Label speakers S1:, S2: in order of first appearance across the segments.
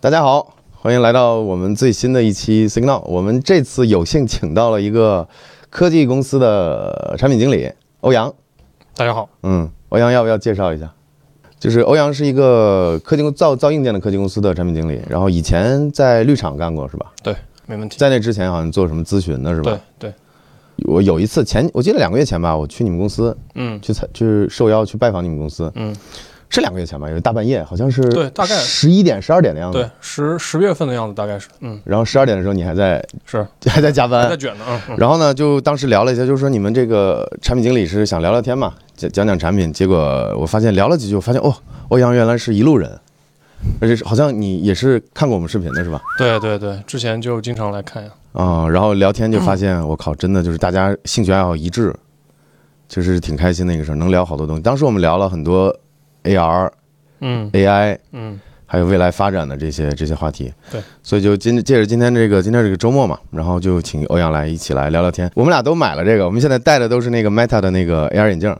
S1: 大家好，欢迎来到我们最新的一期 Signal。我们这次有幸请到了一个科技公司的产品经理欧阳。
S2: 大家好，
S1: 嗯，欧阳要不要介绍一下？就是欧阳是一个科技公造造硬件的科技公司的产品经理，然后以前在绿厂干过是吧？
S2: 对，没问题。
S1: 在那之前好像做什么咨询的是吧
S2: 对？对，
S1: 我有一次前我记得两个月前吧，我去你们公司
S2: 嗯，
S1: 去采去受邀去拜访你们公司，
S2: 嗯，
S1: 是两个月前吧，也是大半夜，好像是
S2: 对大概
S1: 十一点十二点的样子。
S2: 对，十十月份的样子大概是，嗯，
S1: 然后十二点的时候你还在
S2: 是
S1: 还在加
S2: 还
S1: 班
S2: 在，卷呢，嗯，嗯
S1: 然后呢，就当时聊了一下，就是说你们这个产品经理是想聊聊天嘛，讲讲讲产品。结果我发现聊了几句，我发现哦，欧阳原来是一路人，而且是好像你也是看过我们视频的是吧？
S2: 对对对，之前就经常来看呀，
S1: 啊、然后聊天就发现，我靠，真的就是大家兴趣爱好一致，就是挺开心的一个事儿，能聊好多东西。当时我们聊了很多 AR、
S2: 嗯
S1: AI，
S2: 嗯，
S1: 还有未来发展的这些这些话题。
S2: 对，
S1: 所以就今借着今天这个今天这个周末嘛，然后就请欧阳来一起来聊聊天。我们俩都买了这个，我们现在戴的都是那个 Meta 的那个 AR 眼镜。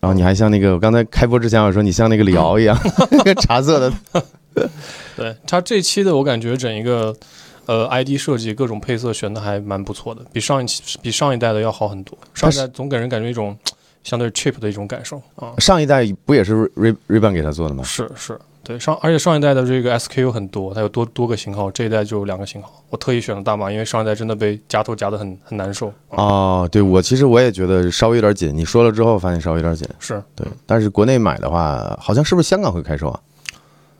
S1: 然后你还像那个，我刚才开播之前我说你像那个李敖一 样， 那个茶色的。
S2: 对他这期的我感觉整一个呃 ID 设计各种配色选的还蛮不错的，比上一期比上一代的要好很多，上一代总给人感觉一种相对 cheap 的一种感受啊，
S1: 上一代不也是 Ray Ray Ban 给他做的吗？
S2: 是是。对上，而且上一代的这个 SKU 很多，它有多多个型号，这一代就有两个型号。我特意选了大码，因为上一代真的被夹头夹得很很难受。啊
S1: 哦，对，我其实我也觉得稍微有点紧。你说了之后发现稍微有点紧，
S2: 是，
S1: 对。但是国内买的话，好像是不是香港会开售啊？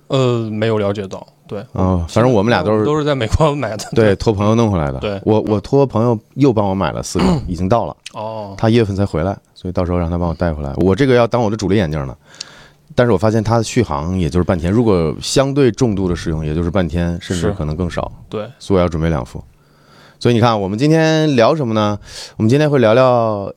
S2: 呃，没有了解到，对，
S1: 哦，反正我们俩都是
S2: 都是在美国买的，
S1: 对托朋友弄回来的。
S2: 对
S1: 我我托朋友又帮我买了四个，已经到了。
S2: 哦，
S1: 他一月份才回来，所以到时候让他帮我带回来。我这个要当我的主力眼镜了，但是我发现它的续航也就是半天，如果相对重度的使用，也就是半天，甚至
S2: 是
S1: 可能更少，
S2: 对，
S1: 所以我要准备两副。所以你看，我们今天聊什么呢？我们今天会聊聊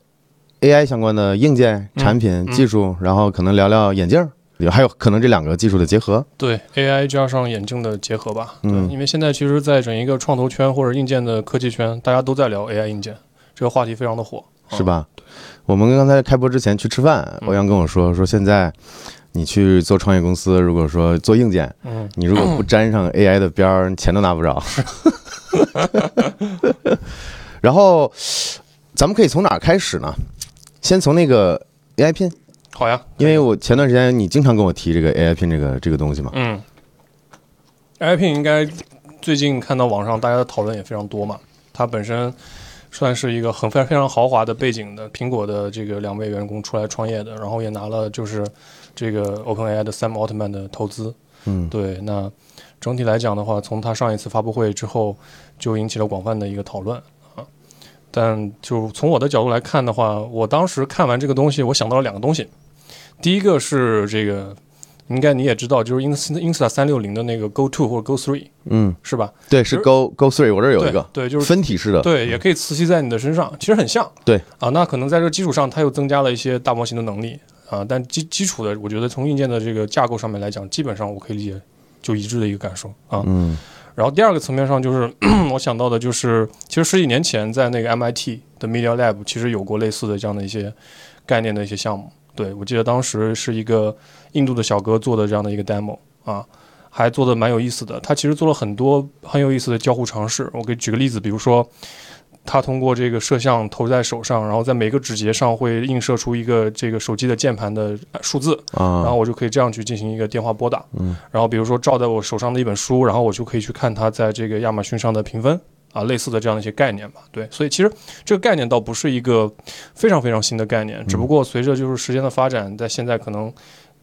S1: AI 相关的硬件、
S2: 嗯
S1: 产品、
S2: 嗯
S1: 技术，然后可能聊聊眼镜儿，也还有可能这两个技术的结合。
S2: 对 AI 加上眼镜的结合吧，对，
S1: 嗯
S2: 因为现在其实，在整一个创投圈或者硬件的科技圈，大家都在聊 AI 硬件，这个话题非常的火，
S1: 是吧？我们刚才开播之前去吃饭，
S2: 嗯
S1: 欧阳跟我说说，现在你去做创业公司，如果说做硬件，
S2: 嗯，
S1: 你如果不沾 上 AI 的边儿，你钱都拿不 着。然后，咱们可以从哪儿开始呢？先从那个 AI Pin，
S2: 好呀，
S1: 因为我前段时间你经常跟我提这个 AI Pin 这个这个东西嘛。
S2: 嗯，AI Pin 应该最近看到网上大家的讨论也非常多嘛，它本身算是一个很非常非常豪华的背景的苹果的这个两位员工出来创业的，然后也拿了就是这个 OpenAI 的 Sam Altman 的投资，
S1: 嗯，
S2: 对，那整体来讲的话，从他上一次发布会之后，就引起了广泛的一个讨论啊。但就从我的角度来看的话，我当时看完这个东西，我想到了两个东西。第一个是这个，应该你也知道，就是 Inst Insta 三六零的那个 Go Two 或者 Go Three
S1: 嗯，
S2: 是吧？
S1: 对，是
S2: 就是
S1: Go Go Three，我这儿有一个
S2: 对，对就是
S1: 分体式的。
S2: 对，也可以磁吸在你的身上，其实很像。
S1: 对
S2: 啊，那可能在这个基础上，它又增加了一些大模型的能力啊，但基基础的，我觉得从硬件的这个架构上面来讲，基本上我可以理解就一致的一个感受啊。
S1: 嗯
S2: 然后第二个层面上，就是 我想到的，就是其实十几年前在那个 MIT 的 Media Lab 其实有过类似的这样的一些概念的一些项目。对我记得当时是一个印度的小哥做的这样的一个 demo 啊，还做的蛮有意思的。他其实做了很多很有意思的交互尝试。我给举个例子，比如说他通过这个摄像投在手上，然后在每个指节上会映射出一个这个手机的键盘的呃数字，然
S1: 啊
S2: 后，我就可以这样去进行一个电话拨打。
S1: 嗯，
S2: 然后比如说照在我手上的一本书，然后我就可以去看它在这个亚马逊上的评分啊，类似的这样的一些概念吧。对，所以其实这个概念倒不是一个非常非常新的概念，只不过随着就是时间的发展，在现在可能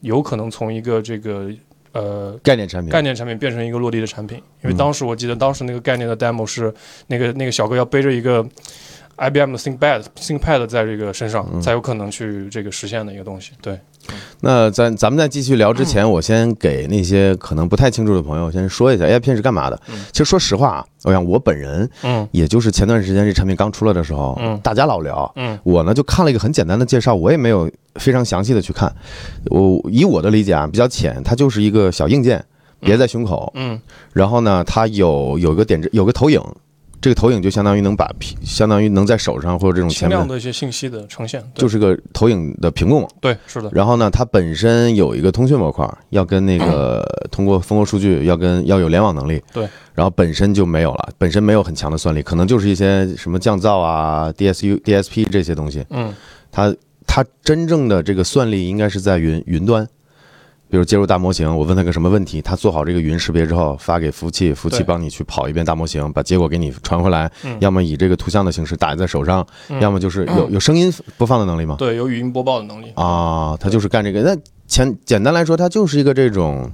S2: 有可能从一个这个呃
S1: 概念产品
S2: 概。念产品变成一个落地的产品。因为当时我记得当时那个概念的 demo 是那个那个小哥要背着一个 IBM 的 ThinkPad ThinkPad 在这个身上，才有可能去这个实现的一个东西。对，
S1: 那咱咱们在继续聊之
S2: 嗯
S1: 前，我先给那些可能不太清楚的朋友先说一下 AI Pin 是干嘛的。其实说实话啊，欧阳，我本人
S2: 嗯
S1: 也就是前段时间这产品刚出来的时候，
S2: 嗯
S1: 大家老聊，
S2: 嗯
S1: 我呢就看了一个很简单的介绍，我也没有非常详细的去看。我以我的理解啊，比较浅，它就是一个小硬件，别在胸口，
S2: 嗯
S1: 然后呢，它有有一个点阵，有个投影，这个投影就相当于能把屏，相当于能在手上或者这种
S2: 轻
S1: 前
S2: 量
S1: 面，
S2: 的一些信息的呈现，对
S1: 就是个投影的屏幕嘛。
S2: 对，是的，
S1: 然后呢，它本身有一个通讯模块，要跟那个通过蜂窝数据要跟要有联网能力。
S2: 嗯对，
S1: 然后本身就没有了，本身没有很强的算力，可能就是一些什么降噪啊、DSU、DSP 这些东西。
S2: 嗯，
S1: 它它真正的这个算力应该是在云云端，比如接入大模型，我问他个什么问题，他做好这个云识别之后发给服务器，服务器
S2: 对
S1: 帮你去跑一遍大模型，把结果给你传回来，
S2: 嗯
S1: 要么以这个图像的形式打在手上，
S2: 嗯
S1: 要么就是有有声音播放的能力吗？
S2: 对，有语音播报的能力，
S1: 啊，它就是干这个。那简简单来说，它就是一个这种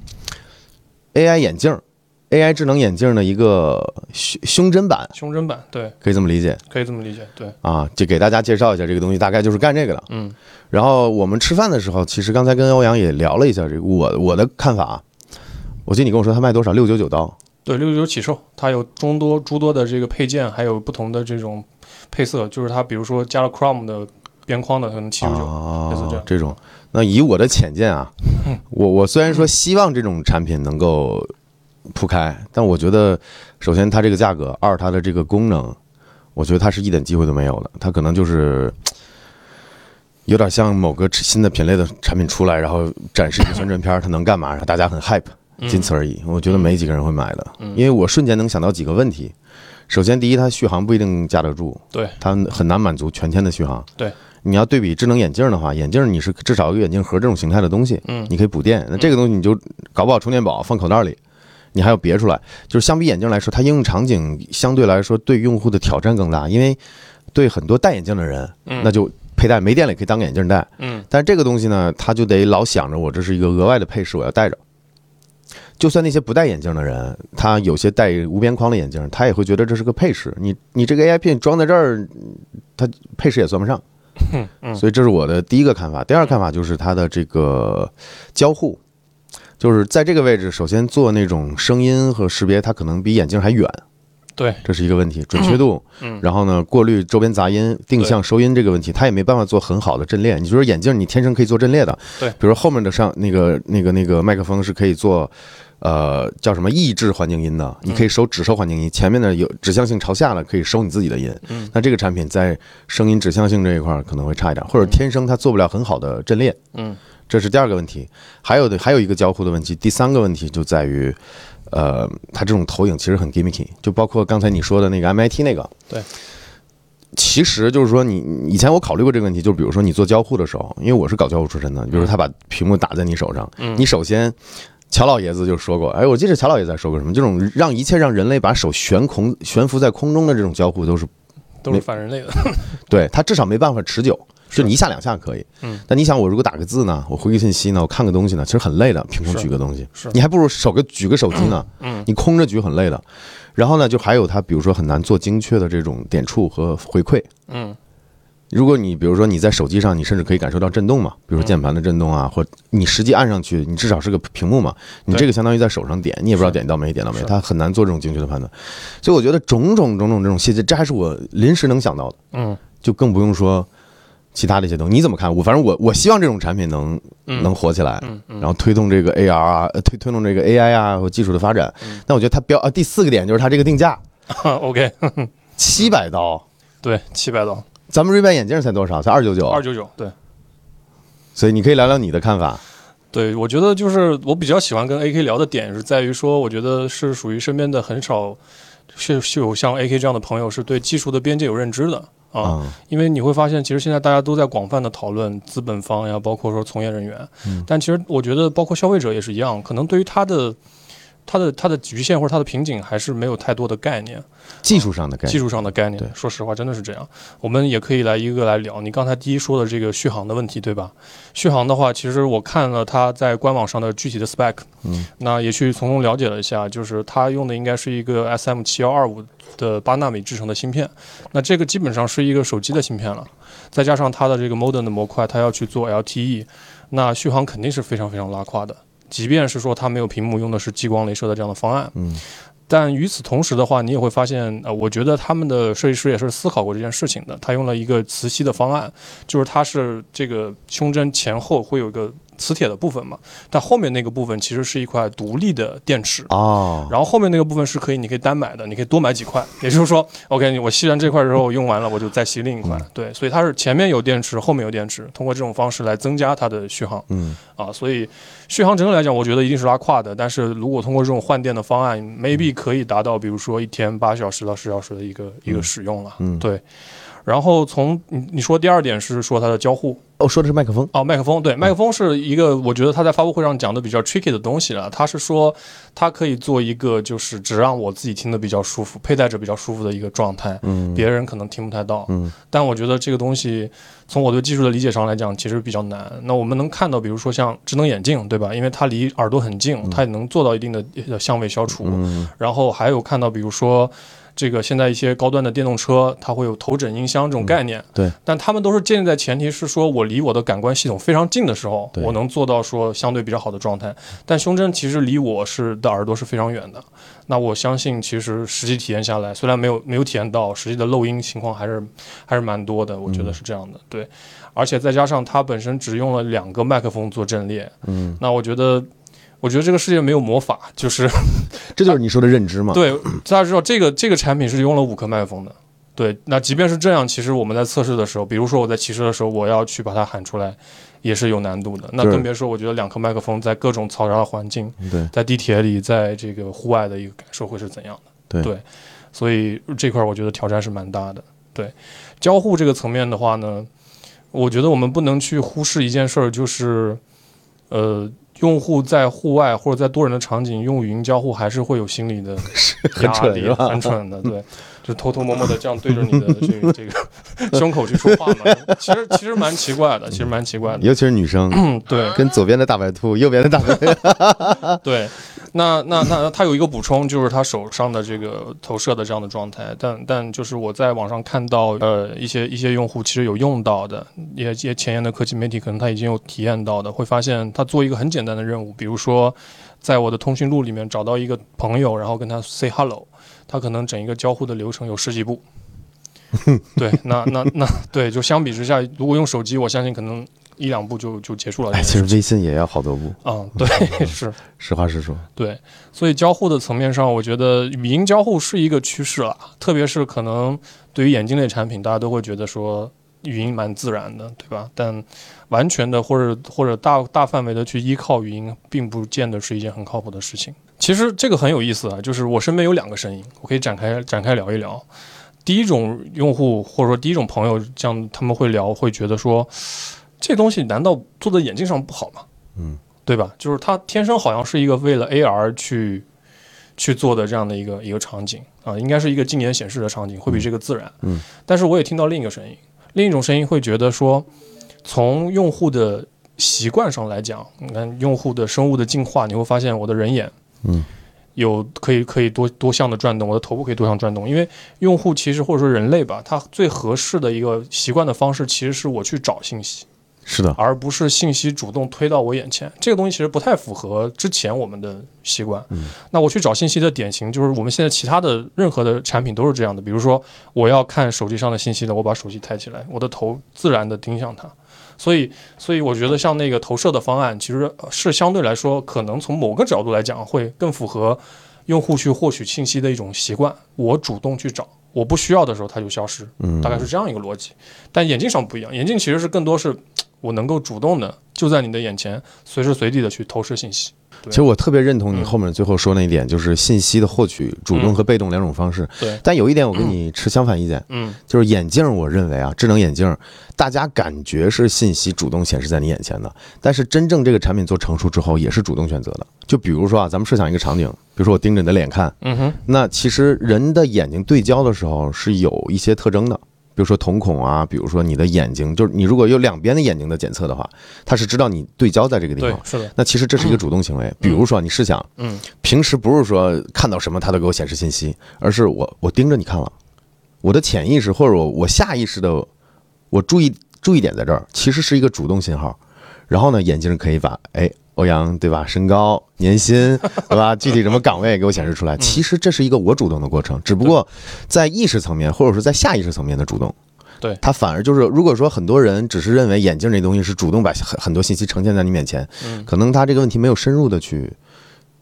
S1: AI 眼镜儿，AI 智能眼镜儿的一个胸胸针版，
S2: 胸针版，对，
S1: 可以这么理解
S2: 可以这么理解，对，
S1: 啊。就给大家介绍一下这个东西，大概就是干这个的。
S2: 嗯
S1: 然后我们吃饭的时候，其实刚才跟欧阳也聊了一下这个我我的看法啊。我记得你跟我说它卖多少，六九九刀
S2: 对，六九九起售，它有众多诸多的这个配件，还有不同的这种配色，就是它比如说加了 Chrome 的边框的，可能七十九，类似这
S1: 啊
S2: 样，嗯
S1: 这种。那以我的浅见啊，我我虽然说希望这种产品能够铺开，但我觉得首先它这个价格，二它的这个功能，我觉得它是一点机会都没有的。它可能就是有点像某个新的品类的产品出来，然后展示一个宣传片儿，它能干嘛，
S2: 嗯
S1: 让大家很 hype。仅此而已。我觉得没几个人会买的，
S2: 嗯
S1: 因为我瞬间能想到几个问题。首先，第一，它续航不一定架得住，
S2: 对，
S1: 它很难满足全天的续航。
S2: 对，
S1: 你要对比智能眼镜的话，眼镜你是至少有个眼镜盒这种形态的东西，
S2: 嗯
S1: 你可以补电。那这个东西你就搞不好充电宝放口袋里，你还要别出来。就是相比眼镜来说，它应用场景相对来说对用户的挑战更大，因为对很多戴眼镜的人，
S2: 嗯
S1: 那就佩戴没电了也可以当眼镜戴。
S2: 嗯，
S1: 但这个东西呢，他就得老想着我这是一个额外的配饰，我要戴着。就算那些不戴眼镜的人，他有些戴无边框的眼镜，他也会觉得这是个配饰。你你这个 AI 片装在这儿，它配饰也算不上。
S2: 嗯
S1: 所以这是我的第一个看法。第二看法就是它的这个交互，就是在这个位置，首先做那种声音和识别，它可能比眼镜还远。
S2: 对，
S1: 这是一个问题，准确度，
S2: 嗯
S1: 然后呢，过滤周边杂音、定向收音这个问题，它也没办法做很好的阵列。你就说眼镜，你天生可以做阵列的，
S2: 对
S1: 比如说后面的上那个那个那个麦克风是可以做，呃，叫什么抑制环境音的，你
S2: 嗯
S1: 可以收只收环境音，前面的有指向性朝下的可以收你自己的音。
S2: 嗯
S1: 那这个产品在声音指向性这一块儿可能会差一点，或者天生它做不了很好的阵列，
S2: 嗯
S1: 这是第二个问题。还有的还有一个交互的问题，第三个问题就在于，呃，它这种投影其实很 gimmicky，就包括刚才你说的那个 MIT 那个，
S2: 对。
S1: 其实就是说你，你以前我考虑过这个问题，就比如说你做交互的时候，因为我是搞交互出身的，比如说他把屏幕打在你手上，
S2: 嗯
S1: 你首先，乔老爷子就说过，哎，我记得乔老爷子还说过什么，这种让一切让人类把手悬空悬浮在空中的这种交互都是
S2: 都是反人 类的，
S1: 对，它至少没办法持久，
S2: 是
S1: 就你一下两下可以。
S2: 嗯，
S1: 但你想，我如果打个字呢，我回个信息呢，我看个东西呢，其实很累的，凭空
S2: 是
S1: 举个东西，
S2: 是
S1: 你还不如手个举个手机 呢，
S2: 嗯
S1: 你空着举很累的。然后呢，就还有它，比如说很难做精确的这种点触和回馈。
S2: 嗯
S1: 如果你比如说你在手机上，你甚至可以感受到震动嘛，
S2: 嗯
S1: 比如说键盘的震动啊，或你实际按上去，你至少是个屏幕嘛，你
S2: 对
S1: 这个相当于在手上点，你也不知道点到没点到没，
S2: 是
S1: 它很难做这种精确的判断。所以我觉得种种种种这种细节，这还是我临时能想到的。
S2: 嗯
S1: 就更不用说其他的一些东西。你怎么看？我反正我我希望这种产品能
S2: 嗯，
S1: 能火起来，
S2: 嗯嗯
S1: 然后推动这个 AR 啊，呃推推动这个 AI 啊和技术的发展。
S2: 嗯
S1: 但我觉得它标啊，第四个点就是它这个定价
S2: ，OK，
S1: 七百刀，
S2: 对，七百刀，
S1: 咱们 Ray-Ban 眼镜才多少？才二九九
S2: 二，九九，对。
S1: 所以你可以聊聊你的看法。
S2: 对，我觉得就是我比较喜欢跟 AK 聊的点是在于说，我觉得是属于身边的很少是是有像 AK 这样的朋友是对技术的边界有认知的啊，
S1: 啊，
S2: 因为你会发现，其实现在大家都在广泛的讨论资本方呀，包括说从业人员，但其实我觉得包括消费者也是一样，可能对于他的。他的他的局限或者他的瓶颈还是没有太多的概念，
S1: 技术上的概
S2: 技
S1: 念，
S2: 术上的概念
S1: 对。
S2: 说实话，真的是这样。我们也可以来一个来聊。你刚才第一说的这个续航的问题，对吧？续航的话，其实我看了它在官网上的具体的 spec，
S1: 嗯，
S2: 那也去从中了解了一下，就是它用的应该是一个 SM 七幺二五的八纳米制成的芯片，那这个基本上是一个手机的芯片了，再加上它的这个 modem 的模块，它要去做 E LTE，那续航肯定是非常非常拉胯的。即便是说它没有屏幕，用的是激光镭射的这样的方案，
S1: 嗯，
S2: 但与此同时的话，你也会发现，呃，我觉得他们的设计师也是思考过这件事情的。他用了一个磁吸的方案，就是它是这个胸针前后会有一个磁铁的部分嘛，但后面那个部分其实是一块独立的电池。
S1: 哦，
S2: 然后后面那个部分是可以，你可以单买的，你可以多买几块。也就是说，OK，我吸完这块之后用完了，我就再吸另一块
S1: 嗯。
S2: 对，所以它是前面有电池，后面有电池，通过这种方式来增加它的续航。
S1: 嗯，
S2: 啊，所以续航整体来讲，我觉得一定是拉胯的。但是如果通过这种换电的方
S1: 嗯
S2: 案，maybe 可以达到，比如说一天八小时到十小时的一个、一个使用了。
S1: 嗯
S2: 对。然后从你你说第二点是说它的交互
S1: 哦，说的是麦克风，
S2: 哦，麦克风对，麦克风是一个我觉得他在发布会上讲的比较 tricky 的东西啊了。他是说它可以做一个就是只让我自己听的比较舒服，佩戴者比较舒服的一个状态，
S1: 嗯，
S2: 别人可能听不太到。
S1: 嗯
S2: 但我觉得这个东西，从我对技术的理解上来讲，其实比较难。那我们能看到，比如说像智能眼镜，对吧？因为它离耳朵很近，它也能做到一定的呃相位消除。
S1: 嗯
S2: 然后还有看到，比如说这个现在一些高端的电动车，它会有头枕音箱这
S1: 嗯
S2: 种概念。
S1: 对，
S2: 但他们都是建立在前提是说我离我的感官系统非常近的时候，
S1: 对
S2: 我能做到说相对比较好的状态。但胸针其实离我是的耳朵是非常远的。那我相信，其实实际体验下来，虽然没有没有体验到实际的漏音情况，还是还是蛮多的。我觉得是这样的，
S1: 嗯
S2: 对。而且再加上它本身只用了两个麦克风做阵列，
S1: 嗯，
S2: 那我觉得，我觉得这个世界没有魔法，就是
S1: 这就是你说的认知嘛，
S2: 对，大家知道这个这个产品是用了五颗麦克风的。对，那即便是这样，其实我们在测试的时候，比如说我在骑车的时候，我要去把它喊出来，也是有难度的。那
S1: 对
S2: 更别说，我觉得两颗麦克风在各种嘈杂的环境，
S1: 对
S2: 在地铁里，在这个户外的一个感受会是怎样的？
S1: 对
S2: 所以这块儿我觉得挑战是蛮大的。对，交互这个层面的话呢，我觉得我们不能去忽视一件事儿，就是呃，用户在户外或者在多人的场景用语音交互，还是会有心理的
S1: 很
S2: 压
S1: 蠢
S2: 力
S1: 是吧
S2: 很蠢的， 对。就偷偷摸摸的这样对着你的这个这个 胸口去说话嘛，其实其实蛮奇怪的，其实蛮奇怪的，
S1: 尤其是女生，
S2: 嗯，对，
S1: 跟左边的大白兔，右边的大白兔，
S2: 对，那那那他有一个补充，就是他手上的这个投射的这样的状态，但但就是我在网上看到，呃，一些一些用户其实有用到的，也也前沿的科技媒体可能他已经有体验到的，会发现他做一个很简单的任务，比如说在我的通讯录里面找到一个朋友，然后跟他 say hello，他可能整一个交互的流程有十 几步。对，那那那对，就相比之下，如果用手机，我相信可能一两步就就结束了这
S1: 哎，
S2: 件
S1: 其
S2: 事。
S1: 实微信也要好多步，
S2: 嗯， 对，是。
S1: 实话实说，
S2: 对，所以交互的层面上，我觉得语音交互是一个趋势了，特别是可能对于眼镜类产品，大家都会觉得说语音蛮自然的，对吧？但完全的或者或者大大范围的去依靠语音，并不见得是一件很靠谱的事情。其实这个很有意思啊，就是我身边有两个声音，我可以展开展开聊一聊。第一种用户或者说第一种朋友，这样他们会聊，会觉得说，这东西难道做在眼镜上不好吗？对吧？就是它天生好像是一个为了 AR 去去做的这样的一个一个场景啊、应该是一个竞年显示的场景，会比这个自然。
S1: 嗯，
S2: 但是我也听到另一个声音，另一种声音会觉得说，从用户的习惯上来讲，你看用户的生物的进化，你会发现我的人眼，
S1: 嗯。
S2: 有可以可以多多项的转动，我的头部可以多项转动，因为用户其实或者说人类吧，他最合适的一个习惯的方式其实是我去找信息，
S1: 是的，
S2: 而不是信息主动推到我眼前。这个东西其实不太符合之前我们的习惯。
S1: 嗯
S2: 那我去找信息的典型就是我们现在其他的任何的产品都是这样的，比如说我要看手机上的信息的，我把手机抬起来，我的头自然的盯向它。所以，所以我觉得像那个投射的方案，其实呃是相对来说，可能从某个角度来讲，会更符合用户去获取信息的一种习惯。我主动去找，我不需要的时候它就消失。
S1: 嗯，
S2: 大概是这样一个逻辑。但眼镜上不一样，眼镜其实是更多是我能够主动的就在你的眼前，随时随地的去投射信息。
S1: 其实我特别认同你
S2: 嗯
S1: 后面最后说那一点，就是信息的获取，主动和被动两种方式。
S2: 嗯对，
S1: 但有一点我跟你持相反意见，
S2: 嗯
S1: 就是眼镜，我认为啊，智能眼镜，大家感觉是信息主动显示在你眼前的，但是真正这个产品做成熟之后，也是主动选择的。就比如说啊，咱们设想一个场景，比如说我盯着你的脸看，
S2: 嗯哼，
S1: 那其实人的眼睛对焦的时候是有一些特征的，比如说瞳孔啊，比如说你的眼睛，就是你如果有两边的眼睛的检测的话，它是知道你对焦在这个地
S2: 对
S1: 方，。
S2: 是的，
S1: 那其实这是一个主动行为。比如说，你试想，
S2: 嗯，
S1: 平时不是说看到什么它都给我显示信息，而是我我盯着你看了，我的潜意识或者我我下意识的，我注意注意点在这儿，其实是一个主动信号。然后呢，眼镜可以把哎欧阳对吧，身高、年薪 对吧，具体什么岗位给我显示出来。
S2: 嗯
S1: 其实这是一个我主动的过程，只不过在意识层面或者说在下意识层面的主动。
S2: 对
S1: 它反而就是，如果说很多人只是认为眼镜这东西是主动把很很多信息呈现在你面前，
S2: 嗯
S1: 可能他这个问题没有深入的去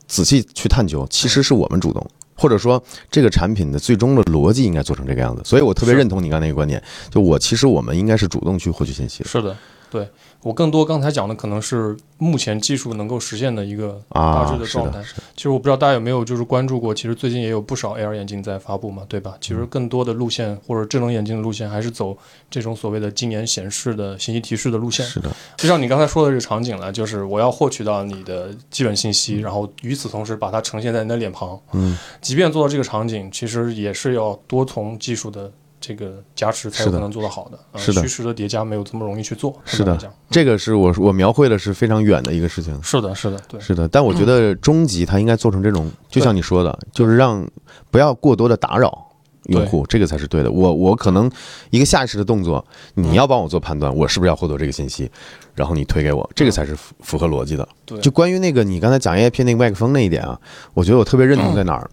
S1: 仔细去探
S2: 嗯
S1: 究，其实是我们主动。或者说，这个产品的最终的逻辑应该做成这个样子，所以我特别
S2: 是
S1: 认同你刚才那个观点。就我其实我们应该是主动去获取信息的
S2: 是的，对我更多刚才讲的可能是目前技术能够实现的一个大
S1: 啊
S2: 致，的
S1: 是
S2: 状
S1: 的
S2: 态。，其实我不知道大家有没有就是关注过，其实最近也有不少 AR 眼镜在发布嘛，对吧？其实
S1: 嗯
S2: 更多的路线或者智能眼镜的路线还是走这种所谓的经眼显示的信息提示的路线。
S1: 是的，
S2: 就像你刚才说的这个场景了，就是我要获取到你的基本信息，然后与此同时把它呈现在你的脸庞。
S1: 嗯，
S2: 即便做到这个场景，其实也是要多重技术的这个加持才有
S1: 是的
S2: 可能做得好的。呃
S1: 是的
S2: 虚实的叠加没有这么容易去做。
S1: 是的
S2: 很难讲
S1: 这个是我我描绘的是非常远的一个事情。
S2: 是的，是的，对，
S1: 是的，但我觉得终极它应该做成这种，就像你说的，就是让不要过多的打扰用户，这个才是对的。我我可能一个下意识的动作，
S2: 嗯
S1: 你要帮我做判断，我是不是要获得这个信息，然后你推给我，这个才是符符合逻辑的。
S2: 嗯对
S1: 就关于那个你刚才讲 AIP 那个麦克风那一点啊，我觉得我特别认同在哪儿，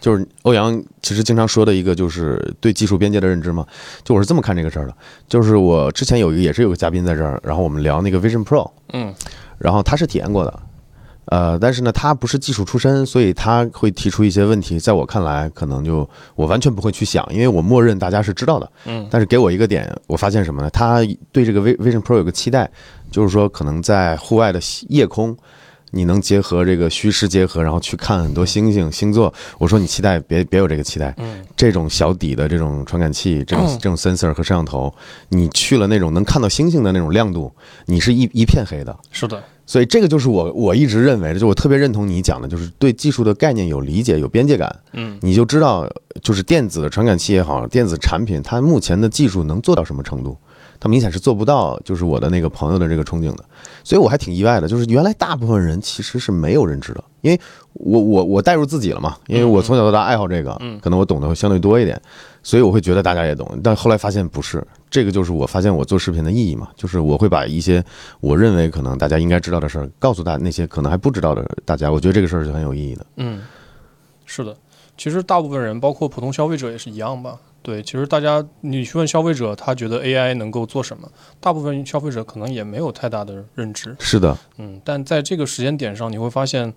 S1: 就是欧阳其实经常说的一个就是对技术边界的认知嘛。就我是这么看这个事儿的，就是我之前有一个也是有个嘉宾在这儿，然后我们聊那个 Vision Pro，
S2: 嗯，
S1: 然后他是体验过的，呃，但是呢，他不是技术出身，所以他会提出一些问题，在我看来，可能就我完全不会去想，因为我默认大家是知道的。
S2: 嗯，
S1: 但是给我一个点，我发现什么呢？他对这个 Vi- Vision Pro 有个期待，就是说可能在户外的夜空。你能结合这个虚实结合，然后去看很多星星星座。我说你期待别别有这个期待，
S2: 嗯，
S1: 这种小底的这 种传感器，这种这种 sensor 和摄像头，你去了那种能看到星星的那种亮度，你是一一片黑的，
S2: 是的，
S1: 所以这个就是我我一直认为的，就我特别认同你讲的，就是对技术的概念有理解、有边界感，
S2: 嗯，
S1: 你就知道就是电子的传感器也好，电子产品它目前的技术能做到什么程度，它明显是做不到，就是我的那个朋友的这个憧憬的，所以我还挺意外的，就是原来大部分人其实是没有认知的，因为我我我带入自己了嘛，因为我从小到大爱好这个，可能我懂得会相对多一点，所以我会觉得大家也懂，但后来发现不是，这个就是我发现我做视频的意义嘛，就是我会把一些我认为可能大家应该知道的事儿，告诉大那些可能还不知道的大家，我觉得这个事儿是很有意义的。
S2: 嗯，是的，其实大部分人，包括普通消费者也是一样吧。对，其实大家你去问消费者，他觉得 AI 能够做什么，大部分消费者可能也没有太大的认知。
S1: 是的，
S2: 嗯，但在这个时间点上，你会发现，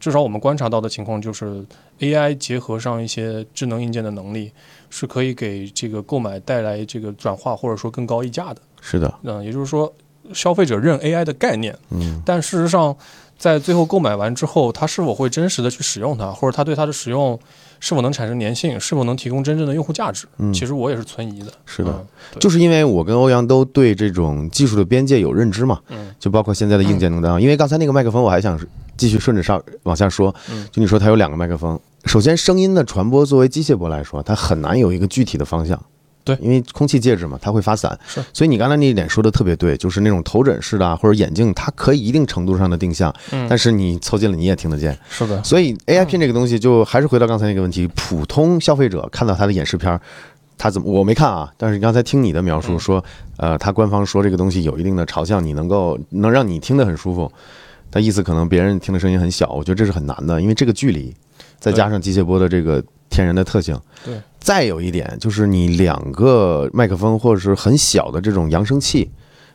S2: 至少我们观察到的情况就是，AI 结合上一些智能硬件的能力，是可以给这个购买带来这个转化或者说更高溢价的。
S1: 是的，
S2: 嗯，也就是说，消费者认 AI 的概念，
S1: 嗯，
S2: 但事实上，在最后购买完之后，他是否会真实的去使用它，或者他对它的使用是否能产生粘性，是否能提供真正的用户价值，
S1: 嗯
S2: 其实我也是存疑的。
S1: 是的。
S2: 嗯对
S1: 就是因为我跟欧阳都对这种技术的边界有认知嘛，
S2: 嗯
S1: 就包括现在的硬件能当。因为刚才那个麦克风，我还想继续顺着上往下说
S2: 嗯，
S1: 就你说它有两个麦克风，首先声音的传播作为机械波来说，它很难有一个具体的方向。
S2: 对
S1: 因为空气介质嘛，它会发散，
S2: 是
S1: 所以你刚才那一点说的特别对，就是那种头枕式的啊，或者眼镜，它可以一定程度上的定向，
S2: 嗯
S1: 但是你凑近了你也听得见，
S2: 是的，
S1: 所以 AI 片这个东西，就还是回到刚才那个问题，普通消费者看到它的演示片儿，他怎么我没看啊？但是你刚才听你的描述
S2: 嗯
S1: 说，呃，他官方说这个东西有一定的朝向，你能够能让你听得很舒服，但意思可能别人听的声音很小，我觉得这是很难的，因为这个距离，再加上机械波的这个天然的特性，
S2: 对。
S1: 再有一点就是你两个麦克风或者是很小的这种扬声器。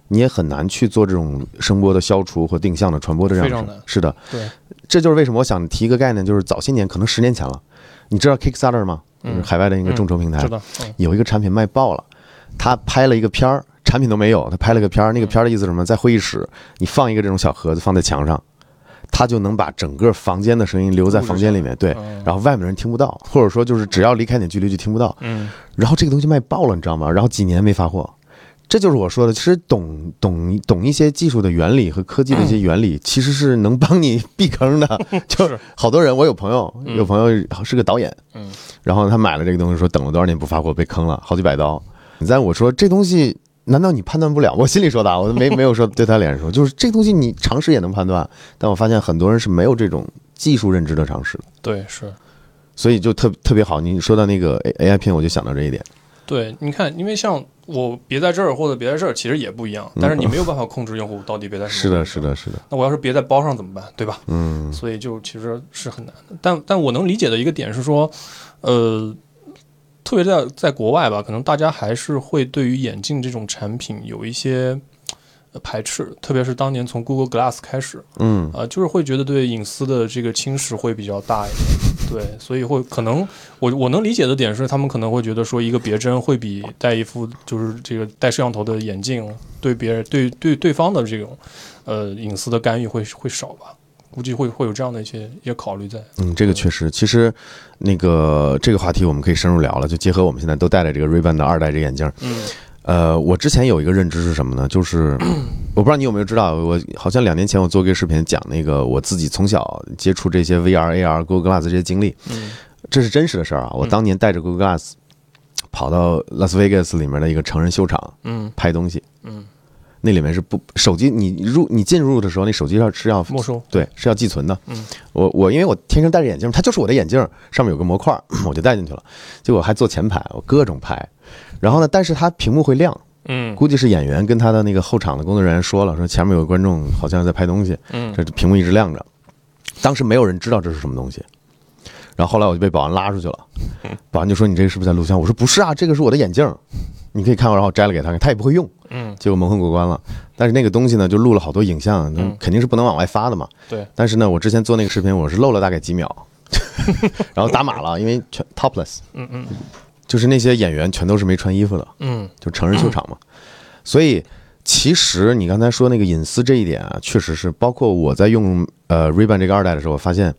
S1: 你也很难去做这种声波的消除或定向的传播的这样
S2: 非
S1: 的
S2: 常
S1: 事
S2: 难
S1: 是的，
S2: 对，
S1: 这就是为什么我想提一个概念，就是早些年，可能十年前了，你知道 Kickstarter 吗？
S2: 嗯
S1: 就是海外的一个众筹平台，
S2: 知道，嗯
S1: 有一个产品卖爆了，他拍了一个片儿，产品都没有，他拍了个片儿，那个片儿的意思是什么？在会议室，你放一个这种小盒子放在墙上，它就能把整个房间的声音留在房间里面，对，
S2: 嗯
S1: 然后外面的人听不到，或者说就是只要离开点距离就听不到。
S2: 嗯，
S1: 然后这个东西卖爆了，你知道吗？然后几年没发货，这就是我说的。其实懂懂懂一些技术的原理和科技的一些原理，其实是能帮你 避坑 的。就是
S2: 嗯是
S1: 好多人，我有朋友，
S2: 嗯
S1: 有朋友是个导演，
S2: 嗯，
S1: 然后他买了这个东西，说等了多少年不发货，被坑了好几百刀。你在我说这东西。难道你判断不了？我心里说的啊，我没没有说对他脸上说，就是这东西你常识也能判断，但我发现很多人是没有这种技术认知的常识的，
S2: 对，是
S1: 所以就特特别好。你说到那个 A I 片，我就想到这一点。
S2: 对。你看，因为像我别在这儿或者别在这儿，其实也不一样，但是你没有办法控制用户到底别在什
S1: 嗯是
S2: 么位
S1: 的，
S2: 置
S1: 是的，是的。
S2: 那我要是别在包上怎么办，对吧？
S1: 嗯，
S2: 所以就其实是很难的。但但我能理解的一个点是说，呃，特别在在国外吧，可能大家还是会对于眼镜这种产品有一些呃排斥，特别是当年从 Google Glass 开始，
S1: 嗯，
S2: 呃，就是会觉得对隐私的这个侵蚀会比较大一点。对，所以会可能我我能理解的点是，他们可能会觉得说一个别针会比戴一副就是这个带摄像头的眼镜对别人对对对方的这种呃隐私的干预会会少吧。估计会会有这样的一些一些考虑在，
S1: 嗯，这个确实，其实那个这个话题我们可以深入聊了，就结合我们现在都戴着这个 Ray-Ban 的二代这眼镜儿，
S2: 嗯
S1: 呃，我之前有一个认知是什么呢？就是我不知道你有没有知道，我好像两年前我做过一个视频讲那个我自己从小接触这些 VR、AR、Google Glass 这些经历，
S2: 嗯
S1: 这是真实的事儿啊。我当年带着 Google Glass 跑到 Las Vegas 里面的一个成人秀场
S2: 嗯
S1: 拍东西，
S2: 嗯，
S1: 那里面是不手机，你入你进入的时候，那手机上是要
S2: 没收，
S1: 对，是要寄存的。
S2: 嗯，
S1: 我我因为我天生戴着眼镜，它就是我的眼镜，上面有个模块， 我就戴进去了。结果还坐前排，我各种拍。然后呢，但是它屏幕会亮，
S2: 嗯
S1: 估计是演员跟他的那个后场的工作人员说了，说前面有个观众好像在拍东西，
S2: 嗯
S1: 这屏幕一直亮着。当时没有人知道这是什么东西。然后后来我就被保安拉出去了，
S2: 嗯
S1: 保安就说你这个是不是在录像？我说不是啊，这个是我的眼镜，你可以看我。然后我摘了给他看，他也不会用。
S2: 嗯
S1: 结果蒙混过关了。但是那个东西呢，就录了好多影像，就
S2: 嗯
S1: 肯定是不能往外发的嘛。
S2: 对。
S1: 但是呢，我之前做那个视频，我是漏了大概几 秒，然后打码了，因为全 topless，
S2: 嗯嗯
S1: 就是那些演员全都是没穿衣服的，
S2: 嗯
S1: 就成人秀场嘛。所以其实你刚才说那个隐私这一点啊，确实是包括我在用呃 Ray-Ban 这个二代的时候，我发现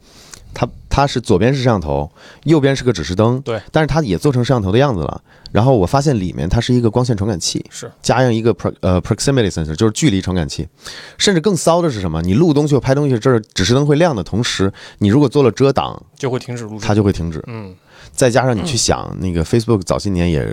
S1: 它它是左边是摄像头，右边是个指示灯，
S2: 对，
S1: 但是它也做成摄像头的样子了。然后我发现里面它是一个光线传感器，
S2: 是
S1: 加上一个 pro 呃 proximity sensor，就是距离传感器。甚至更骚的是什么？你录东西、拍东西，这儿指示灯会亮的同时，你如果做了遮挡，
S2: 就会停止录制，
S1: 它就会停止。
S2: 嗯
S1: 再加上你去想，那个 Facebook 早些年也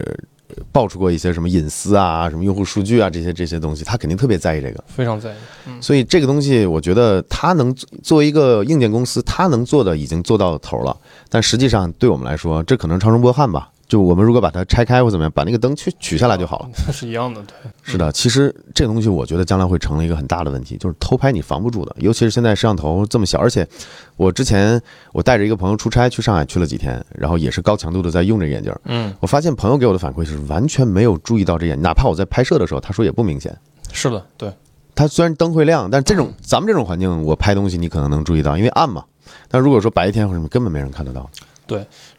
S1: 爆出过一些什么隐私啊、什么用户数据啊这些这些东西，它肯定特别在意这个。
S2: 非常在意，嗯
S1: 所以这个东西，我觉得它能做作为一个硬件公司，它能做的已经做到头了。但实际上对我们来说，这可能超声波汉吧。就我们如果把它拆开或怎么样，把那个灯去取下来就好了。
S2: 是一样的，对，
S1: 是的，其实这个东西我觉得将来会成了一个很大的问题，就是偷拍你防不住的，尤其是现在摄像头这么小，而且我之前我带着一个朋友出差去上海去了几天，然后也是高强度的在用这个眼镜儿，
S2: 嗯，
S1: 我发现朋友给我的反馈是完全没有注意到这眼，哪怕我在拍摄的时候，他说也不明显。
S2: 是的，对，
S1: 它虽然灯会亮，但这 种咱们这种环境，我拍东西你可能能注意到，因为暗嘛。但如果说白天或者什么，根本没人看得到。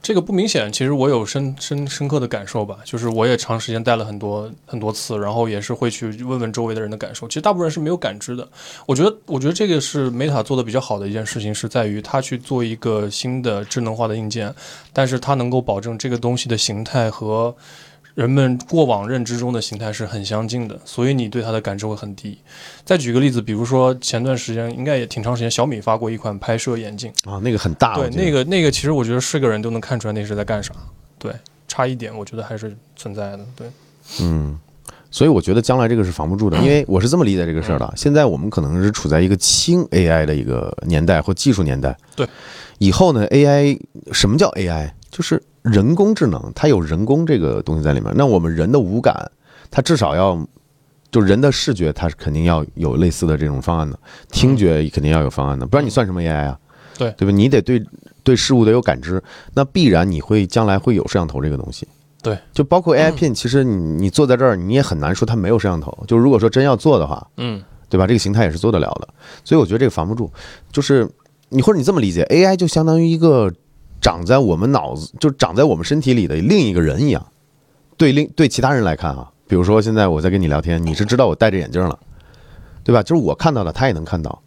S2: 这个不明显，其实我有深深深刻的感受吧，就是我也长时间戴了很多很多次，然后也是会去问问周围的人的感受。其实大部分人是没有感知的。我觉得，我觉得这个是 Meta 做的比较好的一件事情，是在于它去做一个新的智能化的硬件，但是它能够保证这个东西的形态和人们过往认知中的形态是很相近的，所以你对它的感知会很低。再举个例子，比如说前段时间应该也挺长时间，小米发过一款拍摄眼镜。
S1: 啊，那个很大，
S2: 对，
S1: 我觉得
S2: 那个那个，其实我觉得是个人都能看出来那是在干啥。对，差一点，我觉得还是存在的。对，
S1: 嗯，所以我觉得将来这个是防不 住的，因为我是这么理解这个事儿
S2: 嗯
S1: 的。现在我们可能是处在一个轻 AI 的一个年代或技术年代。
S2: 对，
S1: 以后呢，AI 什么叫 AI？就是人工智能，它有人工这个东西在里面。那我们人的五感，它至少要。就人的视觉，它是肯定要有类似的这种方案的，
S2: 嗯
S1: 听觉肯定要有方案的，不然你算什么 AI 啊？
S2: 对
S1: 对吧？你得对对事物得有感知，那必然你会将来会有摄像头这个东西。就包括 AI Pin，其实你你坐在这儿，你也很难说它没有摄像头。就如果说真要做的话，
S2: 嗯，
S1: 对吧？这个形态也是做得了的，所以我觉得这个防不住。就是你或者你这么理解，AI 就相当于一个长在我们脑子，就长在我们身体里的另一个人一样。对另对其他人来看啊，比如说现在我在跟你聊天，你是知道我戴着眼镜了，对吧？就是我看到了，他也能看到。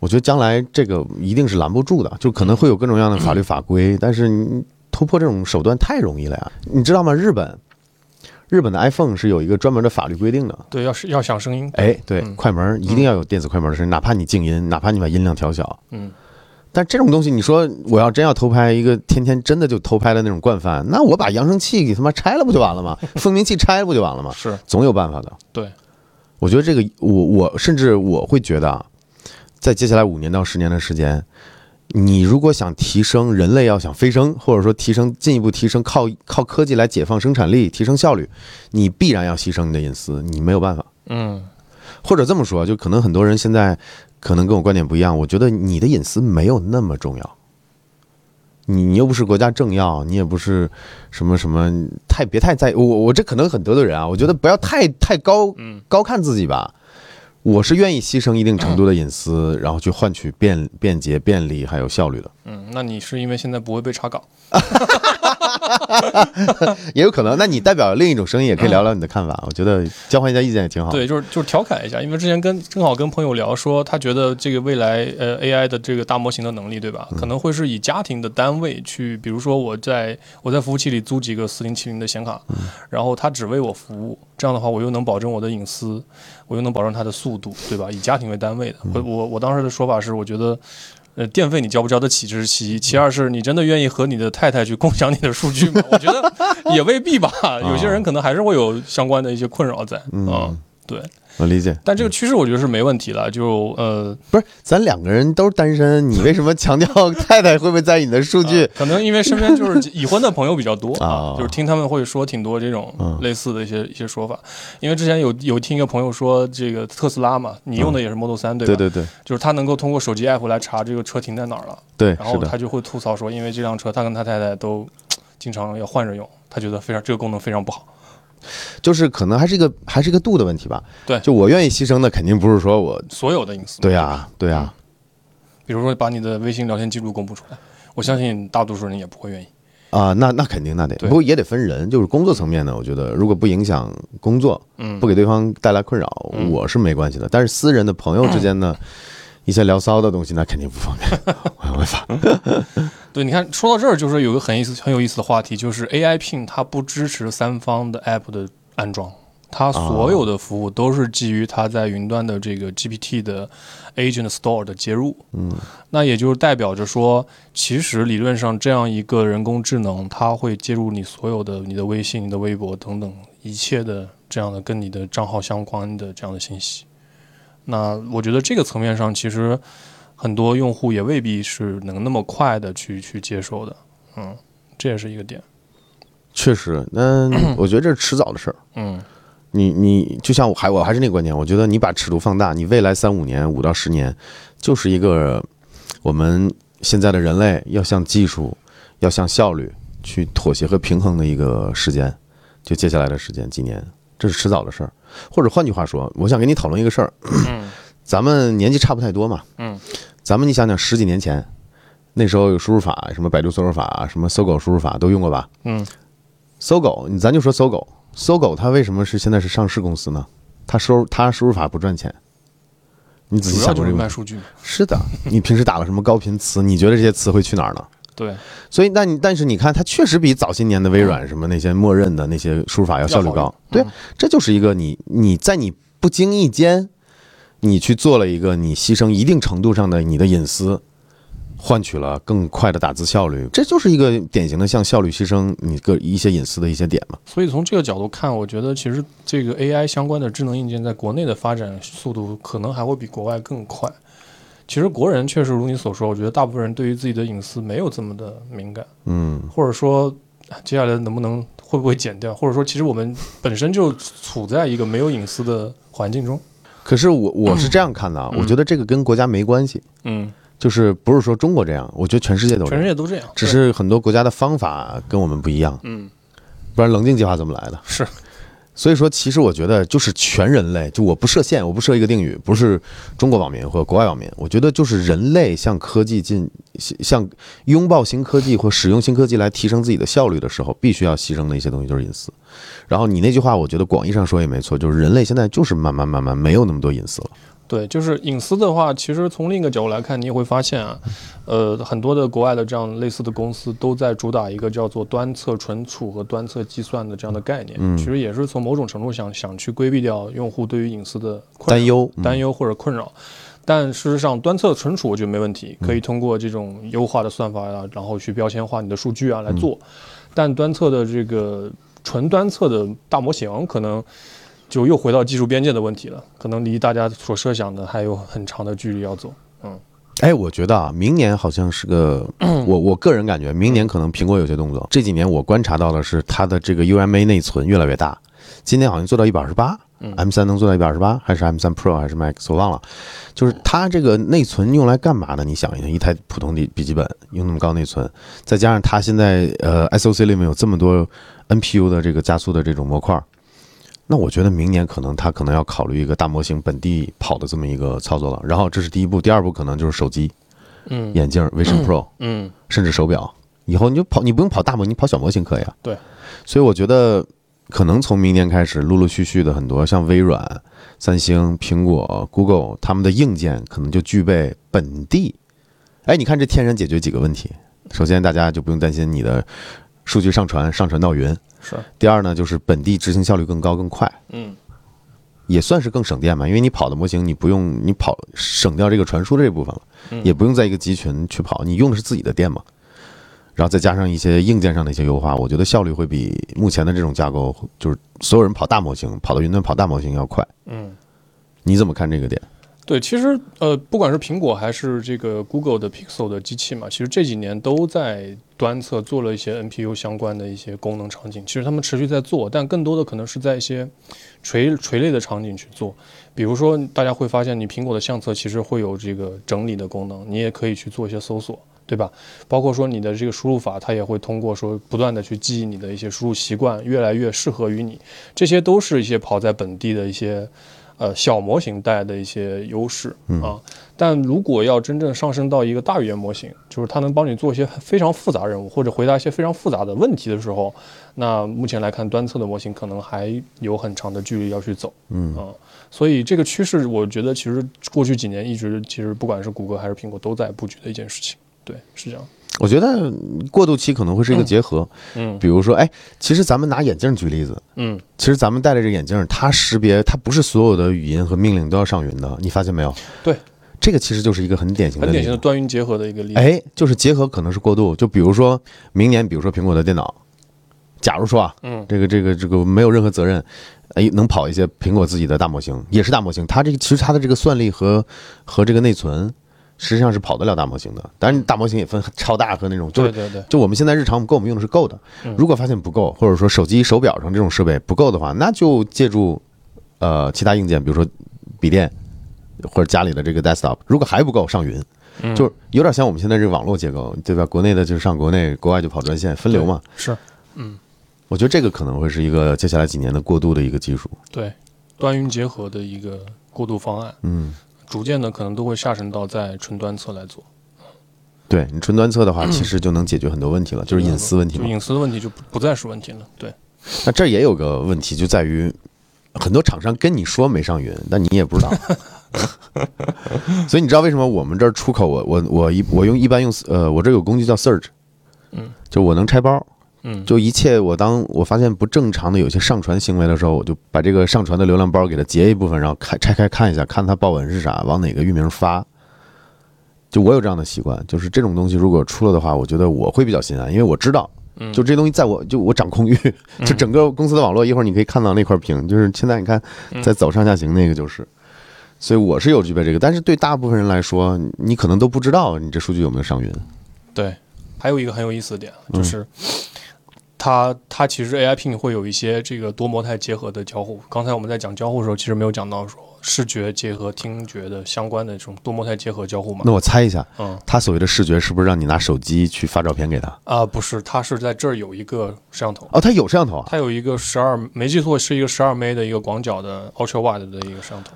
S1: 我觉得将来这个一定是拦不住的，就可能会有各种各样的法律法规，但是你突破这种手段太容易了呀，你知道吗？日本，日本的 iPhone 是有一个专门的法律规定的，
S2: 对，要是要想声音，
S1: 哎，对，
S2: 嗯
S1: 快门儿一定要有电子快门的声音，哪怕你静音，哪怕你把音量调小。
S2: 嗯，
S1: 但这种东西，你说我要真要偷拍一个天天真的就偷拍的那种惯犯，那我把扬声器给他妈拆了不就完 了吗？蜂鸣器拆了不就完了吗？
S2: 是
S1: 总有办法的。
S2: 对，
S1: 我觉得这个，我我甚至我会觉得啊，在接下来五年到十年的时间，你如果想提升人类要想飞升，或者说提升进一步提升靠靠科技来解放生产力、提升效率，你必然要牺牲你的隐私，你没有办法。
S2: 嗯，
S1: 或者这么说，就可能很多人现在可能跟我观点不一样，我觉得你的隐私没有那么重要。你你又不是国家政要，你也不是什么什么，太别太在意我我这可能很得罪人啊，我觉得不要太太高
S2: 嗯
S1: 高看自己吧。我是愿意牺牲一定程度的隐私，然后去换取便便捷、便利还有效率的，
S2: 嗯，那你是因为现在不会被查岗？
S1: 也有可能。那你代表另一种声音，也可以聊聊你的看法。我觉得交换一下意见也挺好。
S2: 对，就是就是调侃一下，因为之前跟正好跟朋友聊说，他觉得这个未来呃 AI 的这个大模型的能力，对吧？
S1: 嗯
S2: 可能会是以家庭的单位去，比如说我在我在服务器里租几个四零七零的显卡，
S1: 嗯
S2: 然后它只为我服务，这样的话我又能保证我的隐私，我又能保证它的速度，对吧？以家庭为单位的，
S1: 嗯
S2: 我我我当时的说法是，我觉得。呃，电费你交不交得起，这是其一；其二是你真的愿意和你的太太去共享你的数据吗？我觉得也未必 吧。
S1: 啊
S2: 有些人可能还是会有相关的一些困扰在。嗯，对。
S1: 我理解。
S2: 但这个趋势我觉得是没问题的，就呃，
S1: 不是，咱两个人都是单身，你为什么强调太太会不会在意你的数据？
S2: 呃可能因为身边就是已婚的朋友比较多 啊
S1: 啊，嗯
S2: 就是听他们会说挺多这种类似的一些一些说法。因为之前有有听一个朋友说，这个特斯拉嘛，你用的也是 Model 三对吧？
S1: 对对对
S2: 就是他能够通过手机 app 来查这个车停在哪儿了，
S1: 对，是
S2: 然后
S1: 的
S2: 他，就会吐槽说，因为这辆车他跟他太太都经常要换着用，他觉得非常这个功能非常不好。
S1: 就是可能还是一个还是一个度的问题吧。
S2: 对
S1: 就我愿意牺牲的，肯定不是说我。
S2: 所有的隐私，
S1: 对啊，对啊，
S2: 比如说把你的微信聊天记录公布出来，我相信大多数人也不会愿意。
S1: 啊、那那肯定那得，
S2: 对
S1: 不过也得分人，就是工作层面呢，我觉得如果不影响工作，
S2: 嗯
S1: 不给对方带来困扰，我是没关系的。但是私人的朋友之间呢，一些聊骚的东西，那肯定不方便，我没办法。
S2: 对，你看，说到这儿，就是有一个很意思、很有意思的话题，就是 AI Pin 它不支持三方的 App 的安装，它所有的服务都是基于它在云端的这个 GPT 的 Agent Store 的接入。嗯，那也就是代表着说，其实理论上这样一个人工智能，它会接入你所有的你的微信、你的微博等等一切的这样的跟你的账号相关的这样的信息。那我觉得这个层面上，其实很多用户也未必是能那么快的去去接受的，嗯，这也是一个点，
S1: 确实，那我觉得这是迟早的事儿。
S2: 嗯
S1: 你你就像我还我还是那个观点，我觉得你把尺度放大，你未来三五年、五到十年，就是一个呃我们现在的人类要向技术、要向效率去妥协和平衡的一个时间。就接下来的时间几年，这是迟早的事儿。或者换句话说，我想跟你讨论一个事儿，
S2: 嗯
S1: 咱们年纪差不太多嘛，
S2: 嗯，
S1: 咱们你想想十几年前，那时候有输入法，什么百度搜索法，什么搜狗输入法都用过吧？
S2: 嗯，
S1: 搜狗，你咱就说搜狗，搜狗它为什么是现在是上市公司呢？它收它输入法不赚钱，你仔细
S2: 主要
S1: 想
S2: 就
S1: 过
S2: 是
S1: 这个
S2: 卖
S1: 问题？
S2: 数据嘛，
S1: 是的，你平时打了什么高频词？你觉得这些词会去哪儿呢？
S2: 对，
S1: 所以，那你但是你看，它确实比早些年的微软什么那些默认的那些输入法要效率
S2: 嗯要
S1: 高
S2: 好。嗯
S1: 对，这就是一个你你在你不经意间，你去做了一个你牺牲一定程度上的你的隐私，换取了更快的打字效率，这就是一个典型的向效率牺牲你个一些隐私的一些点嘛。
S2: 所以从这个角度看，我觉得其实这个 AI 相关的智能硬件在国内的发展速度可能还会比国外更快。其实国人确实如你所说，我觉得大部分人对于自己的隐私没有这么的敏感，
S1: 嗯，
S2: 或者说啊接下来能不能会不会减掉，或者说其实我们本身就处在一个没有隐私的环境中，
S1: 可是我我是这样看的啊，我觉得这个跟国家没关系，
S2: 嗯，
S1: 就是不是说中国这样，我觉得全世界都这
S2: 全世
S1: 样，
S2: 界都这样，
S1: 只是很多国家的方法跟我们不一样，
S2: 嗯，
S1: 不然棱镜计划怎么来的？
S2: 是。
S1: 所以说，其实我觉得就是全人类，就我不设限，我不设一个定语，不是中国网民或国外网民，我觉得就是人类向科技进，向拥抱新科技或使用新科技来提升自己的效率的时候，必须要牺牲的一些东西就是隐私。然后你那句话，我觉得广义上说也没错，就是人类现在就是慢慢慢慢没有那么多隐私了。
S2: 对，就是隐私的话，其实从另一个角度来看，你也会发现啊，呃，很多的国外的这样类似的公司都在主打一个叫做端侧存储和端侧计算的这样的概念，
S1: 嗯
S2: 其实也是从某种程度想想去规避掉用户对于隐私的困
S1: 担
S2: 扰
S1: 忧，嗯
S2: 担忧或者困扰。但事实上，端侧存储我觉得没问题，可以通过这种优化的算法呀、啊然后去标签化你的数据啊来做。但端侧的这个纯端侧的大模型，可能就又回到技术边界的问题了，可能离大家所设想的还有很长的距离要走。
S1: 哎，我觉得啊，明年好像是个，我我个人感觉，明年可能苹果有些动作。这几年我观察到的是，它的这个 UMA 内存越来越大，今年好像做到一百二十八，
S2: 嗯
S1: M 三能做到一百二十八，还是 M 三 Pro 还是 Max，我忘了。就是它这个内存用来干嘛的？你想一想，一台普通的笔记本用那么高内存，再加上它现在呃 SOC 里面有这么多 NPU 的这个加速的这种模块，那我觉得明年可能它可能要考虑一个大模型本地跑的这么一个操作了。然后这是第一步，第二步可能就是手机、
S2: 嗯
S1: 眼镜、Vision Pro，
S2: 嗯，
S1: 甚至手表，以后你就跑，你不用跑大模，你跑小模型可以啊。
S2: 对，
S1: 所以我觉得可能从明年开始，陆陆续续的很多像微软、三星、苹果、Google 他们的硬件可能就具备本地。哎，你看这天然解决几个问题。首先，大家就不用担心你的数据上传上传到云。
S2: 是，
S1: 第二呢，就是本地执行效率更高更快，
S2: 嗯，
S1: 也算是更省电嘛，因为你跑的模型你不用你跑省掉这个传输这部分
S2: 嗯
S1: 了，也不用在一个集群去跑，你用的是自己的电嘛。然后再加上一些硬件上的一些优化，我觉得效率会比目前的这种架构，就是所有人跑大模型、跑到云端跑大模型要快。
S2: 嗯，
S1: 你怎么看这个点？
S2: 对，其实呃，不管是苹果还是这个 Google 的 Pixel 的机器嘛，其实这几年都在端侧做了一些 NPU 相关的一些功能场景。其实他们持续在做，但更多的可能是在一些垂垂类的场景去做。比如说，大家会发现你苹果的相册其实会有这个整理的功能，你也可以去做一些搜索，对吧？包括说你的这个输入法，它也会通过说不断的去记忆你的一些输入习惯，越来越适合于你。这些都是一些跑在本地的一些呃小模型带来的一些优势啊。但如果要真正上升到一个大语言模型，就是它能帮你做一些非常复杂任务或者回答一些非常复杂的问题的时候，那目前来看，端测的模型可能还有很长的距离要去走。嗯啊，所以这个趋势，我觉得其实过去几年一直其实不管是谷歌还是苹果都在布局的一件事情。对，是这样。
S1: 我觉得过渡期可能会是一个结合，
S2: 嗯
S1: 比如说，哎，其实咱们拿眼镜举例子，
S2: 嗯，
S1: 其实咱们戴着这个眼镜，它识别它不是所有的语音和命令都要上云的，你发现没有？
S2: 对，
S1: 这个其实就是一个很典型的
S2: 很
S1: 例子，
S2: 典型的端云结合的一个例子。
S1: 哎，就是结合可能是过渡，就比如说明年，比如说苹果的电脑，假如说啊，
S2: 嗯，
S1: 这个这个这个没有任何责任，哎，能跑一些苹果自己的大模型，也是大模型，它这个其实它的这个算力和和这个内存，实际上是跑得了大模型的，当然大模型也分超大和那种，就是
S2: 对对对，
S1: 就我们现在日常我们够我们用的是够的，如果发现不够，或者说手机、手表上这种设备不够的话，那就借助呃其他硬件，比如说笔电或者家里的这个 desktop，如果还不够，上云，就是有点像我们现在这个网络结构，对吧？国内的就是上国内，国外就跑专线分流嘛。
S2: 是。
S1: 我觉得这个可能会是一个接下来几年的过渡的一个技术。
S2: 对，端云结合的一个过渡方案，
S1: 嗯，
S2: 逐渐的可能都会下沉到在纯端侧来做，
S1: 对你纯端测的话，其实就能解决很多问题了，就是隐私问题
S2: 就
S1: 嘛。
S2: 隐私的问题就不不再是问题了。对，
S1: 那这儿也有个问题，就在于很多厂商跟你说没上云，但你也不知道。 所以你知道为什么我们这儿出口我我我一我用一般用呃我这有工具叫 Search，
S2: 嗯，
S1: 就我能拆包，
S2: 嗯，
S1: 就一切我当我发现不正常的有些上传行为的时候，我就把这个上传的流量包给它截一部分，然后开拆开看一下，看它报文是啥，往哪个域名发。就我有这样的习惯，就是这种东西如果出了的话，我觉得我会比较心安，因为我知道，
S2: 嗯
S1: 就这东西在我就我掌控欲，就整个公司的网络，一会儿你可以看到那块屏，就是现在你看
S2: 嗯
S1: 在走上下行那个就是，所以我是有具备这个，但是对大部分人来说，你可能都不知道你这数据有没有上云，
S2: 嗯对，还有一个很有意思的点啊就是。
S1: 嗯
S2: 它它其实 AI Pin 会有一些这个多模态结合的交互。刚才我们在讲交互的时候，其实没有讲到说视觉结合听觉的相关的这种多模态结合交互嘛
S1: 那？我猜一下，
S2: 嗯
S1: 他所谓的视觉是不是让你拿手机去发照片给他？
S2: 啊、不是，它是在这儿有一个摄像头，
S1: 哦，他有摄像头啊，
S2: 它有一个十二，没记错是一个十二枚的一个广角的 Ultra Wide 的一个摄像头。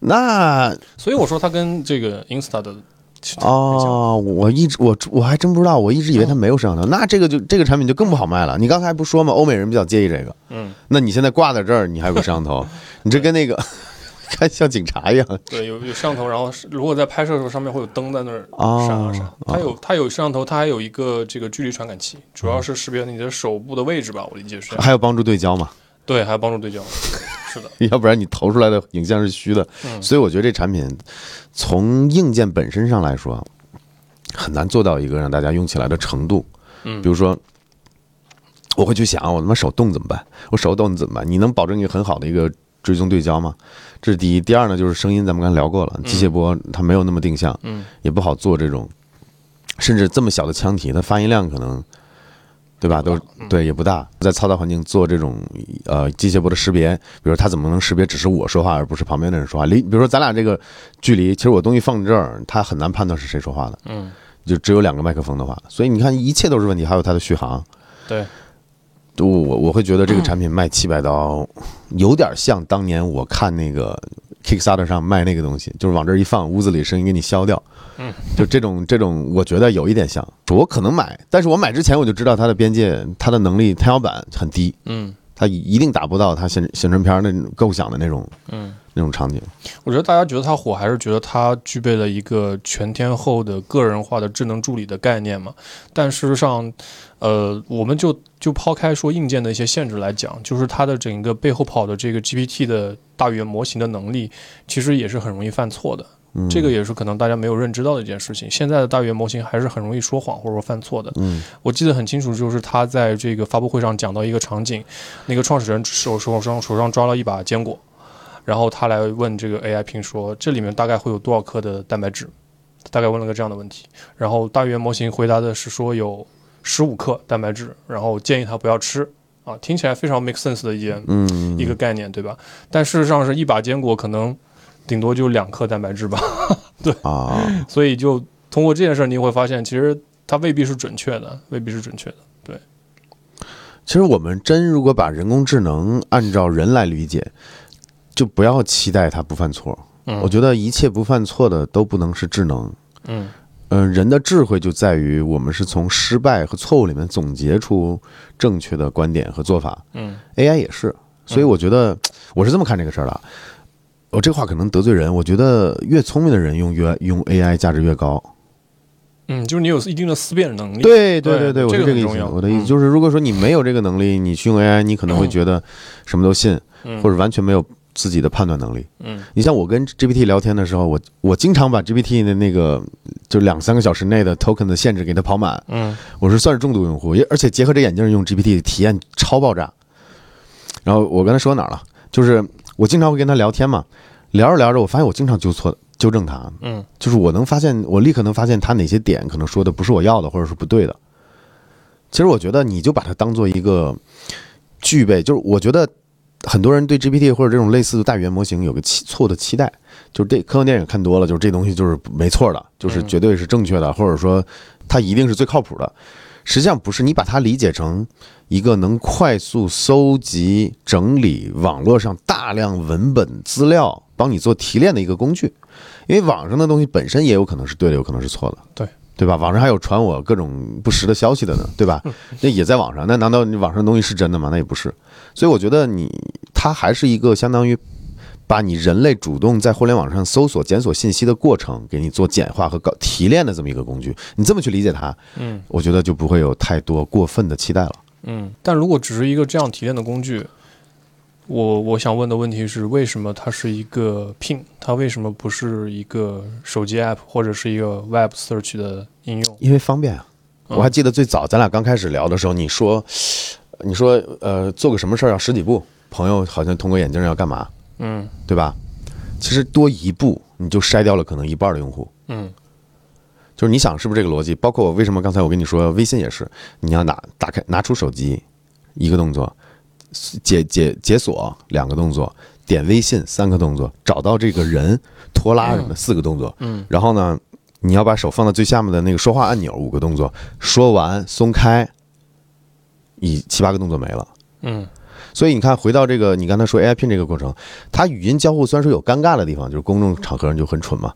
S1: 那
S2: 所以我说它跟这个 Insta 的其实很像
S1: 哦，我一直我我还真不知道，我一直以为它没有摄
S2: 嗯
S1: 像头，那这个就这个产品就更不好卖了。你刚才不说吗？欧美人比较介意这个，
S2: 嗯，
S1: 那你现在挂在这儿，你还有个摄像 头，你这跟那个 看像警察一样。
S2: 对，有有摄像头，然后是如果在拍摄的时候，上面会有灯在那儿
S1: 哦
S2: 闪啊闪。它有它有摄像头，它还有一个这个距离传感器，主要是识别你的手部的位置吧，我理解是这样。
S1: 还有帮助对焦嘛，
S2: 对，还有帮助对焦。是的，
S1: 要不然你投出来的影像是虚的。
S2: 嗯
S1: 所以我觉得这产品从硬件本身上来说，很难做到一个让大家用起来的程度。
S2: 嗯
S1: 比如说，我会去想，我他妈手动怎么办？我手动怎么办？你能保证一个很好的一个追踪对焦吗？这是第一。第二呢，就是声音，咱们刚才聊过了，机械波它没有那么定向，
S2: 嗯
S1: 也不好做这种，甚至这么小的腔体，它发音量可能对吧？
S2: 啊
S1: 都对，也不大，在操作环境做这种呃机械波的识别，比如它怎么能识别只是我说话而不是旁边的人说话？哎离比如说咱俩这个距离，其实我东西放这儿，它很难判断是谁说话的。
S2: 嗯，
S1: 就只有两个麦克风的话，所以你看一切都是问题，还有它的续航。
S2: 对，
S1: 我我我会觉得这个产品卖七百刀，有点像当年我看那个 Kickstarter 上卖那个东西，就是往这儿一放，屋子里声音给你消掉。
S2: 嗯，
S1: 就这种这种，我觉得有一点像。我可能买，但是我买之前我就知道它的边界、它的能力、天花板很低，
S2: 嗯，
S1: 它一定达不到它宣宣传片儿那种构想的那种，
S2: 嗯，
S1: 那种场景。
S2: 我觉得大家觉得它火，还是觉得它具备了一个全天候的个人化的智能助理的概念嘛？但事实上，呃，我们就就抛开说硬件的一些限制来讲，就是它的整个背后跑的这个 GPT 的大语言模型的能力，其实也是很容易犯错的。
S1: 嗯
S2: 这个也是可能大家没有认知到的一件事情。现在的大语言模型还是很容易说谎或者说犯错的。
S1: 嗯，
S2: 我记得很清楚，就是他在这个发布会上讲到一个场景，那个创始人手手上手上抓了一把坚果，然后他来问这个 AI 评说，这里面大概会有多少克的蛋白质？大概问了个这样的问题，然后大语言模型回答的是说有十五克蛋白质，然后建议他不要吃啊，听起来非常 make sense 的一件
S1: 嗯，
S2: 一个概念，对吧？但事实上是一把坚果可能顶多就两克蛋白质吧，
S1: 啊，
S2: 所以就通过这件事儿，你会发现其实它未必是准确的，未必是准确的。
S1: 其实我们真如果把人工智能按照人来理解，就不要期待它不犯错。
S2: 嗯
S1: 我觉得一切不犯错的都不能是智能。
S2: 嗯
S1: 嗯、人的智慧就在于我们是从失败和错误里面总结出正确的观点和做法。
S2: 嗯
S1: AI 也是，所以我觉得我是这么看这个事儿的。我、这话可能得罪人，我觉得越聪明的人用越用 AI 价值越高。
S2: 嗯，就是你有一定的思辨能力。
S1: 对对对
S2: 对
S1: 对，我
S2: 这
S1: 是这个
S2: 个很
S1: 意
S2: 重
S1: 思
S2: 要。
S1: 我的意思
S2: 嗯
S1: 就是，如果说你没有这个能力，你去用 AI，你可能会觉得什么都信，
S2: 嗯
S1: 或者完全没有自己的判断能力。
S2: 嗯
S1: 你像我跟 GPT 聊天的时候，我我经常把 GPT 的那个就两三个小时内的 token 的限制给它跑满，
S2: 嗯
S1: 我是算是重度用户，也而且结合这眼镜用 GPT 体验超爆炸。然后我刚才说哪儿了？就是我经常会跟他聊天嘛，聊着聊着，我发现我经常纠错纠正他，
S2: 嗯
S1: 就是我能发现，我立刻能发现他哪些点可能说的不是我要的，或者是不对的。其实我觉得你就把它当做一个具备，就是我觉得很多人对 GPT 或者这种类似的大语言模型有个期错的期待，就是这科幻电影看多了，就是这东西就是没错的，就是绝对是正确的，或者说它一定是最靠谱的。实际上不是，你把它理解成一个能快速搜集、整理网络上大量文本资料，帮你做提炼的一个工具。因为网上的东西本身也有可能是对的，有可能是错的，
S2: 对
S1: 对吧？网上还有传我各种不实的消息的呢，对吧？那也在网上，那难道你网上的东西是真的吗？那也不是。所以我觉得你它还是一个相当于把你人类主动在互联网上搜索、检索信息的过程，给你做简化和搞提炼的这么一个工具。你这么去理解它，
S2: 嗯，
S1: 我觉得就不会有太多过分的期待了。
S2: 嗯。但如果只是一个这样提炼的工具，我我想问的问题是，为什么它是一个 PIN？它为什么不是一个手机 app 或者是一个 web search 的应用？
S1: 因为方便啊。
S2: 嗯
S1: 我还记得最早咱俩刚开始聊的时候，你说，你说呃，做个什么事儿要十几步，朋友好像通过眼镜要干嘛，
S2: 嗯
S1: 对吧？其实多一步你就筛掉了可能一半的用户，
S2: 嗯
S1: 就是你想是不是这个逻辑？包括我为什么刚才我跟你说微信也是，你要拿打开拿出手机，一个动作，解解解锁两个动作，点微信三个动作，找到这个人拖拉什么的四个动作，
S2: 嗯，
S1: 然后呢，你要把手放到最下面的那个说话按钮五个动作，说完松开，一七八个动作没了。
S2: 嗯
S1: 所以你看，回到这个你刚才说 AI pin 这个过程，它语音交互虽然说有尴尬的地方，就是公众场合上就很蠢嘛，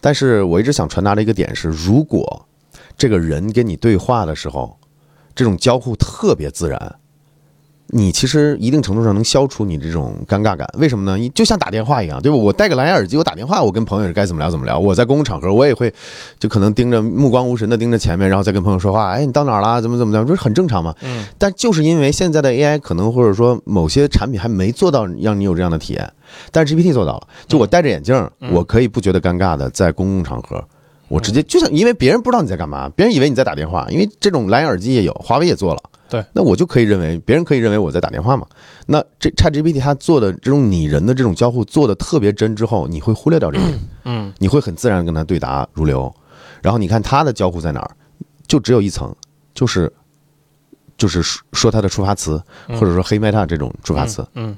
S1: 但是我一直想传达的一个点是，如果这个人跟你对话的时候，这种交互特别自然，你其实一定程度上能消除你这种尴尬感。为什么呢？你就像打电话一样，对吧？我戴个蓝牙耳机，我打电话，我跟朋友是该怎么聊怎么聊。我在公共场合，我也会就可能盯着目光无神的盯着前面，然后再跟朋友说话。哎，你到哪儿啦？怎么怎么着？这很正常嘛。
S2: 嗯。
S1: 但就是因为现在的 AI 可能或者说某些产品还没做到让你有这样的体验，但是 GPT 做到了。就我戴着眼镜，
S2: 嗯
S1: 我可以不觉得尴尬的在公共场合。我直接就像，因为别人不知道你在干嘛，别人以为你在打电话，因为这种蓝牙耳机也有，华为也做了。
S2: 对，
S1: 那我就可以认为别人可以认为我在打电话嘛。那这 ChatGPT 它做的这种拟人的这种交互做的特别真之后，你会忽略掉这一点，
S2: 嗯，
S1: 你会很自然地跟它对答如流。然后你看它的交互在哪儿，就只有一层，就是就是说说它的触发词，
S2: 嗯
S1: 或者说黑 Meta 这种触发词，
S2: 嗯，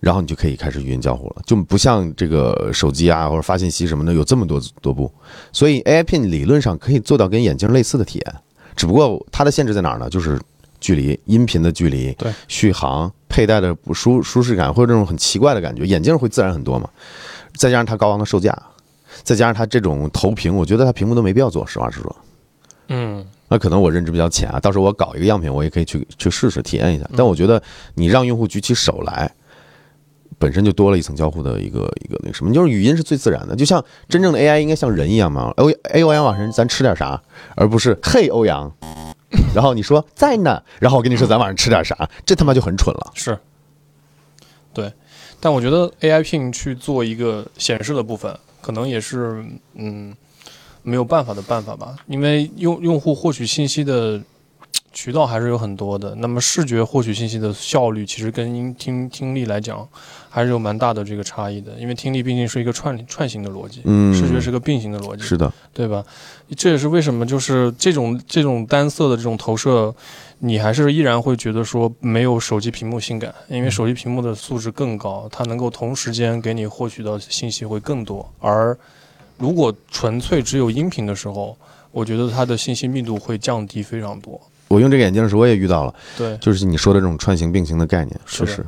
S1: 然后你就可以开始语音交互了，就不像这个手机啊或者发信息什么的有这么多多步，所以 AI Pin 理论上可以做到跟眼镜类似的体验，只不过它的限制在哪儿呢？就是距离、音频的距离、
S2: 对
S1: 续航、佩戴的不舒舒适感，或者这种很奇怪的感觉，眼镜会自然很多嘛，再加上它高昂的售价，再加上它这种投屏，我觉得它屏幕都没必要做，实话实说。
S2: 嗯
S1: 那可能我认知比较浅啊，到时候我搞一个样品，我也可以去去试试体验一
S2: 嗯
S1: 下。但我觉得你让用户举起手来，本身就多了一层交互的一个一个那个什么，就是语音是最自然的，就像真
S2: 嗯
S1: 正的 AI 应该像人一样嘛。欧 A 欧阳老师，咱吃点啥，而不是嘿欧 阳，然后你说在呢，然后我跟你说咱晚上吃点啥，这他妈就很蠢了。
S2: 是，对，但我觉得 AI Pin 去做一个显示的部分，可能也是嗯没有办法的办法吧，因为用用户获取信息的渠道还是有很多的，那么视觉获取信息的效率其实跟音听听力来讲还是有蛮大的这个差异的，因为听力毕竟是一个串串行的逻辑，
S1: 嗯，
S2: 视觉是个并行的逻辑，
S1: 是的，
S2: 对吧？这也是为什么就是这种这种单色的这种投射，你还是依然会觉得说没有手机屏幕性感，因为手机屏幕的素质更高，它能够同时间给你获取到信息会更多。而如果纯粹只有音频的时候，我觉得它的信息密度会降低非常多。
S1: 我用这个眼镜时我也遇到了，
S2: 对，
S1: 就是你说的这种串行并行的概念，
S2: 是
S1: 确
S2: 的
S1: 实，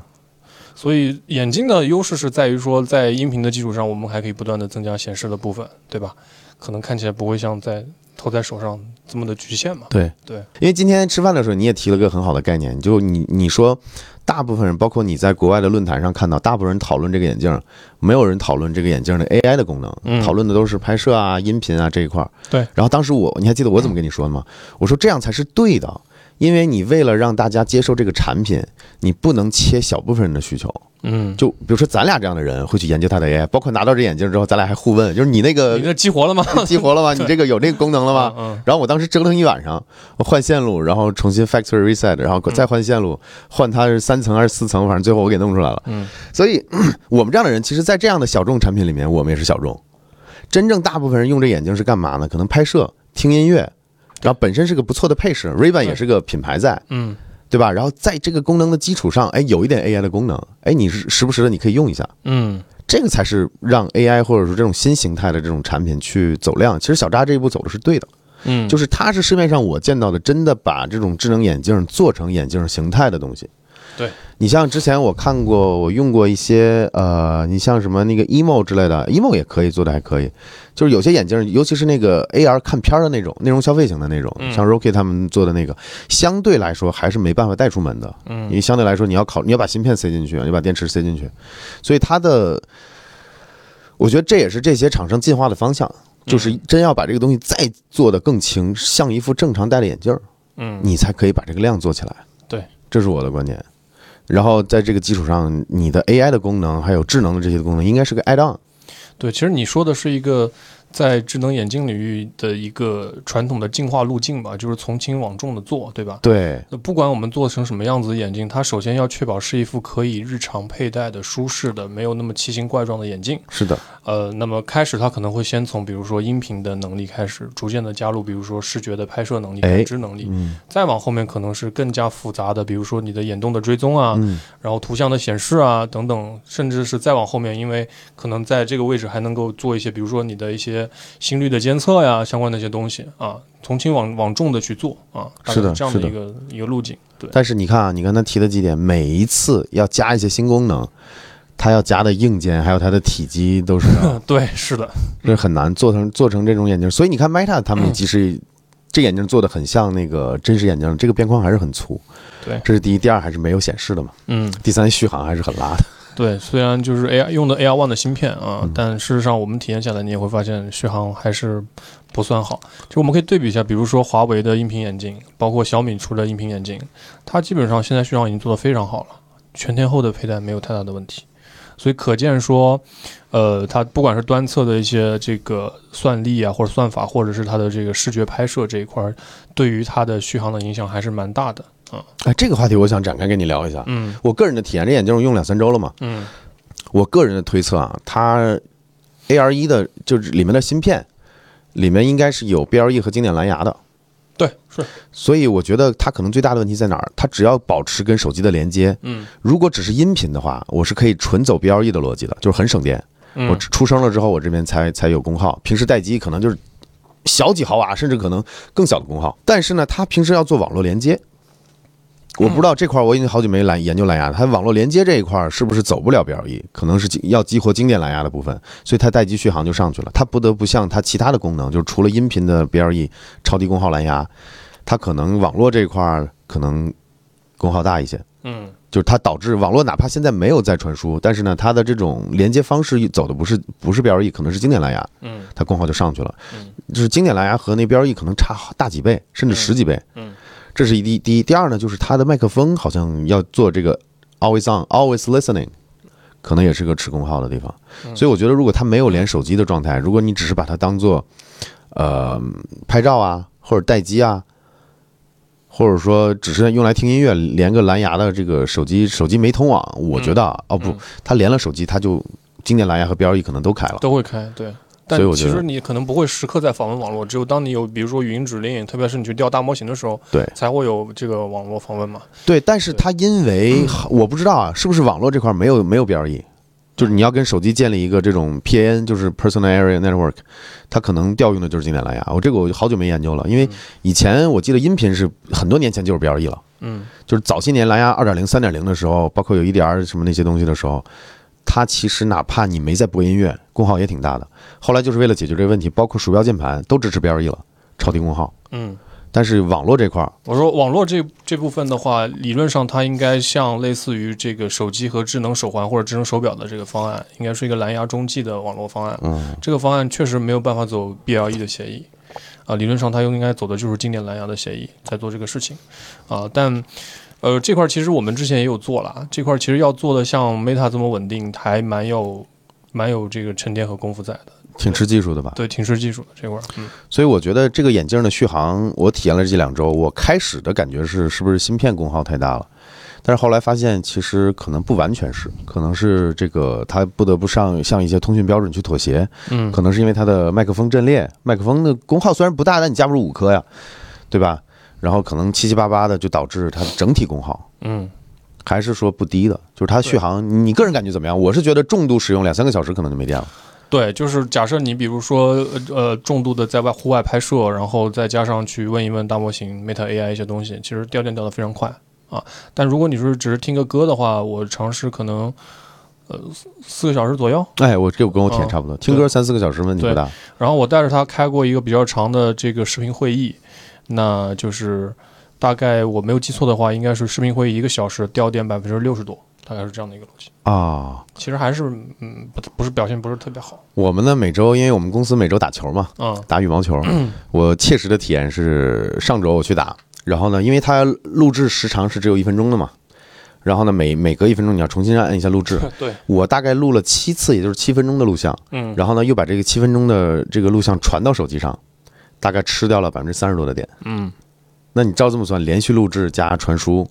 S2: 所以眼镜的优势是在于说，在音频的基础上，我们还可以不断的增加显示的部分，对吧？可能看起来不会像在投在手上这么的局限嘛。
S1: 对
S2: 对，
S1: 因为今天吃饭的时候，你也提了个很好的概念，就你你说，大部分人，包括你在国外的论坛上看到，大部分人讨论这个眼镜，没有人讨论这个眼镜的 AI 的功能，
S2: 嗯
S1: 讨论的都是拍摄啊、音频啊这一块儿。
S2: 对
S1: 然后当时我，你还记得我怎么跟你说的吗？我说这样才是对的，因为你为了让大家接受这个产品，你不能切小部分人的需求。
S2: 嗯，
S1: 就比如说咱俩这样的人会去研究它的 AI，包括拿到这眼镜之后，咱俩还互问，就是你那个
S2: 你这激活了吗？
S1: 呃 激活了吗？你这个有这个功能了吗？
S2: 嗯，嗯
S1: 然后我当时折腾一晚上，我换线路，然后重新 factory reset，然后
S2: 嗯
S1: 再换线路，换它是三层还是四层，反正最后我给弄出来了。
S2: 嗯，
S1: 所以 我们这样的人，其实，在这样的小众产品里面，我们也是小众。真正大部分人用这眼镜是干嘛呢？可能拍摄、听音乐，然后本身是个不错的配饰，Ray-Ban 也是个品牌在，
S2: 嗯，
S1: 对吧？然后在这个功能的基础上，哎，有一点 AI 的功能，哎，你是时不时的你可以用一下，
S2: 嗯，
S1: 这个才是让 AI 或者说这种新形态的这种产品去走量。其实小扎这一步走的是对的。
S2: 嗯，
S1: 就是是它是市面上我见到的，真的把这种智能眼镜做成眼镜形态的东西。
S2: 对
S1: 你像之前我看过，我用过一些呃，你像什么那个 emo 之类的，emo 也可以做的还可以。就是有些眼镜，尤其是那个 AR 看片儿的那种内容消费型的那种，
S2: 嗯
S1: 像 Rocky 他们做的那个，相对来说还是没办法带出门的。
S2: 嗯
S1: 因为相对来说你要考，你要把芯片塞进去，你把电池塞进去，所以它的，我觉得这也是这些厂商进化的方向。
S2: 嗯
S1: 就是真要把这个东西再做的更轻，像一副正常戴的眼镜儿，
S2: 嗯，
S1: 你才可以把这个量做起来。
S2: 对，
S1: 这是我的观点。然后在这个基础上，你的 AI 的功能还有智能的这些功能，应该是个 add on。
S2: 对，其实你说的是一个在智能眼镜领域的一个传统的进化路径吧，就是从轻往重的做，对吧？
S1: 对，
S2: 那不管我们做成什么样子的眼镜，它首先要确保是一副可以日常佩戴的、舒适的、没有那么奇形怪状的眼镜。
S1: 是的，
S2: 呃，那么开始它可能会先从比如说音频的能力开始，逐渐的加入，比如说视觉的拍摄能力、
S1: 哎
S2: 感知能力，
S1: 嗯
S2: 再往后面可能是更加复杂的，比如说你的眼动的追踪啊，
S1: 嗯，
S2: 然后图像的显示啊等等，甚至是再往后面，因为可能在这个位置还能够做一些，比如说你的一些心率的监测呀，相关的一些东西啊，从轻往往重的去做啊，大概
S1: 是的
S2: 这样的
S1: 是的
S2: 一个一个路径，对，
S1: 但是你看啊，你刚才提的几点，每一次要加一些新功能，它要加的硬件还有它的体积都是要
S2: 对，是的，
S1: 这很难做成做成这种眼镜。所以你看 Meta 他
S2: 嗯
S1: 们其实这眼镜做的很像那个真实眼镜，这个边框还是很粗。
S2: 对
S1: 这是第一，第二还是没有显示的嘛。
S2: 嗯，
S1: 第三，续航还是很拉的。
S2: 对，虽然就是 AR 用的 AR One 的芯片啊，但事实上我们体验下来，你也会发现续航还是不算好。就我们可以对比一下，比如说华为的音频眼镜，包括小米出的音频眼镜，它基本上现在续航已经做得非常好了，全天候的佩戴没有太大的问题。所以可见说，呃，它不管是端侧的一些这个算力啊，或者算法，或者是它的这个视觉拍摄这一块儿，对于它的续航的影响还是蛮大的。
S1: 哎，这个话题我想展开跟你聊一下。
S2: 嗯
S1: 我个人的体验，这眼镜我用两三周了嘛。
S2: 嗯
S1: 我个人的推测啊，它 E AR 一的就是里面的芯片里面应该是有 BLE 和经典蓝牙的，
S2: 对，是，
S1: 所以我觉得它可能最大的问题在哪儿？它只要保持跟手机的连接，
S2: 嗯
S1: 如果只是音频的话，我是可以纯走 BLE 的逻辑的，就是很省电。
S2: 嗯，
S1: 我出声了之后，我这边才才有功耗。平时待机可能就是小几毫瓦，甚至可能更小的功耗。但是呢，它平时要做网络连接，我不知道这块儿我已经好久没蓝研究蓝牙了，它网络连接这一块儿是不是走不了 BLE？可能是激要激活经典蓝牙的部分，所以它待机续航就上去了。它不得不像它其他的功能，就是除了音频的 BLE 超低功耗蓝牙，它可能网络这一块儿可能功耗大一些。
S2: 嗯
S1: 就是它导致网络哪怕现在没有再传输，但是呢，它的这种连接方式走的不是不是 BLE，可能是经典蓝牙，
S2: 嗯
S1: 它功耗就上去了
S2: 嗯。
S1: 就是经典蓝牙和那 BLE 可能差大几倍，甚至十几倍。
S2: 嗯，
S1: 这是一第一第一，第二呢，就是它的麦克风好像要做这个 always on always listening，可能也是个吃功耗的地方。
S2: 嗯
S1: 所以我觉得，如果它没有连手机的状态，如果你只是把它当做呃拍照啊，或者待机啊，或者说只是用来听音乐，连个蓝牙的这个手机，手机没通网，我觉得啊，哦不
S2: 嗯，
S1: 它连了手机，它就经典蓝牙和 BLE 可能都开了。
S2: 都会开，对。但
S1: 所以我觉
S2: 其
S1: 得
S2: 实你可能不会时刻在访问网络，只有当你有比如说语音指令，特别是你去调大模型的时候，
S1: 对
S2: 才会有这个网络访问嘛。
S1: 对，但是它因为我不知道啊，是不是网络这块没有没有 BLE，就是你要跟手机建立一个这种 PAN，就是 Personal Area Network，它可能调用的就是经典蓝牙。我这个我好久没研究了，因为以前我记得音频是很多年前就是 BLE 了，
S2: 嗯
S1: 就是早些年蓝牙二点零、三点零的时候，包括有 EDR 什么那些东西的时候，它其实哪怕你没在播音乐，功耗也挺大的。后来就是为了解决这个问题，包括鼠标键盘都支持 BLE 了，超低功耗。
S2: 嗯，
S1: 但是网络这块儿，
S2: 我说网络这这部分的话，理论上它应该像类似于这个手机和智能手环或者智能手表的这个方案，应该是一个蓝牙中继的网络方案。
S1: 嗯，
S2: 这个方案确实没有办法走 BLE 的协议，啊，理论上它应该走的就是经典蓝牙的协议，在做这个事情，啊，但呃这块儿其实我们之前也有做了啊，这块儿其实要做的像 Meta 这么稳定，还蛮有蛮有这个沉淀和功夫在的，
S1: 挺吃技术的吧？
S2: 对，挺吃技术的这块儿，嗯
S1: 所以我觉得这个眼镜的续航，我体验了这两周，我开始的感觉是是不是芯片功耗太大了？但是后来发现，其实可能不完全是，可能是这个它不得不上向一些通讯标准去妥协，
S2: 嗯，
S1: 可能是因为它的麦克风阵列，麦克风的功耗虽然不大，但你架不住五颗呀，对吧？然后可能七七八八的就导致它的整体功耗
S2: 嗯
S1: 还是说不低的，就是它续航，你你个人感觉怎么样？我是觉得重度使用两三个小时可能就没电了。
S2: 对，就是假设你比如说呃呃重度的在外户外拍摄，然后再加上去问一问大模型 Meta AI 一些东西，其实掉电掉的非常快啊。但如果你是只是听个歌的话，我尝试可能呃四四个小时左右。
S1: 哎，我这个跟我体验
S2: 哦
S1: 差不多，听歌三四个小时问题不大。
S2: 然后我带着他开过一个比较长的这个视频会议，那就是大概我没有记错的话，应该是视频会议一个小时掉电百分之六十多，大概是这样的一个逻辑。
S1: 啊、
S2: 其实还是嗯不不是表现不是特别好，
S1: 我们呢每周，因为我们公司每周打球嘛，
S2: 嗯
S1: 打羽毛球。我切实的体验是，上周我去打，然后呢，因为它录制时长是只有一分钟的嘛，然后呢，每每隔一分钟你要重新按一下录制。
S2: 对，
S1: 我大概录了七次，也就是七分钟的录像，
S2: 嗯
S1: 然后呢，又把这个七分钟的这个录像传到手机上，大概吃掉了百分之三十多的电。
S2: 嗯
S1: 那你照这么算，连续录制加传输，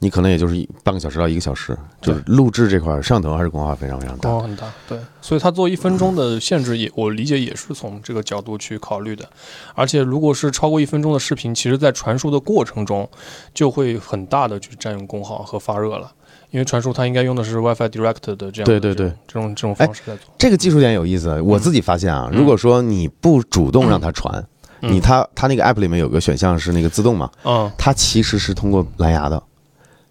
S1: 你可能也就是一半个小时到一个小时，就是录制这块儿，摄像头还是功耗非常非常大。
S2: 功耗很大，对，所以他做一分钟的限制也，我理解也是从这个角度去考虑的。而且如果是超过一分钟的视频，其实在传输的过程中就会很大的去占用功耗和发热了，因为传输它应该用的是 WiFi Direct 的这样的
S1: 对对哎对
S2: 这种这种这种方式在做。
S1: 这个技术点有意思，我自己发现啊，
S2: 嗯
S1: 如果说你不主动让它传，
S2: 嗯
S1: 你它它那个 app 里面有个选项是那个自动嘛，
S2: 嗯
S1: 它其实是通过蓝牙的。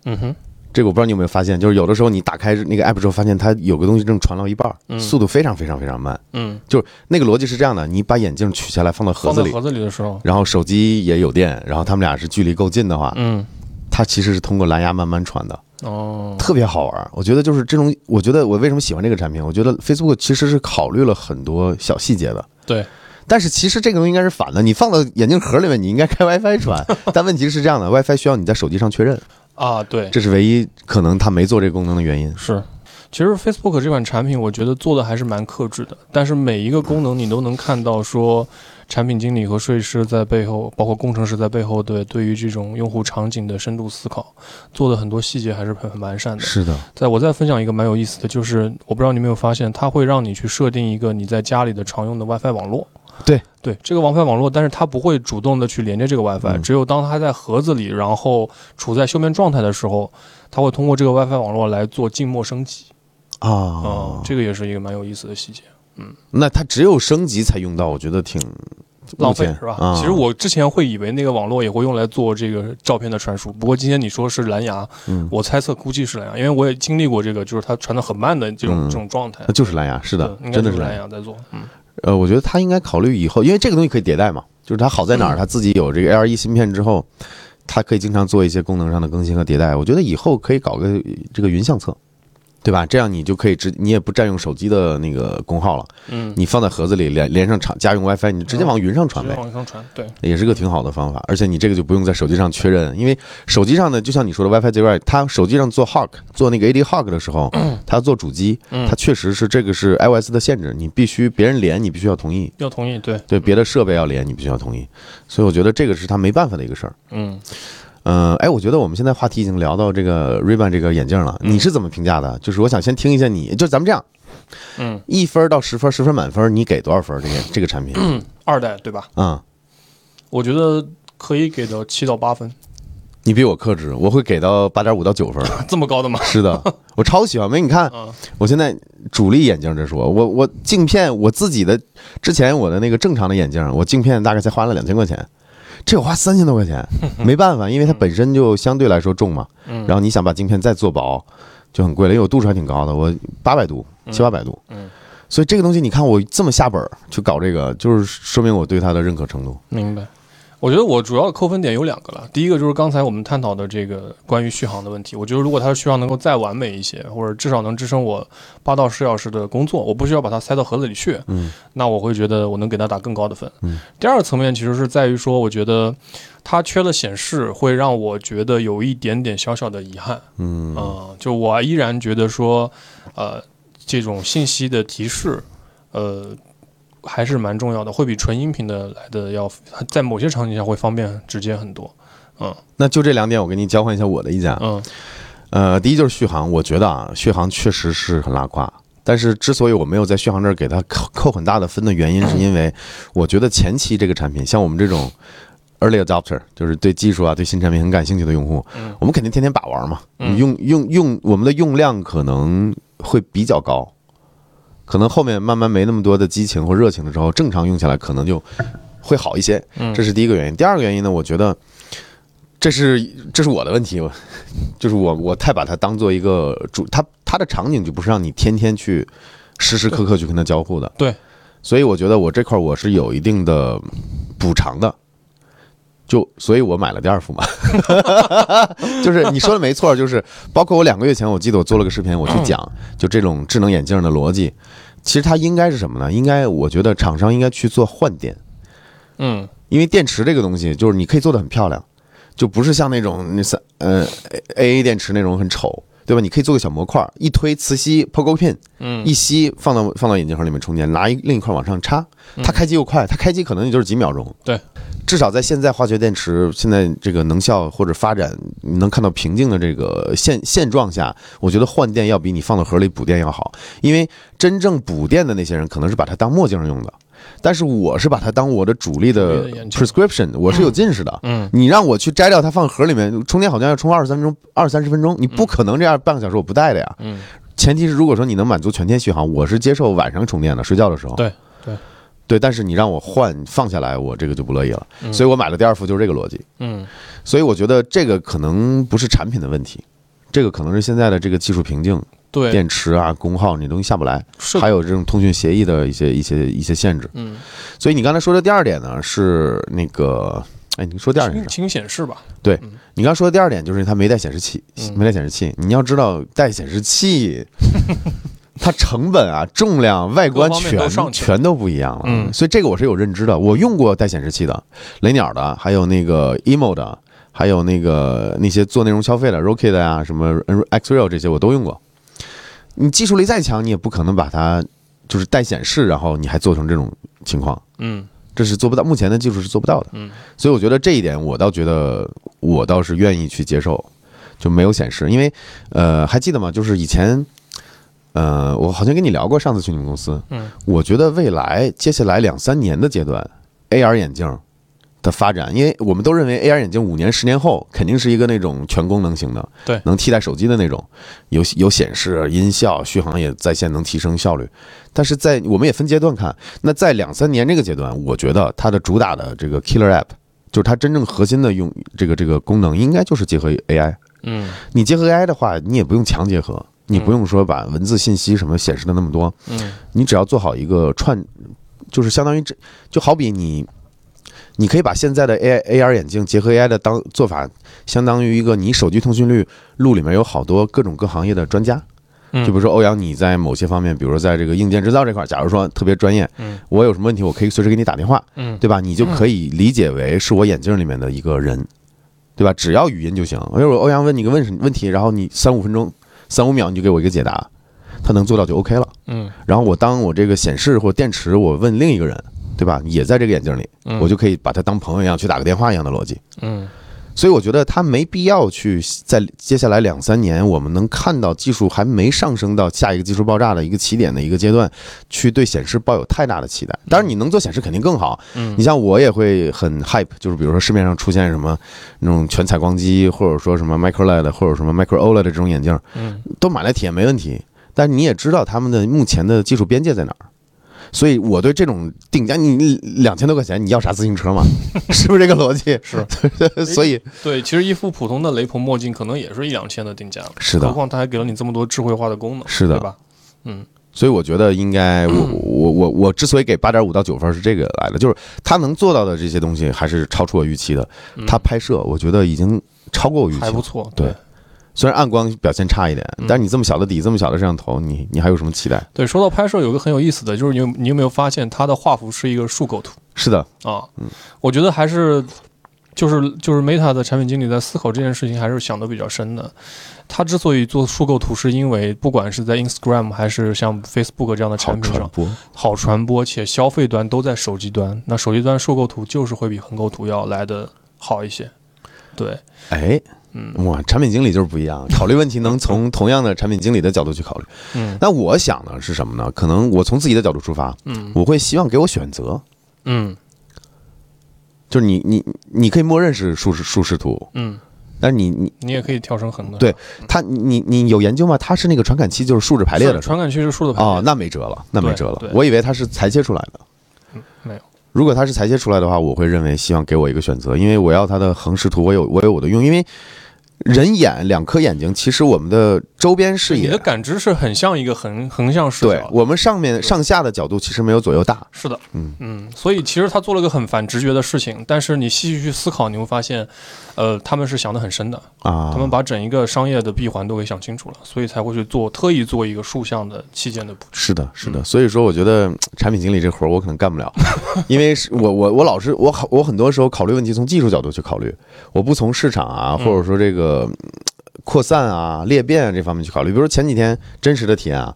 S2: 嗯哼，
S1: 这个我不知道你有没有发现，就是有的时候你打开那个 app 之后，发现它有个东西正传到一半儿，
S2: 嗯
S1: 速度非常非常非常慢。
S2: 嗯，
S1: 那个逻辑是这样的：你把眼镜取下来放到盒
S2: 放
S1: 子
S2: 在
S1: 里，
S2: 盒子里的时候，
S1: 然后手机也有电，然后他们俩是距离够近的话，
S2: 嗯
S1: 它其实是通过蓝牙慢慢传的。
S2: 哦，
S1: 特别好玩儿。我觉得就是这种，我觉得我为什么喜欢这个产品？我觉得 Facebook 其实是考虑了很多小细节的。
S2: 对，
S1: 但是其实这个东西应该是反的，你放到眼镜盒里面，你应该开 WiFi 传。但问题是这样的，WiFi 需要你在手机上确认，
S2: 啊对，
S1: 这是唯一可能它没做这个功能的原因。
S2: 是，其实 Facebook 这款产品，我觉得做的还是蛮克制的，但是每一个功能你都能看到说。产品经理和设计师在背后，包括工程师在背后对对于这种用户场景的深度思考，做的很多细节还是很很完善的。
S1: 是的，
S2: 在我再分享一个蛮有意思的，就是我不知道你有没有发现，它会让你去设定一个你在家里的常用的 WiFi 网络，
S1: 对
S2: 对，这个 WiFi 网络，但是它不会主动的去连接这个 WiFi，、
S1: 嗯
S2: 只有当它在盒子里，然后处在休眠状态的时候，它会通过这个 WiFi 网络来做静默升级。嗯、
S1: 啊，
S2: 这个也是一个蛮有意思的细节。
S1: 那它只有升级才用到，我觉得挺
S2: 浪费
S1: 目前
S2: 是吧？
S1: 啊
S2: 其实我之前会以为那个网络也会用来做这个照片的传输，不过今天你说是蓝牙，
S1: 嗯
S2: 我猜测估计是蓝牙，因为我也经历过这个，就是它传的很慢的这种、
S1: 嗯
S2: 这种状态
S1: 那。就是蓝牙，是的
S2: 对，应该
S1: 真的
S2: 就是是
S1: 蓝
S2: 蓝
S1: 牙。
S2: 牙在做，嗯，
S1: 呃，我觉得它应该考虑以后，因为这个东西可以迭代嘛，就是它好在哪儿，
S2: 嗯
S1: 它自己有这个 L 1芯片之后，它可以经常做一些功能上的更新和迭代。我觉得以后可以搞个这个云相册，对吧？这样你就可以直，你也不占用手机的那个功耗了，
S2: 嗯，
S1: 你放在盒子里连连上厂家用 WiFi，你直接往云上传
S2: 直
S1: 呗
S2: 接。往上传，对，
S1: 也是个挺好的方法，而且你这个就不用在手机上确认，因为手机上呢，就像你说的 WiFi 这块，它手机上做 Hawk 做那个 AD Hawk 的时候，它做主机，
S2: 嗯
S1: 它确实是这个是 iOS 的限制，你必须别人连，你必须要同意，
S2: 要同意，对，
S1: 对别的设备要连，你必须要同意，所以我觉得这个是他没办法的一个事儿。
S2: 嗯，
S1: 嗯、哎，我觉得我们现在话题已经聊到这个 Ray-Ban 这个眼镜了，你是怎么评价的？就是我想先听一下你，就咱们这样，
S2: 嗯，
S1: 一分到十分，十分满分，你给多少分？这个这个产品，
S2: 嗯二代对吧？
S1: 嗯，
S2: 我觉得可以给到七到八分，
S1: 你比我克制，我会给到八点五到九分。
S2: 这么高的吗？
S1: 是 的，我超喜欢。没，你看
S2: 嗯，
S1: 我现在主力眼镜这是我，我我镜片我自己的，之前我的那个正常的眼镜，我镜片大概才花了两千块钱，这我花三千多块 钱，没办法，因为它本身就相对来说重嘛，
S2: 嗯
S1: 然后你想把镜片再做薄，就很贵了，因为我度数还挺高的，我八百度，七八百度，
S2: 嗯，
S1: 所以这个东西你看我这么下本儿去搞这个，就是说明我对它的认可程度。
S2: 明白。我觉得我主要的扣分点有两个了，第一个就是刚才我们探讨的这个关于续航的问题。我觉得如果它的续航能够再完美一些，或者至少能支撑我八到十小时的工作，我不需要把它塞到盒子里去，
S1: 嗯，
S2: 那我会觉得我能给它打更高的分。
S1: 嗯，
S2: 第二个层面其实是在于说，我觉得它缺了显示，会让我觉得有一点点小小的遗憾。
S1: 嗯
S2: 呃，就我依然觉得说，呃，这种信息的提示，呃，还是蛮重要的，会比纯音频的来的要在某些场景下会方便直接很多。嗯
S1: 那就这两点，我给你交换一下我的意见啊。
S2: 嗯
S1: 呃，第一就是续航，我觉得啊，续航确实是很拉胯。但是之所以我没有在续航这儿给它扣扣很大的分的原因，是因 为我觉得前期这个产品，像我们这种 early adopter，就是对技术啊、对新产品很感兴趣的用户，
S2: 嗯
S1: 我们肯定天天把玩嘛，
S2: 嗯
S1: 用用用，我们的用量可能会比较高，可能后面慢慢没那么多的激情或热情的时候，正常用起来可能就会好一些。
S2: 嗯，
S1: 这是第一个原因。第二个原因呢，我觉得这是这是我的问题，我就是我我太把它当做一个主，它它的场景就不是让你天天去时时刻刻去跟它交互的。
S2: 对，
S1: 所以我觉得我这块我是有一定的补偿的。就，所以我买了第二副嘛， 就是你说的没错，就是包括我两个月前，我记得我做了个视频，我去讲就这种智能眼镜的逻辑，其实它应该是什么呢？应该我觉得厂商应该去做换电，
S2: 嗯
S1: 因为电池这个东西，就是你可以做的很漂亮，就不是像那种那三呃 A A 电池那种很丑，对吧？你可以做个小模块，一推磁吸 Pogo Pin，
S2: 嗯
S1: 一吸放到放到眼镜盒里面充电，拿一另一块往上插，它开机又快，它开机可能也就是几秒钟。
S2: 对，
S1: 至少在现在化学电池现在这个能效或者发展，你能看到瓶颈的这个现现状下，我觉得换电要比你放到盒里补电要好，因为真正补电的那些人可能是把它当墨镜用的。但是我是把它当我的主力
S2: 主
S1: 的
S2: 力的眼镜
S1: prescription，我是有近视的。
S2: 嗯
S1: 你让我去摘掉它放盒里面充电，好像要充二三分钟，二三十分钟，你不可能这样半个小时我不带的呀。
S2: 嗯，
S1: 前提是如果说你能满足全天续航，我是接受晚上充电的，睡觉的时候。
S2: 对对
S1: 对，但是你让我换放下来，我这个就不乐意了。所以我买了第二副就是这个逻辑。
S2: 嗯
S1: 所以我觉得这个可能不是产品的问题，这个可能是现在的这个技术瓶颈，
S2: 对
S1: 电池啊、功耗你东西下不来，
S2: 是
S1: 还有这种通讯协议的一些一些一些限制。
S2: 嗯
S1: 所以你刚才说的第二点呢是那个，哎，你说第二点是
S2: 轻
S1: 啥？
S2: 轻显示吧，
S1: 你刚才说的第二点就是它没带显示器，
S2: 嗯
S1: 没带显示器。你要知道带显示 器，它成本啊、重量、外观
S2: 各方面都
S1: 全
S2: 上去了
S1: 全都不一样了。
S2: 嗯
S1: 所以这个我是有认知的，我用过带显示器的，雷鸟的，还有那个 emo 的，还有那个那些做内容消费的 Rocket 啊、什么 Xreal 这些我都用过。你技术力再强，你也不可能把它就是带显示，然后你还做成这种情况。
S2: 嗯
S1: 这是做不到，目前的技术是做不到的。
S2: 嗯
S1: 所以我觉得这一点，我倒觉得我倒是愿意去接受，就没有显示，因为呃，还记得吗？就是以前呃，我好像跟你聊过，上次去你们公司，
S2: 嗯，
S1: 我觉得未来接下来两三年的阶段，AR 眼镜的发展，因为我们都认为 AR 眼镜五年、十年后肯定是一个那种全功能型的，
S2: 对
S1: 能替代手机的那种，有有显示、音效、续航也在线，能提升效率。但是在我们也分阶段看，那在两三年这个阶段，我觉得它的主打的这个 killer app，就是它真正核心的用这个这个功能，应该就是结合 AI。
S2: 嗯
S1: 你结合 AI 的话，你也不用强结合，你不用说把文字信息什么显示的那么多，
S2: 嗯
S1: 你只要做好一个串，就是相当于这就好比你，你可以把现在的 AI AR 眼镜结合 AI 的当做法，相当于一个你手机通讯录录里面有好多各种各行业的专家，
S2: 嗯
S1: 就比如说欧阳，你在某些方面，比如说在这个硬件制造这块儿，假如说特别专业，
S2: 嗯
S1: 我有什么问题，我可以随时给你打电话，
S2: 嗯，
S1: 对吧？你就可以理解为是我眼镜里面的一个人，对吧？只要语音就行。因为我欧阳问你个问什问题，然后你三五分钟、三五秒你就给我一个解答，他能做到就 OK 了。
S2: 嗯
S1: 然后我当我这个显示或电池，我问另一个人，对吧？也在这个眼镜里，
S2: 嗯，
S1: 我就可以把他当朋友一样去打个电话一样的逻辑。
S2: 嗯
S1: 所以我觉得他没必要去在接下来两三年，我们能看到技术还没上升到下一个技术爆炸的一个起点的一个阶段，去对显示抱有太大的期待。当然，你能做显示肯定更好。
S2: 嗯
S1: 你像我也会很 hype，就是比如说市面上出现什么那种全采光机，或者说什么 micro LED 或者什么 micro OLED 这种眼镜，
S2: 嗯
S1: 都买来体验没问题。但你也知道他们的目前的技术边界在哪儿，所以我对这种定价，你两千多块钱你要啥自行车嘛？ 是不是这个逻辑？
S2: 是，
S1: 所以
S2: 对，其实一副普通的雷朋墨镜可能也是一两千的定价了，
S1: 是
S2: 何
S1: 的，
S2: 况它还给了你这么多智慧化的功能，
S1: 是的
S2: 对吧？嗯
S1: 所以我觉得应该，我我我我之所以给八点五到九分是这个来的，就是他能做到的这些东西还是超出我预期的。
S2: 嗯
S1: 他拍摄，我觉得已经超过我预期
S2: 还不
S1: 了。
S2: 错，
S1: 对虽然暗光表现差一点
S2: 嗯，
S1: 但是你这么小的底，这么小的摄像头，你你还有什么期待？
S2: 对。说到拍摄，有个很有意思的，就是你有你有没有发现它的画幅是一个竖构图？
S1: 是的，
S2: 啊，我觉得还是就是就是 Meta 的产品经理在思考这件事情，还是想得比较深的。他之所以做竖构图，是因为不管是在 Instagram 还是像 Facebook 这样
S1: 好
S2: 的产品
S1: 传
S2: 上，嗯
S1: 播，
S2: 好传播，且消费端都在手机端。那手机端竖构图就是会比横构图要来的好一些。对，
S1: 哎，
S2: 嗯
S1: 哇，产品经理就是不一 样，考虑问题能从 同样的产品经理的角度去考虑。
S2: 嗯
S1: 那我想呢是什么呢？可能我从自己的角度出发，
S2: 嗯
S1: 我会希望给我选择，
S2: 嗯
S1: 就是你你你可以默认是竖竖视图，
S2: 嗯，
S1: 但是你你
S2: 你也可以调成横的。
S1: 对它你你你有研究吗？它是那个传感器就是竖着排列的
S2: 是，传感器是竖的排列
S1: 哦，那没辙了，那没
S2: 对
S1: 辙了
S2: 对。嗯
S1: 我以为它是裁切出来的，
S2: 没有。
S1: 如果它是裁切出来的话，我会认为希望给我一个选择，因为我要它的横视图，我有我有我的用，因为人眼两颗眼睛，其实我们的周边视
S2: 你
S1: 野
S2: 的，感知是很像一个横横向视角
S1: 对
S2: 的。
S1: 我们上面上下的角度其实没有左右大，
S2: 是的，
S1: 嗯
S2: 所以其实他做了个很反直觉的事情，但是你细细去思考，你会发现，呃，他们是想得很深的，
S1: 啊，
S2: 他们把整一个商业的闭环都给想清楚了，所以才会去做特意做一个竖向的器件的布
S1: 是的，是的，所以说我觉得嗯产品经理这活儿我可能干不 了，因为是我我我老是我考我很多时候考虑问题从技术角度去考虑，我不从市场啊或者说这个嗯扩散啊裂变啊这方面去考虑。比如说前几天真实的体验啊，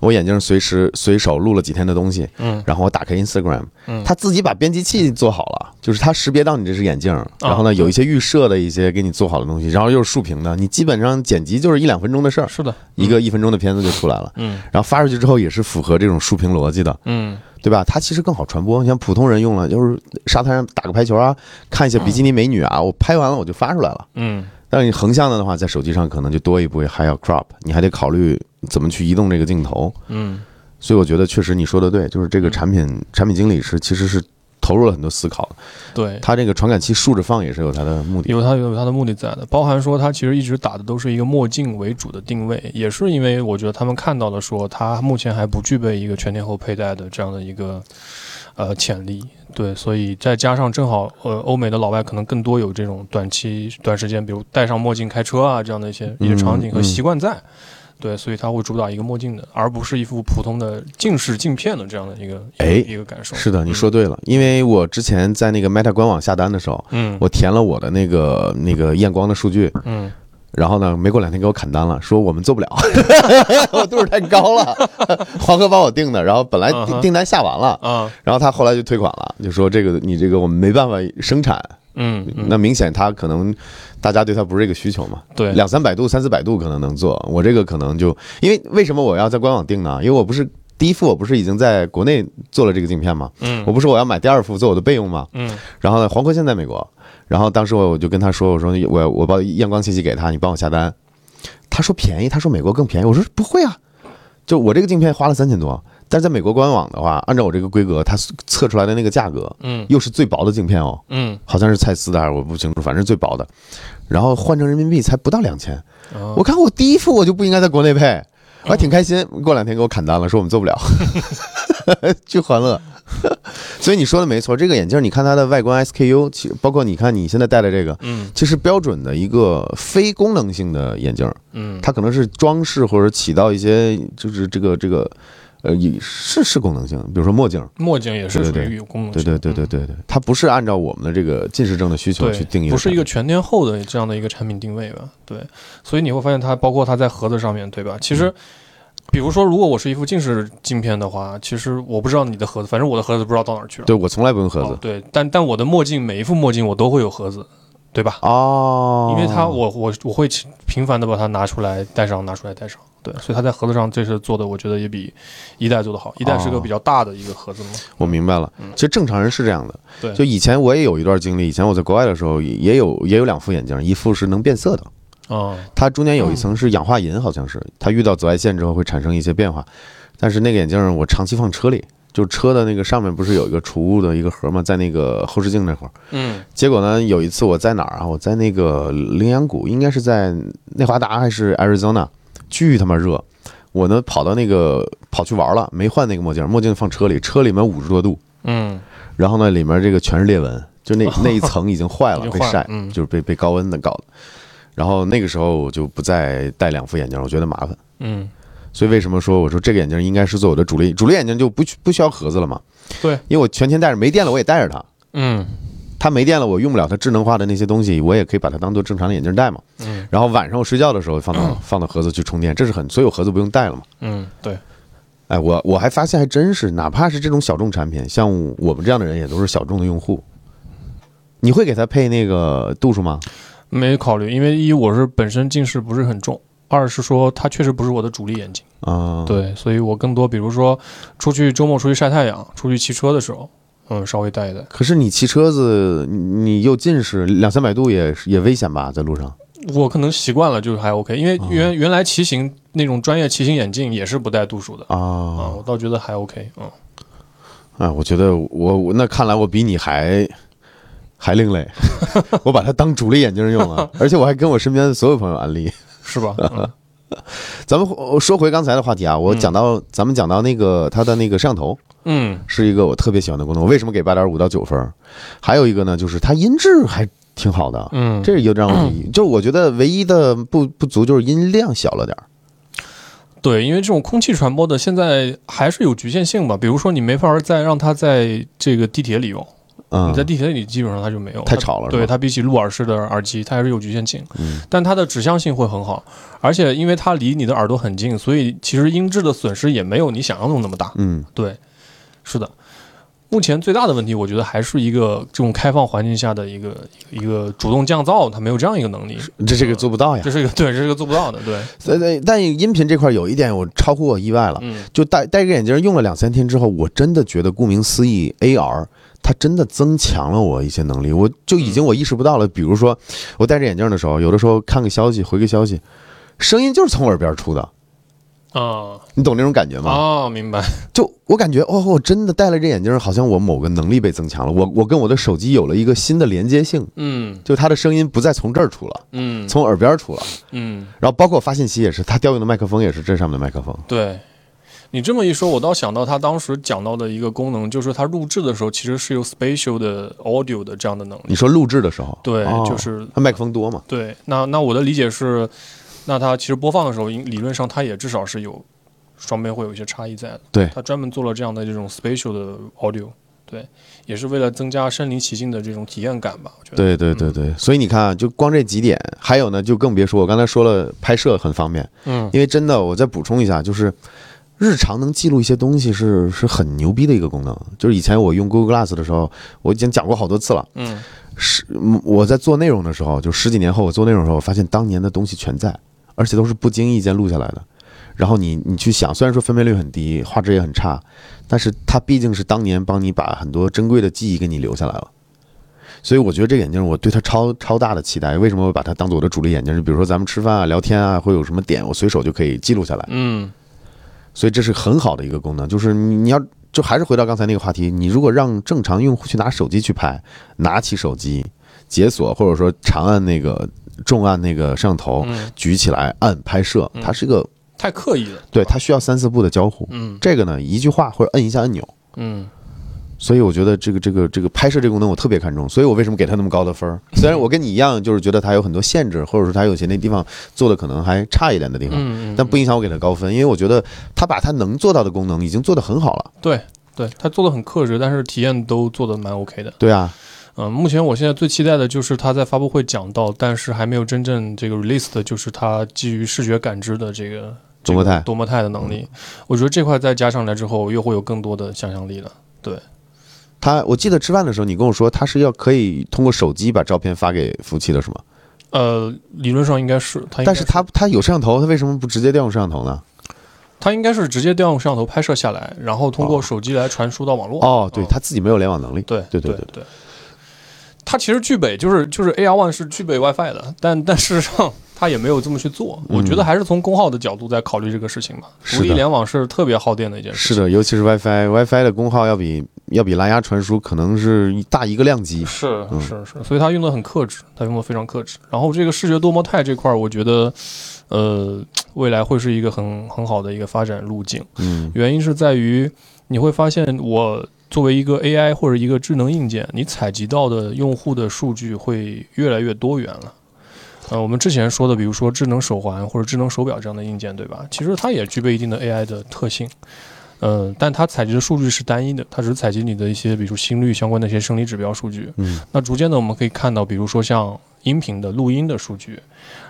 S1: 我眼镜随时随手录了几天的东西，
S2: 嗯，
S1: 然后我打开 Instagram，
S2: 嗯
S1: 它自己把编辑器做好了，就是它识别到你这是眼
S2: 啊
S1: 镜，然后呢有一些预设的一些给你做好的东西，然后又是竖屏的，你基本上剪辑就是一两分钟的事儿，
S2: 是的，
S1: 一个一分钟的片子就出来了。
S2: 嗯
S1: 然后发出去之后也是符合这种竖屏逻辑的，
S2: 嗯
S1: 对吧？它其实更好传播。你像普通人用了，就是沙滩上打个排球啊，看一下比基尼美女啊，我拍完了我就发出来了。
S2: 嗯
S1: 但是你横向的的话，在手机上可能就多一步，还要 crop，你还得考虑怎么去移动这个镜头。
S2: 嗯
S1: 所以我觉得确实你说的对，就是这个产品产品经理是其实是投入了很多思考的，
S2: 对，
S1: 他这个传感器竖着放也是有他的目的。
S2: 有它有它的目的在的，包含说它其实一直打的都是一个墨镜为主的定位，也是因为我觉得他们看到了说它目前还不具备一个全天候佩戴的这样的一个呃潜力，对，所以再加上正好呃欧美的老外可能更多有这种短期短时间，比如戴上墨镜开车啊这样的一些一些场景和
S1: 嗯
S2: 习惯在。对，所以它会主打一个墨镜的，而不是一副普通的近视镜片的这样的一个一个
S1: 哎
S2: 一个感受。
S1: 是的，
S2: 嗯
S1: 你说对了，因为我之前在那个 Meta 官网下单的时候，
S2: 嗯，
S1: 我填了我的那个那个验光的数据，
S2: 嗯
S1: 然后呢，没过两天给我砍单了，说我们做不了， 我度数太高了。 黄哥帮我定的，然后本来
S2: 嗯
S1: 订
S2: 哼
S1: 订单下完了，
S2: 啊
S1: 然后他后来就退款了，就说这个你这个我们没办法生产，
S2: 嗯，嗯
S1: 那明显他可能大家对他不是这个需求嘛，
S2: 对，
S1: 两三百度、三四百度可能能做，我这个可能就因为为什么我要在官网订呢？因为我不是第一副我不是已经在国内做了这个镜片嘛，
S2: 嗯
S1: 我不是我要买第二副做我的备用嘛，
S2: 嗯
S1: 然后呢，黄坤现在美国，然后当时我我就跟他说，我说我我把验光信息给他，你帮我下单。他说便宜，他说美国更便宜。我说不会啊，就我这个镜片花了三千多，但是在美国官网的话，按照我这个规格，他测出来的那个价格
S2: 嗯
S1: 又是最薄的镜片哦，
S2: 嗯，
S1: 好像是蔡司的还是我不清楚，反正最薄的，然后换成人民币才不到两千。
S2: 哦
S1: 我看我第一副我就不应该在国内配，我还挺开心。过两天给我砍单了，说我们做不了， 巨欢乐。所以你说的没错，这个眼镜你看它的外观 SKU，其包括你看你现在戴的这个，
S2: 嗯
S1: 其实标准的一个非功能性的眼镜，
S2: 嗯，
S1: 它可能是装饰或者起到一些就是这个这个呃也是是功能性，比如说墨镜，
S2: 墨镜也是
S1: 对
S2: 属
S1: 对
S2: 于有功能
S1: 对
S2: 性，
S1: 对对对对对，它不是按照我们的这个近视症的需求
S2: 嗯对，
S1: 去定义的，
S2: 不是一个全天候的这样的一个产品定位吧？对，所以你会发现它包括它在盒子上面对吧？其
S1: 嗯
S2: 实，比如说如果我是一副近视镜片的话，其实我不知道你的盒子，反正我的盒子不知道到哪儿去了。
S1: 对我从来不用盒
S2: 哦
S1: 子
S2: 对，但但我的墨镜每一副墨镜我都会有盒子，对吧？
S1: 哦
S2: 因为它我我我会频繁的把它拿出来戴上，拿出来戴上。对，所以它在盒子上这次做的，我觉得也比一代做的好。一代是
S1: 哦
S2: 个比较大的一个盒子嘛，
S1: 我明白了，其实正常人是这样的。
S2: 嗯对
S1: 就以前我也有一段经历，以前我在国外的时候也也有也有两副眼镜，一副是能变色的，
S2: 啊、
S1: 它中间有一层是氧化银，好像是它遇到紫外线之后会产生一些变化。但是那个眼镜我长期放车里，就车的那个上面不是有一个储物的一个盒吗？在那个后视镜那块儿。
S2: 嗯
S1: 结果呢，有一次我在哪儿啊？我在那个羚羊谷，应该是在内华达还是 Arizona，巨他妈热。我呢跑到那个跑去玩了，没换那个墨镜，墨镜放车里，车里面五十多度。
S2: 嗯
S1: 然后呢，里面这个全是裂纹，就 那那一层已经坏了，
S2: 已经
S1: 被
S2: 坏了
S1: 晒，
S2: 嗯
S1: 就是被被高温的搞的。然后那个时候我就不再戴两副眼镜，我觉得麻烦。
S2: 嗯，
S1: 所以为什么说我说这个眼镜应该是做我的主力，主力眼镜就不需不需要盒子了嘛？
S2: 对，
S1: 因为我全天戴着，没电了我也戴着它，
S2: 嗯
S1: 它没电了我用不了它智能化的那些东西，我也可以把它当做正常的眼镜戴嘛。
S2: 嗯
S1: 然后晚上我睡觉的时候放到嗯放到盒子去充电，这是很，所以我盒子不用带了嘛。
S2: 嗯，对，
S1: 哎，我我还发现还真是，哪怕是这种小众产品，像我们这样的人也都是小众的用户。你会给他配那个度数吗？
S2: 没考虑，因为一我是本身近视不是很重，二是说它确实不是我的主力眼睛，
S1: 啊、，
S2: 对，所以我更多比如说出去周末出去晒太阳，出去骑车的时候，嗯，稍微戴一戴。
S1: 可是你骑车子，你你又近视，两三百度也是也危险吧？在路上
S2: 我可能习惯了，就是还 OK，因为
S1: 嗯
S2: 原、原来骑行那种专业骑行眼镜也是不带度数的
S1: 啊、
S2: 啊，我倒觉得还 OK，嗯，
S1: 啊！我觉得我我那看来我比你还还另类， 我把它当主力眼镜用了，而且我还跟我身边的所有朋友安利。
S2: 是吧？嗯
S1: 咱们呃说回刚才的话题啊，我讲到、咱们讲到那个它的那个摄像头，
S2: 嗯
S1: 是一个我特别喜欢的功能。我为什么给八点五到九分儿？还有一个呢，就是它音质还挺好的，
S2: 嗯，
S1: 这就让我就我觉得唯一的不不足就是音量小了点儿。
S2: 对，因为这种空气传播的现在还是有局限性吧，比如说你没法再让它在这个地铁里用，
S1: 嗯
S2: 你在地铁里基本上它就没有，
S1: 太吵了是吧
S2: 对，它比起入耳式的耳机，它还是有局限性，
S1: 嗯
S2: 但它的指向性会很好，而且因为它离你的耳朵很近，所以其实音质的损失也没有你想象中那么大。
S1: 嗯
S2: 对，是的。目前最大的问题，我觉得还是一个这种开放环境下的一个一个主动降噪，它没有这样一个能力，
S1: 这这个做不到呀
S2: 这。是一个对，这是一个做不到的，对，
S1: 但但但音频这块有一点我超乎我意外了，
S2: 嗯
S1: 就戴戴这个眼镜用了两三天之后，我真的觉得顾名思义 AR。它真的增强了我一些能力，我就已经我意识不到了。比如说，我戴着眼镜的时候，有的时候看个消息，回个消息，声音就是从耳边出的，
S2: 啊
S1: 你懂那种感觉吗？
S2: 哦，明白，
S1: 就我感觉，哦，我真的戴了这眼镜儿，好像我某个能力被增强了。我我跟我的手机有了一个新的连接性，
S2: 嗯
S1: 就它的声音不再从这儿出了，
S2: 嗯
S1: 从耳边儿出了。
S2: 嗯，
S1: 然后包括发信息也是，它调用的麦克风也是这上面的麦克风。
S2: 对。你这么一说，我倒想到他当时讲到的一个功能，就是他录制的时候其实是有 spatial 的 audio 的这样的能力。
S1: 你说录制的时候，
S2: 对，
S1: 哦
S2: 就是
S1: 它麦克风多嘛？
S2: 对。那那我的理解是，那它其实播放的时候，应理论上它也至少是有双边会有一些差异在的。
S1: 对
S2: 他专门做了这样的这种 spatial 的 audio，对，也是为了增加身临其境的这种体验感吧，我觉得。
S1: 对对对对，所以你看啊，就光这几点，还有呢，就更别说我刚才说了，拍摄很方便，
S2: 嗯
S1: 因为真的，我再补充一下，就是日常能记录一些东西是是很牛逼的一个功能。就是以前我用 Google Glass 的时候，我已经讲过好多次了。
S2: 嗯，
S1: 是嗯我在做内容的时候，就十几年后我做内容的时候，我发现当年的东西全在，而且都是不经意间录下来的。然后你你去想，虽然说分辨率很低，画质也很差，但是它毕竟是当年帮你把很多珍贵的记忆给你留下来了。所以我觉得这个眼镜，我对它超超大的期待。为什么我把它当做我的主力眼镜？就比如说咱们吃饭啊、聊天啊，会有什么点，我随手就可以记录下来。
S2: 嗯，
S1: 所以这是很好的一个功能，就是你你要就还是回到刚才那个话题，你如果让正常用户去拿手机去拍，拿起手机解锁或者说长按那个重按那个摄像头、举起来按拍摄，它是一个
S2: 太刻意了。
S1: 对它需要三四步的交互，
S2: 嗯
S1: 这个呢一句话或者摁一下按钮，
S2: 嗯，
S1: 所以我觉得这个这个这个拍摄这个功能我特别看重，所以我为什么给它那么高的分 儿？虽然我跟你一样，就是觉得它有很多限制，或者说它有些那地方做的可能还差一点的地方，但不影响我给它高分，因为我觉得它把它能做到的功能已经做得很好了。
S2: 对对，他做的很克制，但是体验都做的蛮 OK 的。
S1: 对啊，
S2: 嗯，目前我现在最期待的就是他在发布会讲到，但是还没有真正这个 release 的，就是他基于视觉感知的这个
S1: 多模态嗯
S2: 这个多模态的能力。我觉得这块再加上来之后，又会有更多的想象力了。
S1: 它我记得吃饭的时候你跟我说它是要可以通过手机把照片发给服务器的，是吗？
S2: 呃，理论上应该是他，
S1: 但是它它有摄像头，它为什么不直接调用摄像头呢？
S2: 他应该是直接调用摄像头拍摄下来，然后通过
S1: 哦
S2: 手机来传输到网络。
S1: 哦，对，
S2: 嗯
S1: 它自己没有联网能力。
S2: 对
S1: 对
S2: 对
S1: 对
S2: 对，它其实具备，就是就是 AR One 是具备 WiFi 的，但但事实上它也没有这么去做。我
S1: 嗯
S2: 觉得还是从功耗的角度在考虑这个事情吧。
S1: 是
S2: 独立
S1: 的
S2: 联网是特别耗电的一件事
S1: 是
S2: 情。
S1: 的，尤其是 WiFi，WiFi 的功耗要比要比蓝牙传输可能是一大一个量级。
S2: 是
S1: 嗯
S2: 是是，所以它用的很克制，它用的非常克制。然后这个视觉多模态这块儿，我觉得，呃，未来会是一个很很好的一个发展路径。
S1: 嗯，
S2: 原因是在于你会发现，我作为一个 AI 或者一个智能硬件，你采集到的用户的数据会越来越多元了。呃，我们之前说的，比如说智能手环或者智能手表这样的硬件，对吧？其实它也具备一定的 AI 的特性，呃，但它采集的数据是单一的，它只是采集你的一些，比如说心率相关的一些生理指标数据。
S1: 嗯，
S2: 那逐渐的我们可以看到，比如说像音频的录音的数据，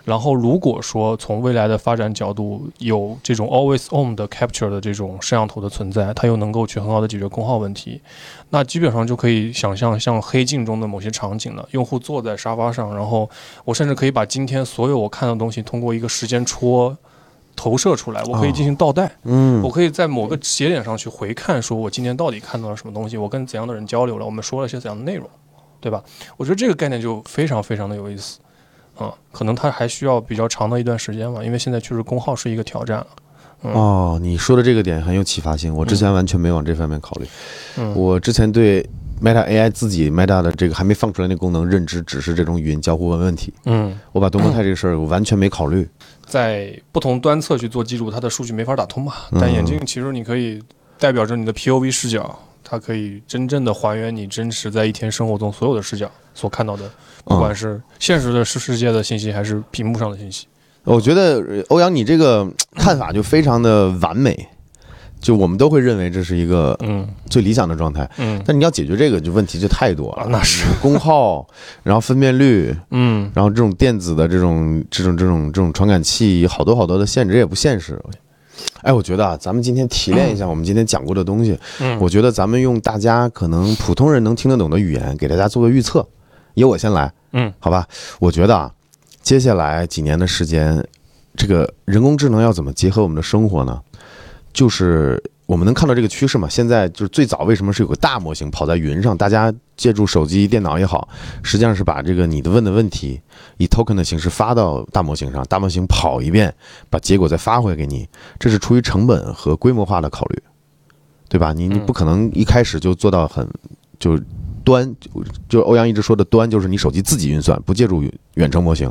S2: 然后如果说从未来的发展角度有这种 always on 的 capture 的这种摄像头的存在，它又能够去很好的解决功耗问题，那基本上就可以想象像黑镜中的某些场景了，用户坐在沙发上，然后我甚至可以把今天所有我看到的东西通过一个时间戳。投射出来，我可以进行倒带，
S1: 嗯
S2: 我可以在某个节点上去回看，说我今天到底看到了什么东西，我跟怎样的人交流了，我们说了些怎样的内容，对吧？我觉得这个概念就非常非常的有意思，嗯，可能它还需要比较长的一段时间吧，因为现在确实功耗是一个挑战了，
S1: 哦，你说的这个点很有启发性，我之前完全没往这方面考虑。
S2: 嗯
S1: 我之前对 Meta AI 自己 Meta 的这个还没放出来那功能认知，只是这种语音交互问问题。
S2: 嗯，
S1: 我把多模态这个事儿我完全没考虑。
S2: 在不同端侧去做基础，它的数据没法打通嘛，但眼镜其实你可以代表着你的 POV 视角。它可以真正的还原你真实在一天生活中所有的视角所看到的，不管是现实的世世界的信息，还是屏幕上的信息。
S1: 我觉得呃欧阳你这个嗯看法就非常的完美，就我们都会认为这是一个
S2: 嗯
S1: 最理想的状态。
S2: 嗯，
S1: 但你要解决这个就问题就太多
S2: 啊
S1: 了，
S2: 那是，
S1: 功耗，然后分辨率，
S2: 嗯，
S1: 然后这种电子的这种这种这种这种传感器，好多好多的限制也不现实。哎，我觉得啊，咱们今天提炼一下我们今天讲过的东西，
S2: 嗯
S1: 我觉得咱们用大家可能普通人能听得懂的语言给大家做个预测。由我先来，
S2: 嗯，
S1: 好吧？我觉得啊，接下来几年的时间，这个人工智能要怎么结合我们的生活呢？就是我们能看到这个趋势嘛？现在就是最早为什么是有个大模型跑在云上，大家借助手机、电脑也好，实际上是把这个你的问的问题以 token 的形式发到大模型上，大模型跑一遍，把结果再发回给你，这是出于成本和规模化的考虑，对吧？你你
S2: 嗯
S1: 不可能一开始就做到很就端，就就欧阳一直说的端，就是你手机自己运算，不借助远程模型。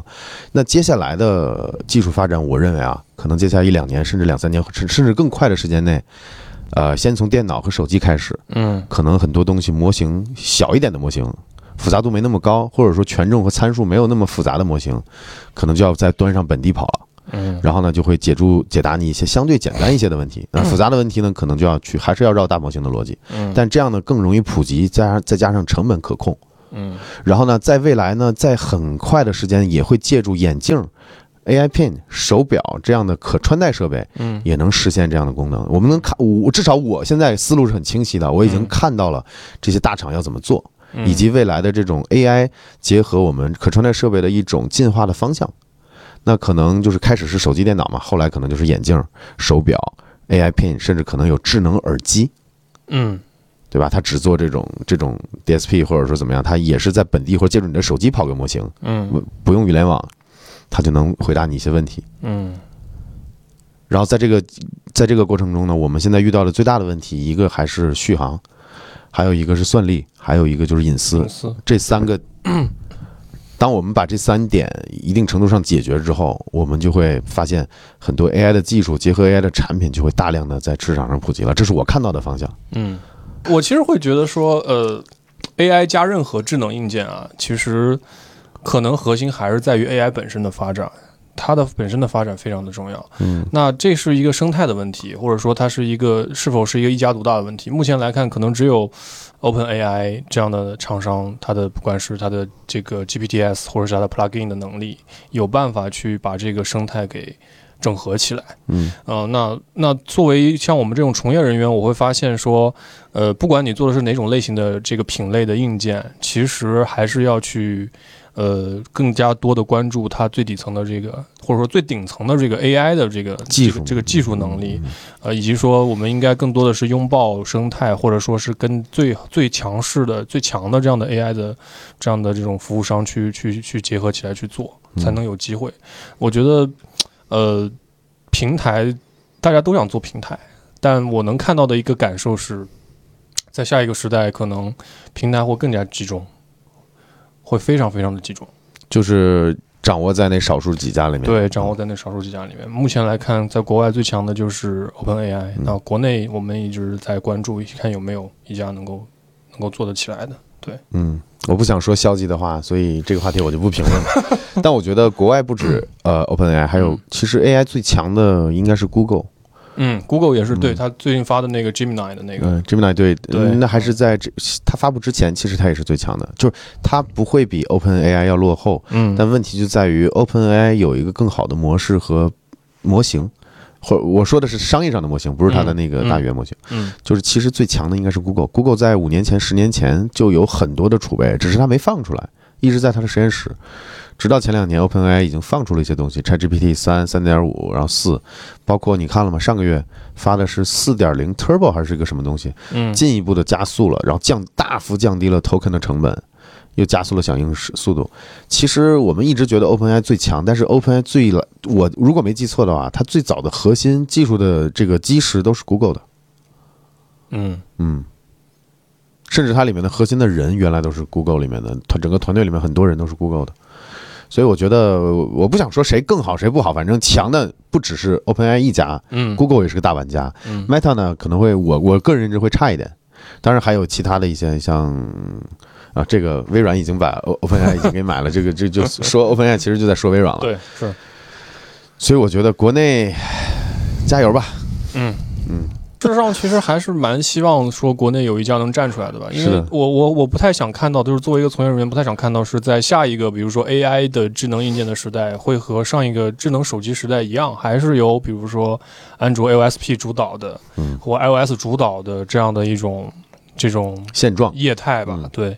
S1: 那接下来的技术发展，我认为啊，可能接下来一两年，甚至两三年，甚甚至更快的时间内，呃，先从电脑和手机开始，
S2: 嗯
S1: 可能很多东西模型小一点的模型，复杂度没那么高，或者说权重和参数没有那么复杂的模型，可能就要在端上本地跑了。
S2: 嗯
S1: 然后呢，就会解助解答你一些相对简单一些的问题。那复杂的问题呢，可能就要去还是要绕大模型的逻辑，
S2: 嗯
S1: 但这样呢更容易普及，加上再加上成本可控。
S2: 嗯
S1: 然后呢，在未来呢，在很快的时间也会借助眼镜。 AI Pin 手表这样的可穿戴设备
S2: 嗯
S1: 也能实现这样的功能。我们能看，我至少我现在思路是很清晰的，我已经
S2: 嗯
S1: 看到了这些大厂要怎么做，以及未来的这种 AI 结合我们可穿戴设备的一种进化的方向。那可能就是开始是手机、电脑嘛，后来可能就是眼镜、手表、AI Pin，甚至可能有智能耳机，
S2: 嗯
S1: 对吧？它只做这种这种 DSP 或者说怎么样，它也是在本地或者借助你的手机跑个模型，
S2: 嗯
S1: 不不用物联网，它就能回答你一些问题。
S2: 嗯
S1: 然后在这个在这个过程中呢，我们现在遇到的最大的问题，一个还是续航，还有一个是算力，还有一个就是隐私
S2: 公。司
S1: 这三个， 当我们把这三点一定程度上解决之后，我们就会发现很多 AI 的技术结合 AI 的产品就会大量的在市场上普及了。这是我看到的方向。
S2: 嗯，我其实会觉得说，呃，AI 加任何智能硬件啊，其实可能核心还是在于 AI 本身的发展，它的本身的发展非常的重要。
S1: 嗯，
S2: 那这是一个生态的问题，或者说它是一个是否是一个一家独大的问题。目前来看，可能只有 OpenAI 这样的厂商，它的不管是它的这个 GPTs 或者是它的 Plugin 的能力，有办法去把这个生态给整合起来。
S1: 嗯，
S2: 呃，那那作为像我们这种从业人员，我会发现说，呃，不管你做的是哪种类型的这个品类的硬件，其实还是要去。呃，更加多的关注它最底层的这个，或者说最顶层的这个 AI 的这个
S1: 技术嗯
S2: 这个这个技术能力，呃，以及说我们应该更多的是拥抱生态，或者说是跟最最强势的、最强的这样的 AI 的这样的这种服务商去去去结合起来去做，
S1: 嗯
S2: 才能有机会。我觉得，呃，平台大家都想做平台，但我能看到的一个感受是，在下一个时代，可能平台会更加集中，会非常非常的集中。
S1: 就是掌握在那少数几家里面。
S2: 对，掌握在那少数几家里面。目前来看，在国外最强的就是 OpenAI，、那国内我们一直在关注，看有没有一家能够能够做得起来的。
S1: 嗯，我不想说消极的话，所以这个话题我就不评论了。但我觉得国外不止呃 OpenAI，还有其实 AI 最强的应该是 Google，
S2: 嗯，Google 也是，对它最近发的那个 Gemini 的那个，
S1: 嗯，Gemini 对，
S2: 对
S1: 嗯那还是在这它发布之前，其实它也是最强的，就是它不会比 OpenAI 要落后，
S2: 嗯
S1: 但问题就在于 OpenAI 有一个更好的模式和模型，或我说的是商业上的模型，不是它的那个大语言模型。
S2: 嗯
S1: 就是其实最强的应该是 Google。Google 在五年前、十年前就有很多的储备，只是它没放出来，一直在它的实验室。直到前两年，OpenAI 已经放出了一些东西，ChatGPT 三、三点五，然后四，包括你看了吗？上个月发的是四点零 Turbo 还是一个什么东西，
S2: 嗯
S1: 进一步的加速了，然后降大幅降低了 token 的成本，又加速了响应时速度。其实我们一直觉得 OpenAI 最强，但是 OpenAI 最我如果没记错的话，它最早的核心技术的这个基石都是 Google 的。
S2: 嗯
S1: 嗯，甚至它里面的核心的人原来都是 Google 里面的，它整个团队里面很多人都是 Google 的，所以我觉得我我不想说谁更好谁不好，反正强的不只是 OpenAI 一家
S2: 嗯
S1: ，Google 也是个大玩家、
S2: 嗯
S1: m e t a 呢可能会我我个人认知会差一点，当然还有其他的一些像。啊，这个微软已经把 O- OpenAI 已经给买了，这个这就说 OpenAI 其实就在说微软了，
S2: 嗯对，是，
S1: 所以我觉得国内 加油吧，
S2: 嗯嗯。事实上，其实还是蛮希望说国内有一家能站出来的吧，因
S1: 是
S2: 为
S1: 的
S2: 我我我不太想看到，就是作为一个从业人员，不太想看到是在下一个，比 如说 AI 的智能硬件的时代，会和上一个呃智能手机时代一样，还是由比如说安卓 AOSP 主导的，
S1: 嗯
S2: 或 iOS 主导的这样的一种这种
S1: 现状
S2: 业态吧，
S1: 嗯
S2: 对，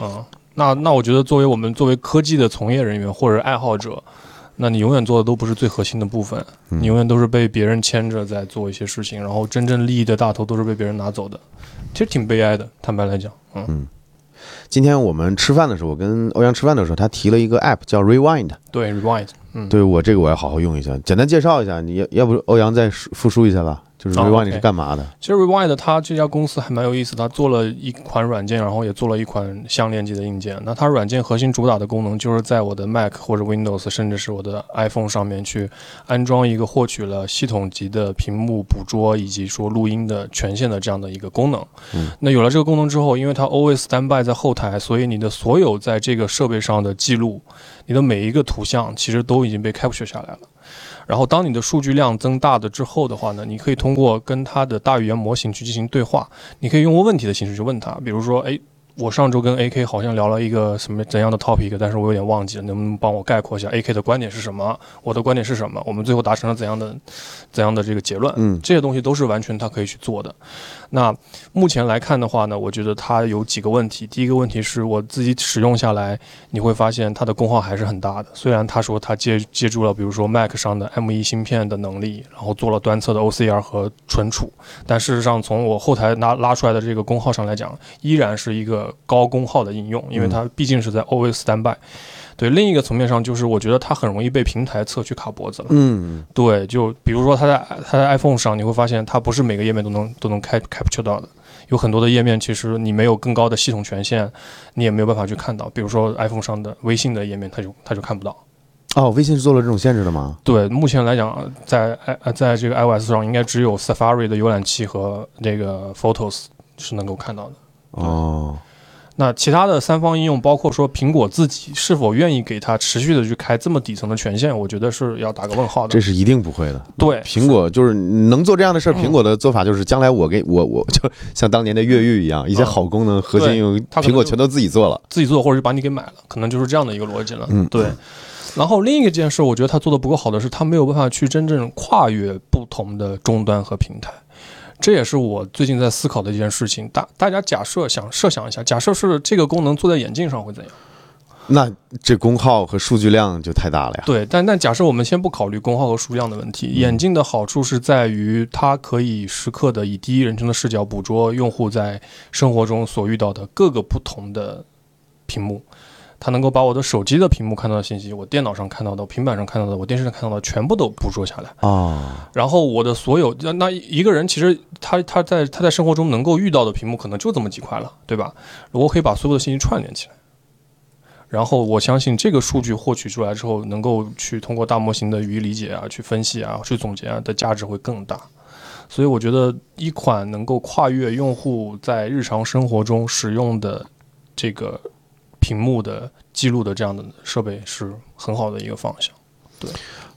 S2: 嗯，那那我觉得作为我们作为科技的从业人员或者爱好者，那你永远做的都不是最核心的部分，
S1: 嗯
S2: 你永远都是被别人牵着在做一些事情，然后真正利益的大头都是被别人拿走的，其实挺悲哀的，坦白来讲，嗯，
S1: 今天我们吃饭的时候，我跟欧阳吃饭的时候，他提了一个 app 叫 Rewind，
S2: 对，rewind，嗯，
S1: 对我这个我要好好用一下。简单介绍一下，你要要不欧阳再述复述一下吧？就是
S2: 哦
S1: Rewind
S2: OK
S1: 是干嘛的？
S2: 其实 Rewind 它这家公司还蛮有意思，它做了一款软件，然后也做了一款相连接的硬件。那它软件核心主打的功能就是在我的 Mac 或者 Windows，甚至是我的 iPhone 上面去安装一个获取了系统级的屏幕捕捉以及说录音的权限的这样的一个功能。
S1: 嗯
S2: 那有了这个功能之后，因为它 always standby 在后台，所以你的所有在这个设备上的记录，你的每一个图像其实都已经被 capture 下来了。然后，当你的数据量增大的之后的话呢，你可以通过跟它的大语言模型去进行对话，你可以用问问题的形式去问它，比如说，哎，我上周跟 AK 好像聊了一个什么怎样的 topic，但是我有点忘记了，能不能帮我概括一下 AK 的观点是什么？我的观点是什么？我们最后达成了怎样的怎样的这个结论？
S1: 嗯
S2: 这些东西都是完全他可以去做的。那目前来看的话呢，我觉得它有几个问题。第一个问题是我自己使用下来，你会发现它的功耗还是很大的。虽然他说他借借助了比如说 Mac 上的 M1 芯片的能力，然后做了端侧的 OCR 和存储，但事实上从我后台拉拉出来的这个功耗上来讲，依然是一个高功耗的应用，因为它毕竟是在 always standby。对，另一个层面上就是我觉得它很容易被平台侧去卡脖子了。
S1: 嗯，
S2: 对，就比如说它在它在 iPhone 上，你会发现它不是每个页面都能都能开 capture 到的，有很多的页面其实你没有更高的系统权限，你也没有办法去看到。比如说 iPhone 上的微信的页面，它就它就看不到。
S1: 哦，微信是做了这种限制的吗？
S2: 对，目前来讲，在 i 呃在这个 iOS 上，应该只有 Safari 的浏览器和这个 Photos 是能够看到的。
S1: 哦，
S2: 那其他的三方应用，包括说苹果自己是否愿意给它持续的去开这么底层的权限，我觉得是要打个问号的
S1: 这。是一定不会的。
S2: 对，
S1: 苹果就是能做这样的
S2: 嗯
S1: 事儿，苹果的做法就是将来我给我我就像当年的越狱一样，一些好功能核心应用，
S2: 嗯它可能
S1: 苹果
S2: 就
S1: 全都自己做了。
S2: 自己做，或者是把你给买了，可能就是这样的一个逻辑了。
S1: 嗯
S2: 对。然后另一个件事，我觉得他做的不够好的是，他没有办法去真正跨越不同的终端和平台。这也是我最近在思考的一件事情。大大家假设想设想一下，假设是这个功能做在眼镜上会怎样？
S1: 那这功耗和数据量就太大了呀。
S2: 对，但但假设我们先不考虑功耗和数量的问题，眼镜的好处是在于它可以时刻的以第一人称的视角捕捉用户在生活中所遇到的各个不同的屏幕，它能够把我的手机的屏幕看到的信息，我电脑上看到的，我平板上看到的，我电视上看到的，全部都捕捉下来。
S1: 哦，
S2: 然后我的所有，那那一个人其实他他在他在生活中能够遇到的屏幕可能就这么几块了，对吧？我可以把所有的信息串联起来，然后我相信这个数据获取出来之后，能够去通过大模型的语义理解啊、去分析啊、去总结啊的价值会更大。所以我觉得一款能够跨越用户在日常生活中使用的这个屏幕的记录的这样的设备是很好的一个方向。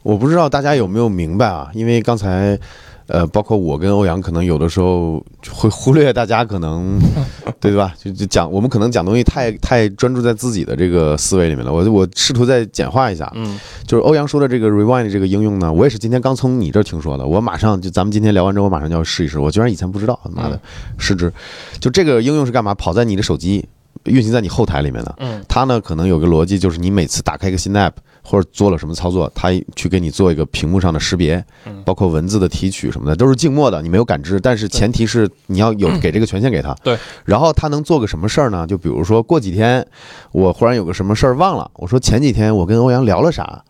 S1: 我不知道大家有没有明白啊？因为刚才，呃，包括我跟欧阳，可能有的时候就会忽略大家可 能，对吧？就就讲我们可能讲东西太太专注在自己的这个思维里面了。我我试图再简化一下，
S2: 嗯
S1: 就是欧阳说的这个 Rewind 这个应用呢，我也是今天刚从你这儿听说的。我马上就咱们今天聊完之后，我马上就要试一试。我居然以前不知道，妈的
S2: 嗯，
S1: 失职！就这个应用是干嘛？跑在你的手机，运行在你后台里面的。
S2: 嗯
S1: 它呢，可能有个逻辑，就是你每次打开一个新 app 或者做了什么操作，它去给你做一个屏幕上的识别
S2: 嗯，
S1: 包括文字的提取什么的，都是静默的，你没有感知。但是前提是你要有给这个权限给他。
S2: 对。
S1: 然后它能做个什么事儿呢？就比如说过几天，我忽然有个什么事儿忘了，我说前几天我跟欧阳聊了啥。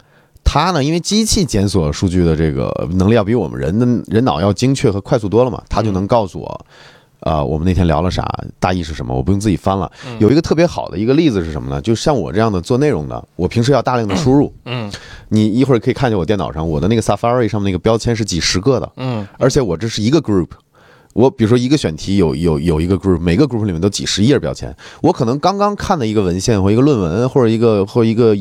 S1: 他呢，因为机器检索数据的这个能力要比我们人的人脑要精确和快速多了嘛，他就
S2: 嗯
S1: 能告诉我，啊，我们那天聊了啥，大意是什么，我不用自己翻了。
S2: 嗯
S1: 有一个特别好的一个例子是什么呢？就像我这样的做内容的，我平时要大量的输入，
S2: 嗯
S1: 你一会儿可以看见我电脑上我的那个 Safari 上面那个标签是几十个的，
S2: 嗯
S1: 而且我这是一个 group。我比如说一个选题有有有一个 group，每个 group 里面都几十页标签。我可能刚刚看的一个文献或一个论文或者一个或一个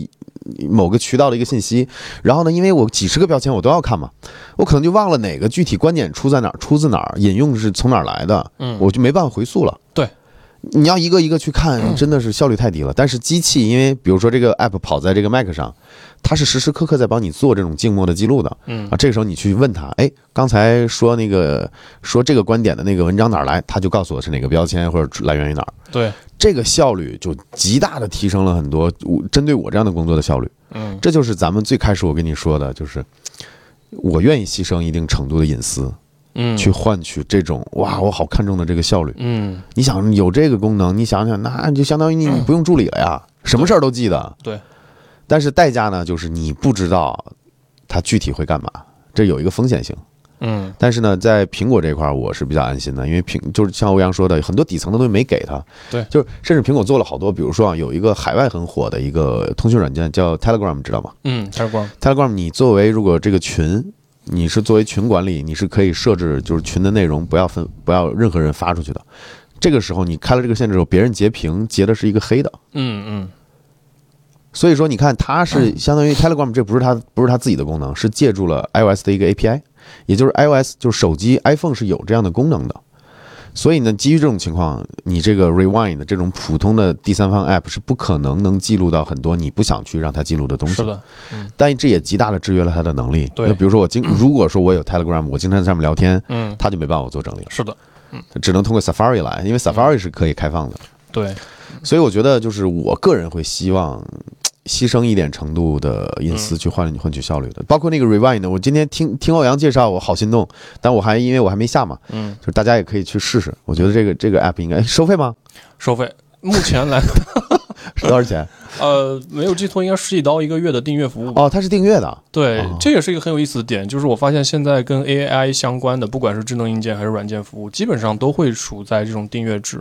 S1: 某个渠道的一个信息，然后呢，因为我几十个标签我都要看嘛，我可能就忘了哪个具体观点出在哪儿，出自哪儿，引用是从哪儿来的，
S2: 嗯
S1: 我就没办法回溯了。
S2: 对，
S1: 你要一个一个去看，
S2: 嗯
S1: 真的是效率太低了。但是机器因为比如说这个 app 跑在这个 Mac 上，它是时时刻刻在帮你做这种静默的记录的。
S2: 嗯
S1: 啊，这个时候你去问他，哎，刚才说那个说这个观点的那个文章哪儿来，他就告诉我是哪个标签或者来源于哪儿，
S2: 对
S1: 这个效率就极大的提升了很多，我针对我这样的工作的效率，
S2: 嗯
S1: 这就是咱们最开始我跟你说的，就是我愿意牺牲一定程度的隐私，
S2: 嗯
S1: 去换取这种哇，我好看重的这个效率。
S2: 嗯，
S1: 你想有这个功能，你想想，那就相当于你你不用助理了呀，什么事儿都记得。
S2: 对，
S1: 但是代价呢，就是你不知道它具体会干嘛，这有一个风险性。
S2: 嗯
S1: 但是呢，在苹果这块儿，我是比较安心的，因为苹就是像欧阳说的，很多底层的东西没给他。
S2: 对
S1: 就是甚至苹果做了好多，比如说啊，有一个海外很火的一个通讯软件叫 Telegram，知道吗
S2: 嗯，开始光，
S1: ？Telegram，你作为如果这个群，你是作为群管理，你是可以设置就是群的内容不要分不要任何人发出去的。这个时候你开了这个限制之后，别人截屏截的是一个黑的，
S2: 嗯
S1: 所以说，你看，它是相当于 Telegram，这不是它不是它自己的功能，是借助了 iOS 的一个 API，也就是 iOS 就是手机 iPhone 是有这样的功能的。所以呢，基于这种情况，你这个 Rewind 这种普通的第三方 App 是不可能能记录到很多你不想去让它记录的东西
S2: 是。的，
S1: 但这也极大的制约了他的能力。
S2: 对
S1: 那比如说 我经，如果说我有 Telegram，我经常在上面聊天，
S2: 嗯，
S1: 他就没办法我做整理了，
S2: 是的，
S1: 只能通过 Safari 来，因为
S2: 嗯
S1: Safari 是可以开放的。
S2: 对，
S1: 所以我觉得，就是我个人会希望嘖牺牲一点程度的隐私去
S2: 嗯
S1: 换换取效率的。包括那个 Rewind，我今天听听欧阳介绍，我好心动，但我还因为我还没下嘛，
S2: 嗯，
S1: 就是大家也可以去试试。我觉得这个这个 App 应该哎收费吗？
S2: 收费。目前来，
S1: 是多少钱？
S2: 呃，没有记错，应该十几刀一个月的订阅服务吧。
S1: 哦，它是订阅的。
S2: 对
S1: 哦，
S2: 这也是一个很有意思的点，就是我发现现在跟 AI 相关的，不管是智能硬件还是软件服务，基本上都会处在这种订阅制。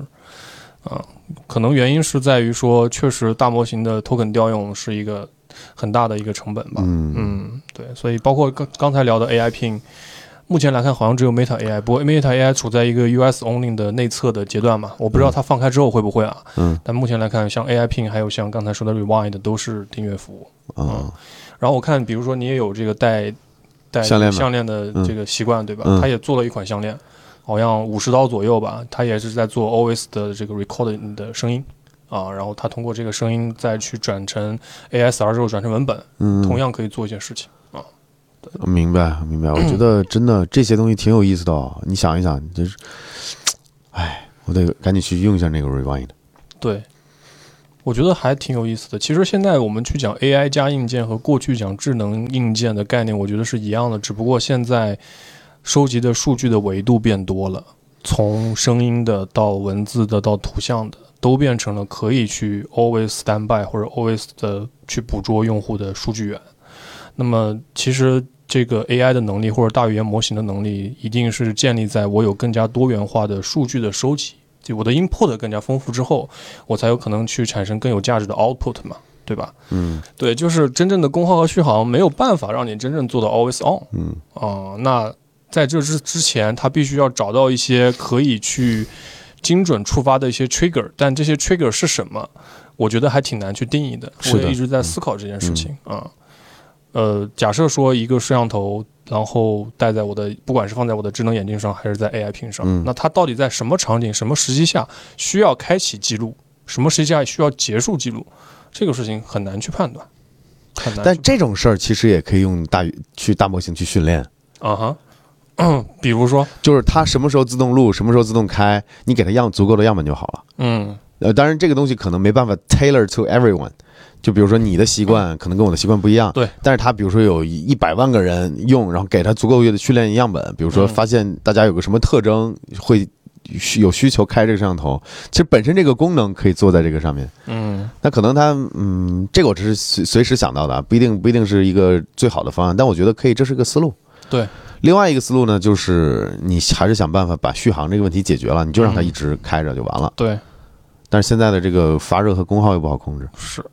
S2: 啊、可能原因是在于说，确实大模型的 token 调用是一个很大的一个成本吧。
S1: 嗯，
S2: 嗯，对，所以包括刚刚才聊的 AI Pin，目前来看好像只有 Meta AI，不过 Meta AI 处在一个 US only 的内测的阶段嘛，我不知道它放开之后会不会啊。
S1: 嗯，
S2: 但目前来看，像 AI Pin 还有像刚才说的 Rewind 都是订阅服务。
S1: 啊，
S2: 然后我看，比如说你也有这个戴戴
S1: 项链吗
S2: 项链的这个习惯，对吧
S1: 嗯？
S2: 他也做了一款项链，好像五十刀左右吧。他也是在做 Always 的这个 record 你的声音啊，然后他通过这个声音再去转成 ASR 之后转成文本，
S1: 嗯，
S2: 同样可以做一些事情。
S1: 明白，明白。我觉得真的这些东西挺有意思的、哦。你想一想，就是，哎，我得赶紧去用一下那个 Rewind。
S2: 对，我觉得还挺有意思的。其实现在我们去讲 AI 加硬件和过去讲智能硬件的概念，我觉得是一样的，只不过现在收集的数据的维度变多了，从声音的到文字的到图像的，都变成了可以去 always standby 或者 always 的去捕捉用户的数据源。那么其实。这个 AI 的能力或者大语言模型的能力，一定是建立在我有更加多元化的数据的收集，就我的 input 更加丰富之后，我才有可能去产生更有价值的 output 嘛，对吧？
S1: 嗯
S2: 对，就是真正的功耗和续航没有办法让你真正做到 always on
S1: 嗯
S2: 啊、那在这之之前，它必须要找到一些可以去精准触发的一些 trigger，但这些 trigger 是什么，我觉得还挺难去定义的。
S1: 是
S2: 我
S1: 的
S2: 也一直在思考这件事情
S1: 嗯
S2: 啊、呃，假设说一个摄像头，然后戴在我的，不管是放在我的智能眼镜上，还是在 AI 屏上，
S1: 嗯
S2: 那它到底在什么场景、什么时机下需要开启记录，什么时机下需要结束记录，这个事情很难去判断，很难去判断。
S1: 但这种事儿其实也可以用大语去大模型去训练，
S2: 啊哈， 比如说，
S1: 就是它什么时候自动录，什么时候自动开，你给它样足够的样本就好了。
S2: 嗯，
S1: 呃，当然这个东西可能没办法 tailor to everyone。就比如说你的习惯可能跟我的习惯不一样，
S2: 嗯对。
S1: 但是它比如说有一百万个人用，然后给它足够的训练样本，比如说
S2: 嗯
S1: 发现大家有个什么特征会需有需求开这个摄像头，其实本身这个功能可以做在这个上面。
S2: 嗯，
S1: 那可能它嗯，这个我只是随随时想到的，啊，不一定不一定是一个最好的方案，但我觉得可以，这是一个思路。
S2: 对，
S1: 另外一个思路呢，就是你还是想办法把续航这个问题解决了，你就让
S2: 嗯
S1: 它一直开着就完了。
S2: 对，
S1: 但是现在的这个发热和功耗又不好控制。
S2: 是，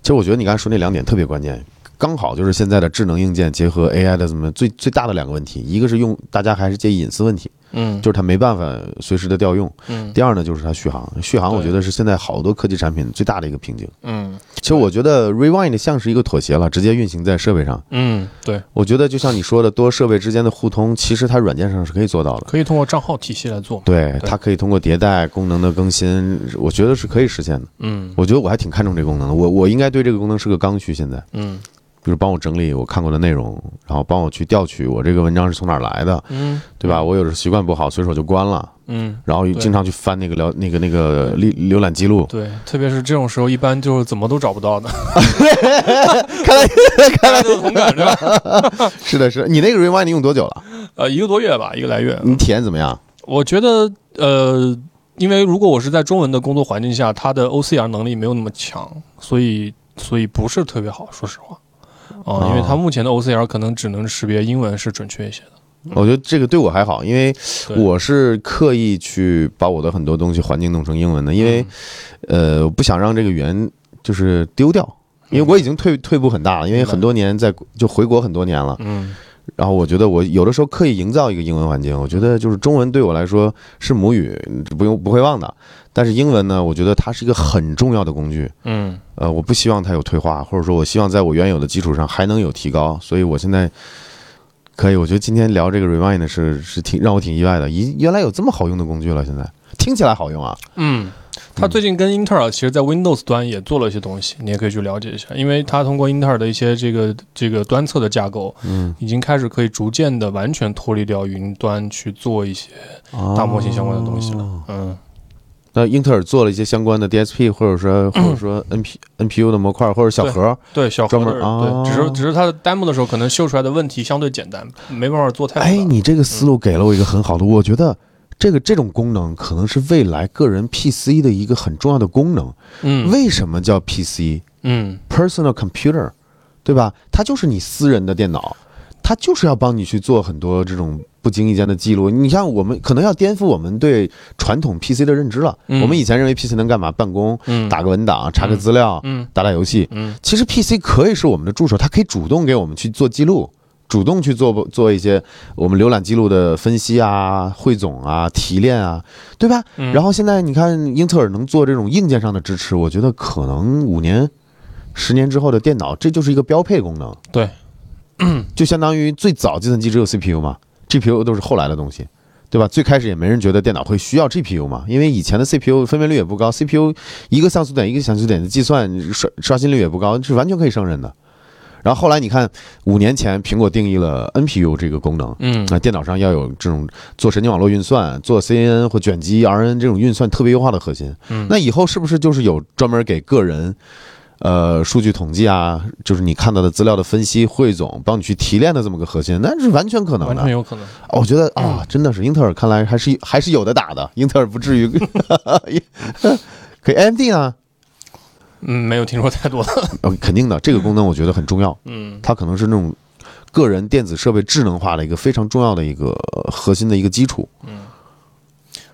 S1: 其实我觉得你刚才说那两点特别关键，刚好就是现在的智能硬件结合 AI 的怎么最最大的两个问题，一个是用大家还是介意隐私问题，
S2: 嗯，
S1: 就是它没办法随时的调用；
S2: 嗯
S1: 第二呢就是它续航，续航我觉得是现在好多科技产品最大的一个瓶颈。
S2: 嗯
S1: 其实我觉得 Rewind 像是一个妥协了，直接运行在设备上。
S2: 嗯，对，
S1: 我觉得就像你说的，多设备之间的互通，其实它软件上是可以做到的。
S2: 可以通过账号体系来做嘛。
S1: 对，
S2: 对
S1: 它可以通过迭代、功能的更新，我觉得是可以实现的。
S2: 嗯
S1: 我觉得我还挺看重这个功能的，我我应该对这个功能是个刚需。现在，
S2: 嗯
S1: 比如帮我整理我看过的内容，然后帮我去调取我这个文章是从哪儿来的，
S2: 嗯
S1: 对吧？我有时候习惯不好，随手就关了，
S2: 嗯，
S1: 然后经常去翻那个聊那个那个浏浏览记录。
S2: 对，特别是这种时候，一般就是怎么都找不到的。
S1: 看 来
S2: 大家都有同感对吧？
S1: 是的，是的你那个 Rewind 用多久了？
S2: 呃，一个多月吧，一个来月。
S1: 你体验怎么样？
S2: 我觉得，呃，因为如果我是在中文的工作环境下，它的 OCR 能力没有那么强，所以所以不是特别好，说实话。哦、因为它目前的 OCR 可能只能识别英文是准确一些的。
S1: 我觉得这个对我还好，因为
S2: 嗯对
S1: 我是刻意去把我的很多东西环境弄成英文的，因为
S2: 嗯
S1: 呃，我不想让这个语言就是丢掉，因为我已经退退步很大了，因为很多年在就回国很多年了，
S2: 嗯
S1: 然后我觉得我有的时候刻意营造一个英文环境，我觉得就是中文对我来说是母语，不用不会忘的，但是英文呢，我觉得它是一个很重要的工具，
S2: 嗯
S1: 呃，我不希望它有退化，或者说我希望在我原有的基础上还能有提高，所以我现在可以，我觉得今天聊这个 Remind 是是挺让我挺意外的，咦，原来有这么好用的工具了，现在听起来好用啊。
S2: 嗯，它最近跟英特尔其实，在 Windows 端也做了一些东西，你也可以去了解一下，因为它通过英特尔的一些这个这个端侧的架构，
S1: 嗯，
S2: 已经开始可以逐渐的完全脱离掉云端去做一些大模型相关的东西
S1: 哦
S2: 了。嗯，
S1: 那英特尔做了一些相关的 DSP，或者说或者说 N P N P U 的模块，或者小盒，
S2: 对，小
S1: 专
S2: 盒
S1: 门
S2: 的
S1: 哦
S2: 对，只是只是它的 demo 的时候，可能秀出来的问题相对简单，没办法做太复杂。
S1: 哎，你这个思路给了我一个很好的，我觉得这个这种功能可能是未来个人 PC 的一个很重要的功能。
S2: 嗯
S1: 为什么叫 PC？
S2: 嗯
S1: personal computer，对吧？它就是你私人的电脑，它就是要帮你去做很多这种不经意间的记录。你像我们可能要颠覆我们对传统 PC 的认知了。
S2: 嗯
S1: 我们以前认为 PC 能干嘛？办公、
S2: 嗯
S1: 打个文档、查个资料、
S2: 嗯
S1: 打打游戏。
S2: 嗯
S1: 其实 PC 可以是我们的助手，它可以主动给我们去做记录。主动去做做一些我们浏览记录的分析啊、汇总啊、提炼啊，对吧？
S2: 嗯，
S1: 然后现在你看，英特尔能做这种硬件上的支持，我觉得可能五年、十年之后的电脑，这就是一个标配功能。
S2: 对，
S1: 就相当于最早计算机只有 CPU 嘛，GPU 都是后来的东西，对吧？最开始也没人觉得电脑会需要 GPU 嘛，因为以前的 CPU 分辨率也不高，CPU 一个像素点一个像素点的计算刷刷新率也不高，是完全可以胜任的。然后后来你看，五年前苹果定义了 NPU 这个功能，
S2: 嗯
S1: 那电脑上要有这种做神经网络运算、做 CNN 或卷积 RN 这种运算特别优化的核心。
S2: 嗯
S1: 那以后是不是就是有专门给个人，呃，数据统计啊，就是你看到的资料的分析、汇总，帮你去提炼的这么个核心？那是完全可能
S2: 完
S1: 的
S2: 全。有可能。
S1: 哦我觉得
S2: 嗯
S1: 啊，真的是英特尔看来还是还是有的打的，英特尔不至 于。可以 AMD 呢？
S2: 嗯，没有听说太多的。
S1: 呃，肯定的，这个功能我觉得很重要。
S2: 嗯
S1: 它可能是那种个人电子设备智能化的一个非常重要的一个呃核心的一个基础。
S2: 嗯，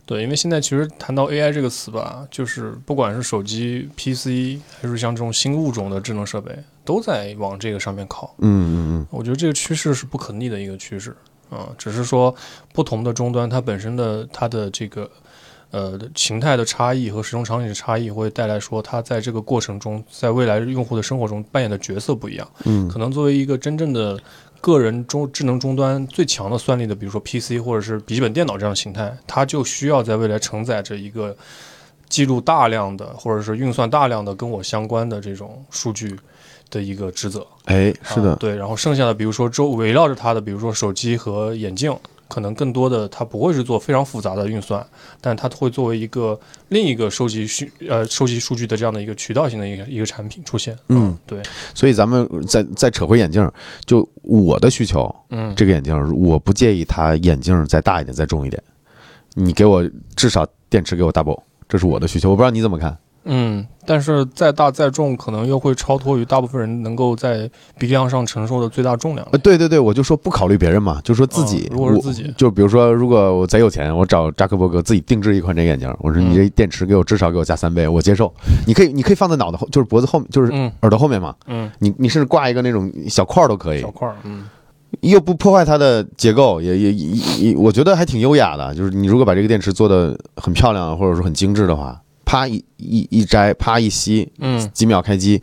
S2: 对，因为现在其实谈到 AI 这个词吧，就是不管是手机、PC，还是像这种新物种的智能设备，都在往这个上面靠。
S1: 嗯嗯嗯。
S2: 我觉得这个趋势是不可逆的一个趋势啊、只是说不同的终端它本身的它的这个呃形态的差异和使用场景的差异，会带来说它在这个过程中，在未来用户的生活中扮演的角色不一样。
S1: 嗯
S2: 可能作为一个真正的个人中智能终端最强的算力的，比如说 PC 或者是笔记本电脑这样的形态，它就需要在未来承载着一个记录大量的或者是运算大量的跟我相关的这种数据的一个职责。
S1: 哎，是的
S2: 啊，对。然后剩下的，比如说周围绕着它的，比如说手机和眼镜，可能更多的它不会是做非常复杂的运算，但它会作为一个另一个收集数呃收集数据的这样的一个渠道性的一个一个产品出现。
S1: 嗯，
S2: 对，
S1: 所以咱们再再扯回眼镜儿，就我的需求，
S2: 嗯，
S1: 这个眼镜儿我不介意它眼镜儿再大一点，再重一点，你给我至少电池给我 double，这是我的需求。我不知道你怎么看。
S2: 嗯，但是再大再重，可能又会超脱于大部分人能够在鼻梁上承受的最大重量
S1: 呃，。对对对，我就说不考虑别人嘛，就说自己
S2: 嗯，如果是
S1: 我
S2: 自己
S1: 就比如说，如果我贼有钱，我找扎克伯格自己定制一款这个眼镜儿，我说
S2: 嗯
S1: 你这电池给我至少给我加三倍，我接受。你可以，你可以放在脑袋后，就是脖子后面，就是
S2: 嗯
S1: 耳朵后面嘛。
S2: 嗯，
S1: 你你甚至挂一个那种小块儿都可以
S2: 小，块儿，嗯
S1: 又不破坏它的结构，也也也也，我觉得还挺优雅的。就是你如果把这个电池做的很漂亮，或者说很精致的话，啪一一一摘，啪一吸，
S2: 嗯，
S1: 几秒开机。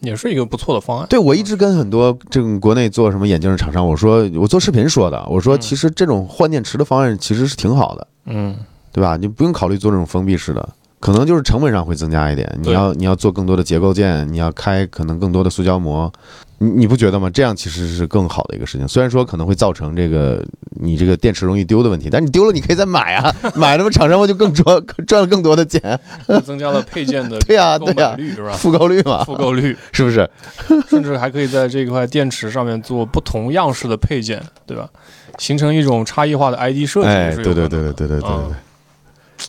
S2: 也是一个不错的方案。
S1: 对我一直跟很多这种国内做什么眼镜的厂商，我说我做视频说的，我说
S2: 嗯
S1: 其实这种换电池的方案其实是挺好的，
S2: 嗯，
S1: 对吧？你不用考虑做这种封闭式的。可能就是成本上会增加一点，你
S2: 对
S1: 要你要做更多的结构件，你要开可能更多的塑胶膜，你你不觉得吗？这样其实是更好的一个事情。虽然说可能会造成这个你这个电池容易丢的问题，但你丢了你可以再买啊， 买了嘛厂商不就更赚赚了更多的钱，
S2: 增加了配件的
S1: 对呀
S2: 购
S1: 对啊呀
S2: 买率是吧？
S1: 复购率嘛，
S2: 复购率，
S1: 是不是？
S2: 甚至还可以在这块电池上面做不同样式的配件，对吧？形成一种差异化的 ID 设计。
S1: 哎，
S2: 是
S1: 对
S2: 有
S1: 对对
S2: 可能
S1: 对对
S2: 的
S1: 对对
S2: 嗯
S1: 对，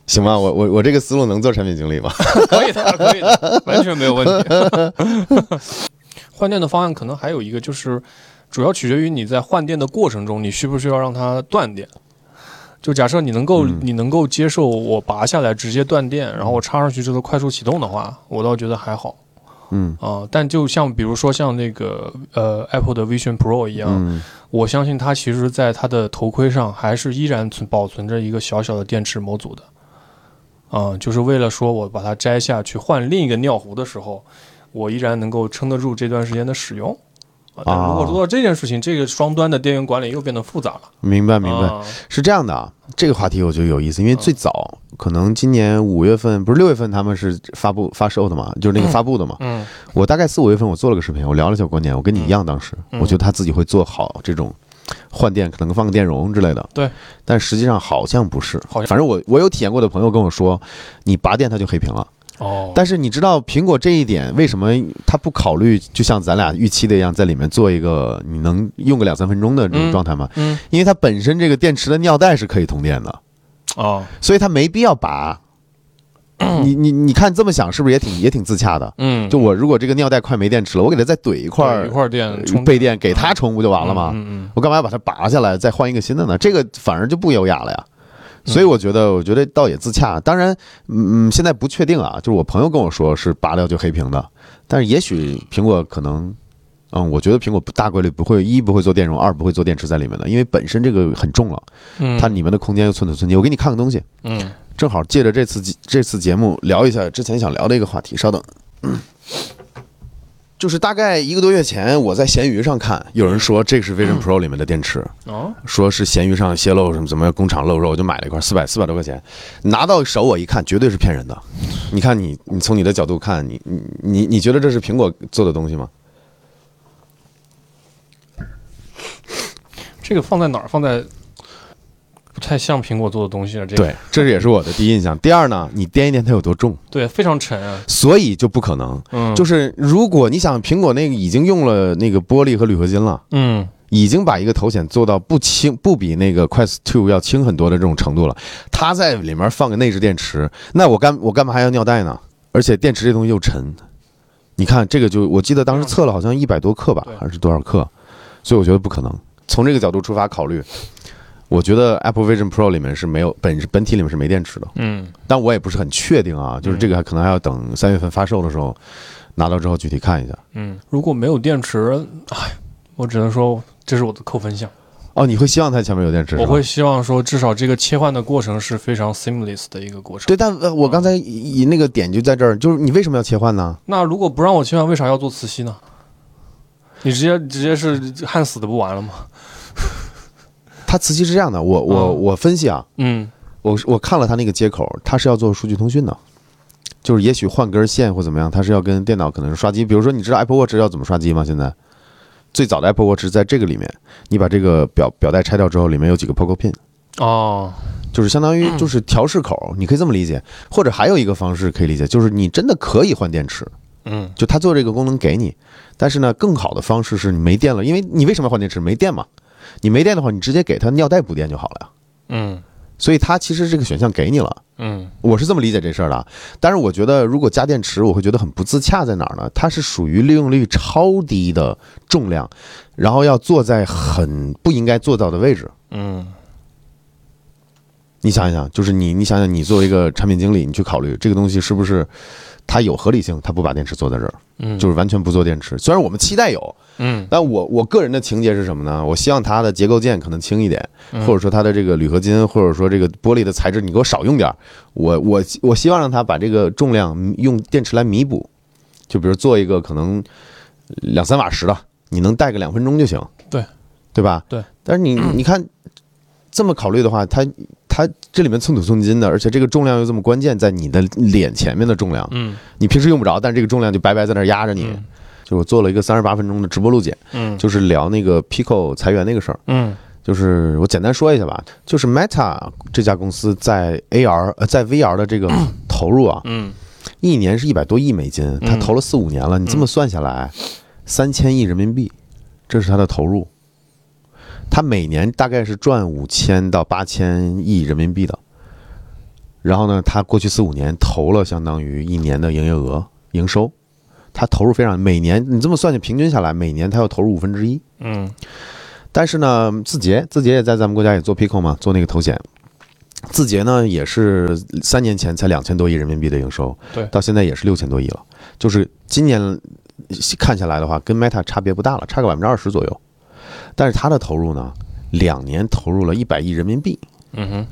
S1: 行吧，我我我这个思路能做产品经理吗？
S2: 啊可以的，可以的， 完全没有问题。 换电的方案可能还有一个就是，主要取决于你在换电的过程中，你需不需要让它断电。就假设你能够、
S1: 嗯
S2: 你能够接受我拔下来直接断电，然后我插上去之后快速启动的话，我倒觉得还好
S1: 嗯
S2: 啊、但就像比如说像那个呃 Apple 的 Vision Pro 一样，
S1: 嗯
S2: 我相信它其实在它的头盔上还是依然存保存着一个小小的电池模组的，啊、就是为了说我把它摘下去换另一个尿壶的时候，我依然能够撑得住这段时间的使用，啊、啊。但如果做到这件事情，这个双端的电源管理又变得复杂了。
S1: 明白明白，
S2: 啊
S1: 是这样的啊，这个话题我觉得有意思，因为
S2: 嗯
S1: 最早可能今年五月份不是六月份他们是发布发售的嘛，就是那个发布的嘛，
S2: 嗯
S1: 我大概四五月份我做了个视频，我聊了一下观点，我跟你一样，当时、
S2: 嗯
S1: 我觉得他自己会做好这种换电，可能放个电容之类的。
S2: 对，
S1: 但实际上好像不是，
S2: 好像
S1: 反正我我有体验过的朋友跟我说，你拔电它就黑屏了。
S2: 哦，
S1: 但是你知道苹果这一点为什么他不考虑，就像咱俩预期的一样，在里面做一个你能用个两三分钟的这种
S2: 嗯
S1: 状态吗？
S2: 嗯
S1: 因为它本身这个电池的尿袋是可以通电的，
S2: 哦
S1: 所以它没必要 拔。你你你看这么想是不是也挺也挺自洽的？
S2: 嗯，
S1: 就我如果这个尿袋快没电池了，我给它再怼一块
S2: 对
S1: 儿
S2: 一块儿电充
S1: 呃备电给它充不就完了吗？
S2: 嗯嗯
S1: 我干嘛要把它拔下来再换一个新的呢？这个反而就不优雅了呀。
S2: 嗯
S1: 所以我觉得，我觉得倒也自洽。当然，嗯，嗯现在不确定啊，就是我朋友跟我说是拔掉就黑屏的，但是也许苹果可能，嗯，我觉得苹果不大概率不会一不会做电容，二不会做电池在里面的，因为本身这个很重了，
S2: 嗯，
S1: 它里面的空间又寸土寸金。我给你看个东西，
S2: 嗯
S1: 正好借着这次这次节目聊一下之前想聊的一个话题，稍等。就是大概一个多月前，我在闲鱼上看有人说这是 Vision Pro 里面的电池，
S2: 哦
S1: 说是闲鱼上泄露什么什么工厂漏肉，我就买了一块四百四百多块钱，拿到手我一看，绝对是骗人的。你看你你从你的角度看，你你你你觉得这是苹果做的东西吗？
S2: 这个放在哪儿？放在不太像苹果做的东西了。啊这个
S1: 对，这也是我的第一印象。第二呢，你掂一掂它有多重，
S2: 对，非常沉啊。
S1: 所以就不可能。
S2: 嗯，
S1: 就是如果你想苹果那个已经用了那个玻璃和铝合金了。
S2: 嗯
S1: 已经把一个头显做到不轻，不比那个 Quest Two 要轻很多的这种程度了。它在里面放个内置电池，那我干我干嘛还要尿袋呢？而且电池这东西又沉，你看这个就我记得当时测了好像一百多克吧
S2: 嗯对，
S1: 还是多少克，所以我觉得不可能。从这个角度出发考虑，我觉得 Apple Vision Pro 里面是没有本本体里面是没电池的，
S2: 嗯
S1: 但我也不是很确定啊，就是这个还可能还要等三月份发售的时候拿到之后具体看一下。
S2: 嗯，如果没有电池，哎，我只能说这是我的扣分项。
S1: 哦，你会希望它前面有电池？
S2: 我会希望说，至少这个切换的过程是非常 seamless 的一个过程。
S1: 对，但呃我刚才以以那个点就在这儿，就是你为什么要切换呢？
S2: 那如果不让我切换，为啥要做磁吸呢？你直接直接是焊死的不完了吗？
S1: 它磁吸是这样的，我我
S2: 嗯
S1: 我分析啊，
S2: 嗯
S1: 我我看了它那个接口，它是要做数据通讯的，就是也许换根线或怎么样，它是要跟电脑可能是刷机。比如说，你知道 Apple Watch 要怎么刷机吗？现在最早的 Apple Watch 在这个里面，你把这个表表带拆掉之后，里面有几个 Poco Pin，
S2: 哦
S1: 就是相当于就是调试口，你可以这么理解。或者还有一个方式可以理解，就是你真的可以换电池，
S2: 嗯
S1: 就它做这个功能给你，但是呢，更好的方式是你没电了，因为你为什么要换电池？没电嘛，你没电的话，你直接给它尿袋补电就好了呀。
S2: 嗯
S1: 所以它其实这个选项给你了，
S2: 嗯
S1: 我是这么理解这事儿的啊。但是我觉得如果加电池，我会觉得很不自洽在哪儿呢？它是属于利用率超低的重量，然后要坐在很不应该坐到的位置。
S2: 嗯
S1: 你想一想，就是你，你想想，你作为一个产品经理，你去考虑这个东西是不是它有合理性，它不把电池坐在这儿，
S2: 嗯，
S1: 就是完全不做电池。虽然我们期待有，
S2: 嗯
S1: 但我我个人的情节是什么呢？我希望它的结构件可能轻一点，
S2: 嗯
S1: 或者说它的这个铝合金，或者说这个玻璃的材质，你给我少用点儿。我我我希望让它把这个重量用电池来弥补，就比如做一个可能两三瓦时的，你能带个两分钟就行，
S2: 对
S1: 对吧？
S2: 对。
S1: 但是你你看这么考虑的话，它它这里面寸土寸金的，而且这个重量又这么关键，在你的脸前面的重量，
S2: 嗯
S1: 你平时用不着，但这个重量就白白在那儿压着你。
S2: 嗯
S1: 就我做了一个三十八分钟的直播录剪，
S2: 嗯
S1: 就是聊那个 Pico 裁员那个事儿。
S2: 嗯
S1: 就是我简单说一下吧，就是 Meta 这家公司在 AR 呃在 VR 的这个投入啊，
S2: 嗯
S1: 一年是一百多亿美金，它投了四五年了，你这么算下来，三千亿人民币，这是它的投入。它每年大概是赚五千到八千亿人民币的，然后呢，它过去四五年投了相当于一年的营业额营收，它投入非常每年你这么算，就平均下来每年它要投入五分之一。
S2: 嗯
S1: 但是呢，字节字节也在咱们国家也做 Pico 嘛，做那个头显。字节呢也是三年前才两千多亿人民币的营收，
S2: 对
S1: 到现在也是六千多亿了。就是今年看下来的话，跟 Meta 差别不大了，差个百分之二十左右。但是它的投入呢，两年投入了一百亿人民币，
S2: 嗯哼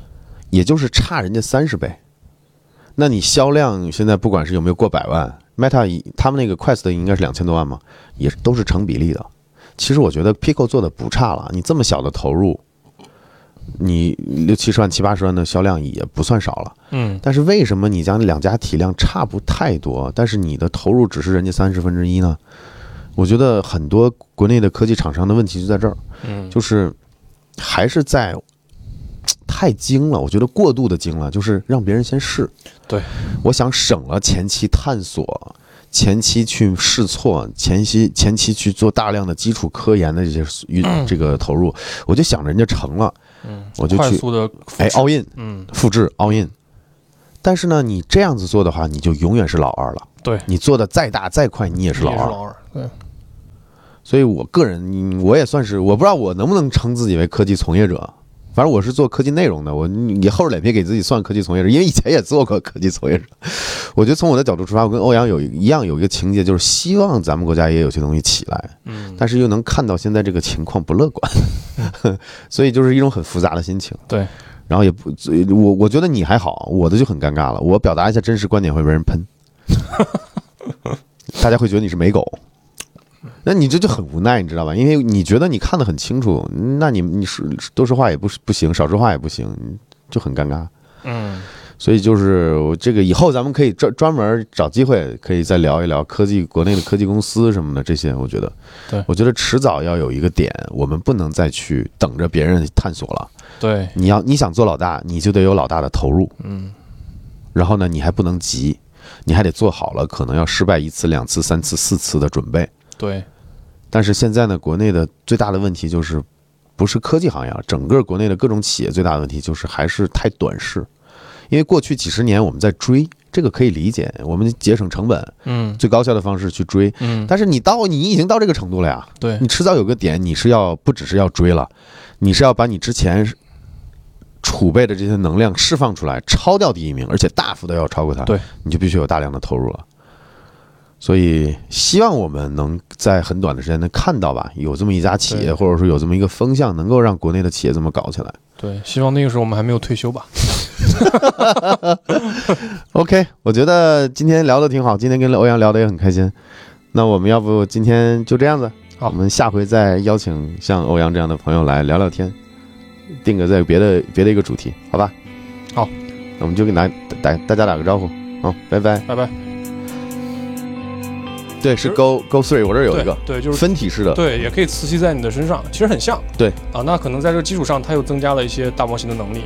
S1: 也就是差人家三十倍。那你销量现在不管是有没有过百万，Meta 以他们那个 Quest 应该是两千多万嘛，也都是成比例的。其实我觉得 Pico 做的不差了，你这么小的投入，你六七十万、七八十万的销量也不算少了。
S2: 嗯
S1: 但是为什么你将两家体量差不太多，但是你的投入只是人家三十分之一呢？我觉得很多国内的科技厂商的问题就在这儿，
S2: 嗯，
S1: 就是还是在太精了，我觉得过度的精了，就是让别人先试。
S2: 对，
S1: 我想省了前期探索、前期去试错、前期前期去做大量的基础科研的这些运这个投入，我就想着人家成了，
S2: 嗯
S1: 我就
S2: 快
S1: 去
S2: 速的
S1: 哎 all in。
S2: 嗯
S1: 复制 all in。但是呢，你这样子做的话，你就永远是老二了。
S2: 对
S1: 你做的再大再快，你也是老
S2: 也是
S1: 二。
S2: 老二，对，
S1: 所以我个人，嗯我也算是，我不知道我能不能称自己为科技从业者。反正我是做科技内容的，我你你厚着脸皮给自己算科技从业者，因为以前也做过科技从业者。我觉得从我的角度出发，我跟欧阳有一一样有一个情节，就是希望咱们国家也有些东西起来，
S2: 嗯，
S1: 但是又能看到现在这个情况不乐观， 所以就是一种很复杂的心情。
S2: 对，
S1: 然后也不，最我我觉得你还好，我的就很尴尬了。我表达一下真实观点会被人喷， 大家会觉得你是美狗。那你这就很无奈，你知道吧？因为你觉得你看得很清楚，那你你是多说话也不是不行，少说话也不行，就很尴尬。
S2: 嗯
S1: 所以就是我这个以后咱们可以专专门找机会，可以再聊一聊科技国内的科技公司什么的这些。我觉得，
S2: 对
S1: 我觉得迟早要有一个点，我们不能再去等着别人探索了。
S2: 对，
S1: 你要你想做老大，你就得有老大的投入，
S2: 嗯
S1: 然后呢，你还不能急，你还得做好了可能要失败一次、两次、三次、四次的准备。
S2: 对，
S1: 但是现在呢，国内的最大的问题就是，不是科技行业，了，整个国内的各种企业最大的问题就是还是太短视，因为过去几十年我们在追，这个可以理解，我们节省成本，
S2: 嗯
S1: 最高效的方式去追。
S2: 嗯，
S1: 但是你到你已经到这个程度了呀，
S2: 对
S1: 你迟早有个点，你是要不只是要追了，你是要把你之前储备的这些能量释放出来，超掉第一名，而且大幅的要超过他。
S2: 对，
S1: 你就必须有大量的投入了。所以，希望我们能在很短的时间能看到吧，有这么一家企业，
S2: 对
S1: 或者说有这么一个风向，能够让国内的企业这么搞起来。
S2: 对，希望那个时候我们还没有退休吧。
S1: OK，我觉得今天聊的挺好，今天跟欧阳聊的也很开心。那我们要不今天就这样子？
S2: 好
S1: 我们下回再邀请像欧阳这样的朋友来聊聊天，定个在别的别的一个主题，好吧？
S2: 好，
S1: 那我们就给大打大家打个招呼，好，拜拜。
S2: 拜拜。
S1: 对，是 Go Go Three，我这儿有一个
S2: 对，对就是
S1: 分体式的，
S2: 对，也可以磁吸在你的身上，其实很像。
S1: 对
S2: 啊，那可能在这个基础上，它又增加了一些大模型的能力。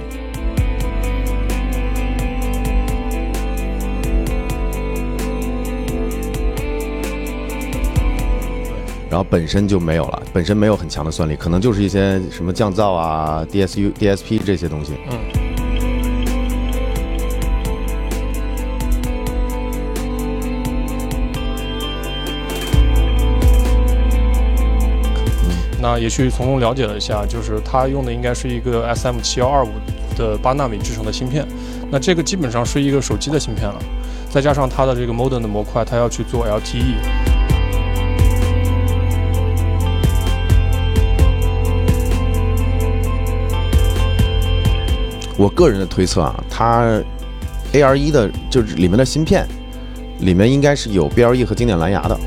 S1: 然后本身就没有了，本身没有很强的算力，可能就是一些什么降噪啊、DSU、DSP 这些东西。
S2: 嗯。那也去从中了解了一下，就是它用的应该是一个 SM 七幺二五的八纳米制成的芯片，那这个基本上是一个手机的芯片了，再加上它的这个 modem 的模块，它要去做 E LTE，
S1: 我个人的推测啊，它 AR 一的就是里面的芯片，里面应该是有 BLE 和经典蓝牙的。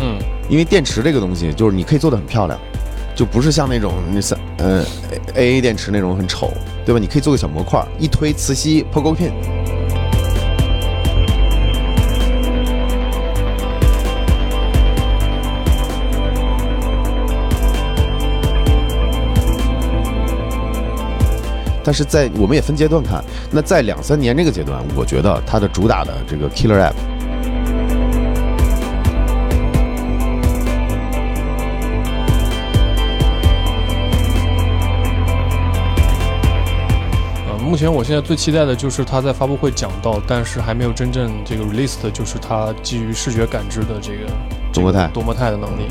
S2: 嗯，
S1: 因为电池这个东西，就是你可以做的很漂亮，就不是像那种那三呃 A A 电池那种很丑，对吧？你可以做个小模块，一推磁吸 Pogo Pin。但是在我们也分阶段看，那在两三年这个阶段，我觉得它的主打的这个 killer app
S2: 呃，目前我现在最期待的就是它在发布会讲到，但是还没有真正这个 release 的，就是它基于视觉感知的这个
S1: 多模态
S2: 多模态的能力。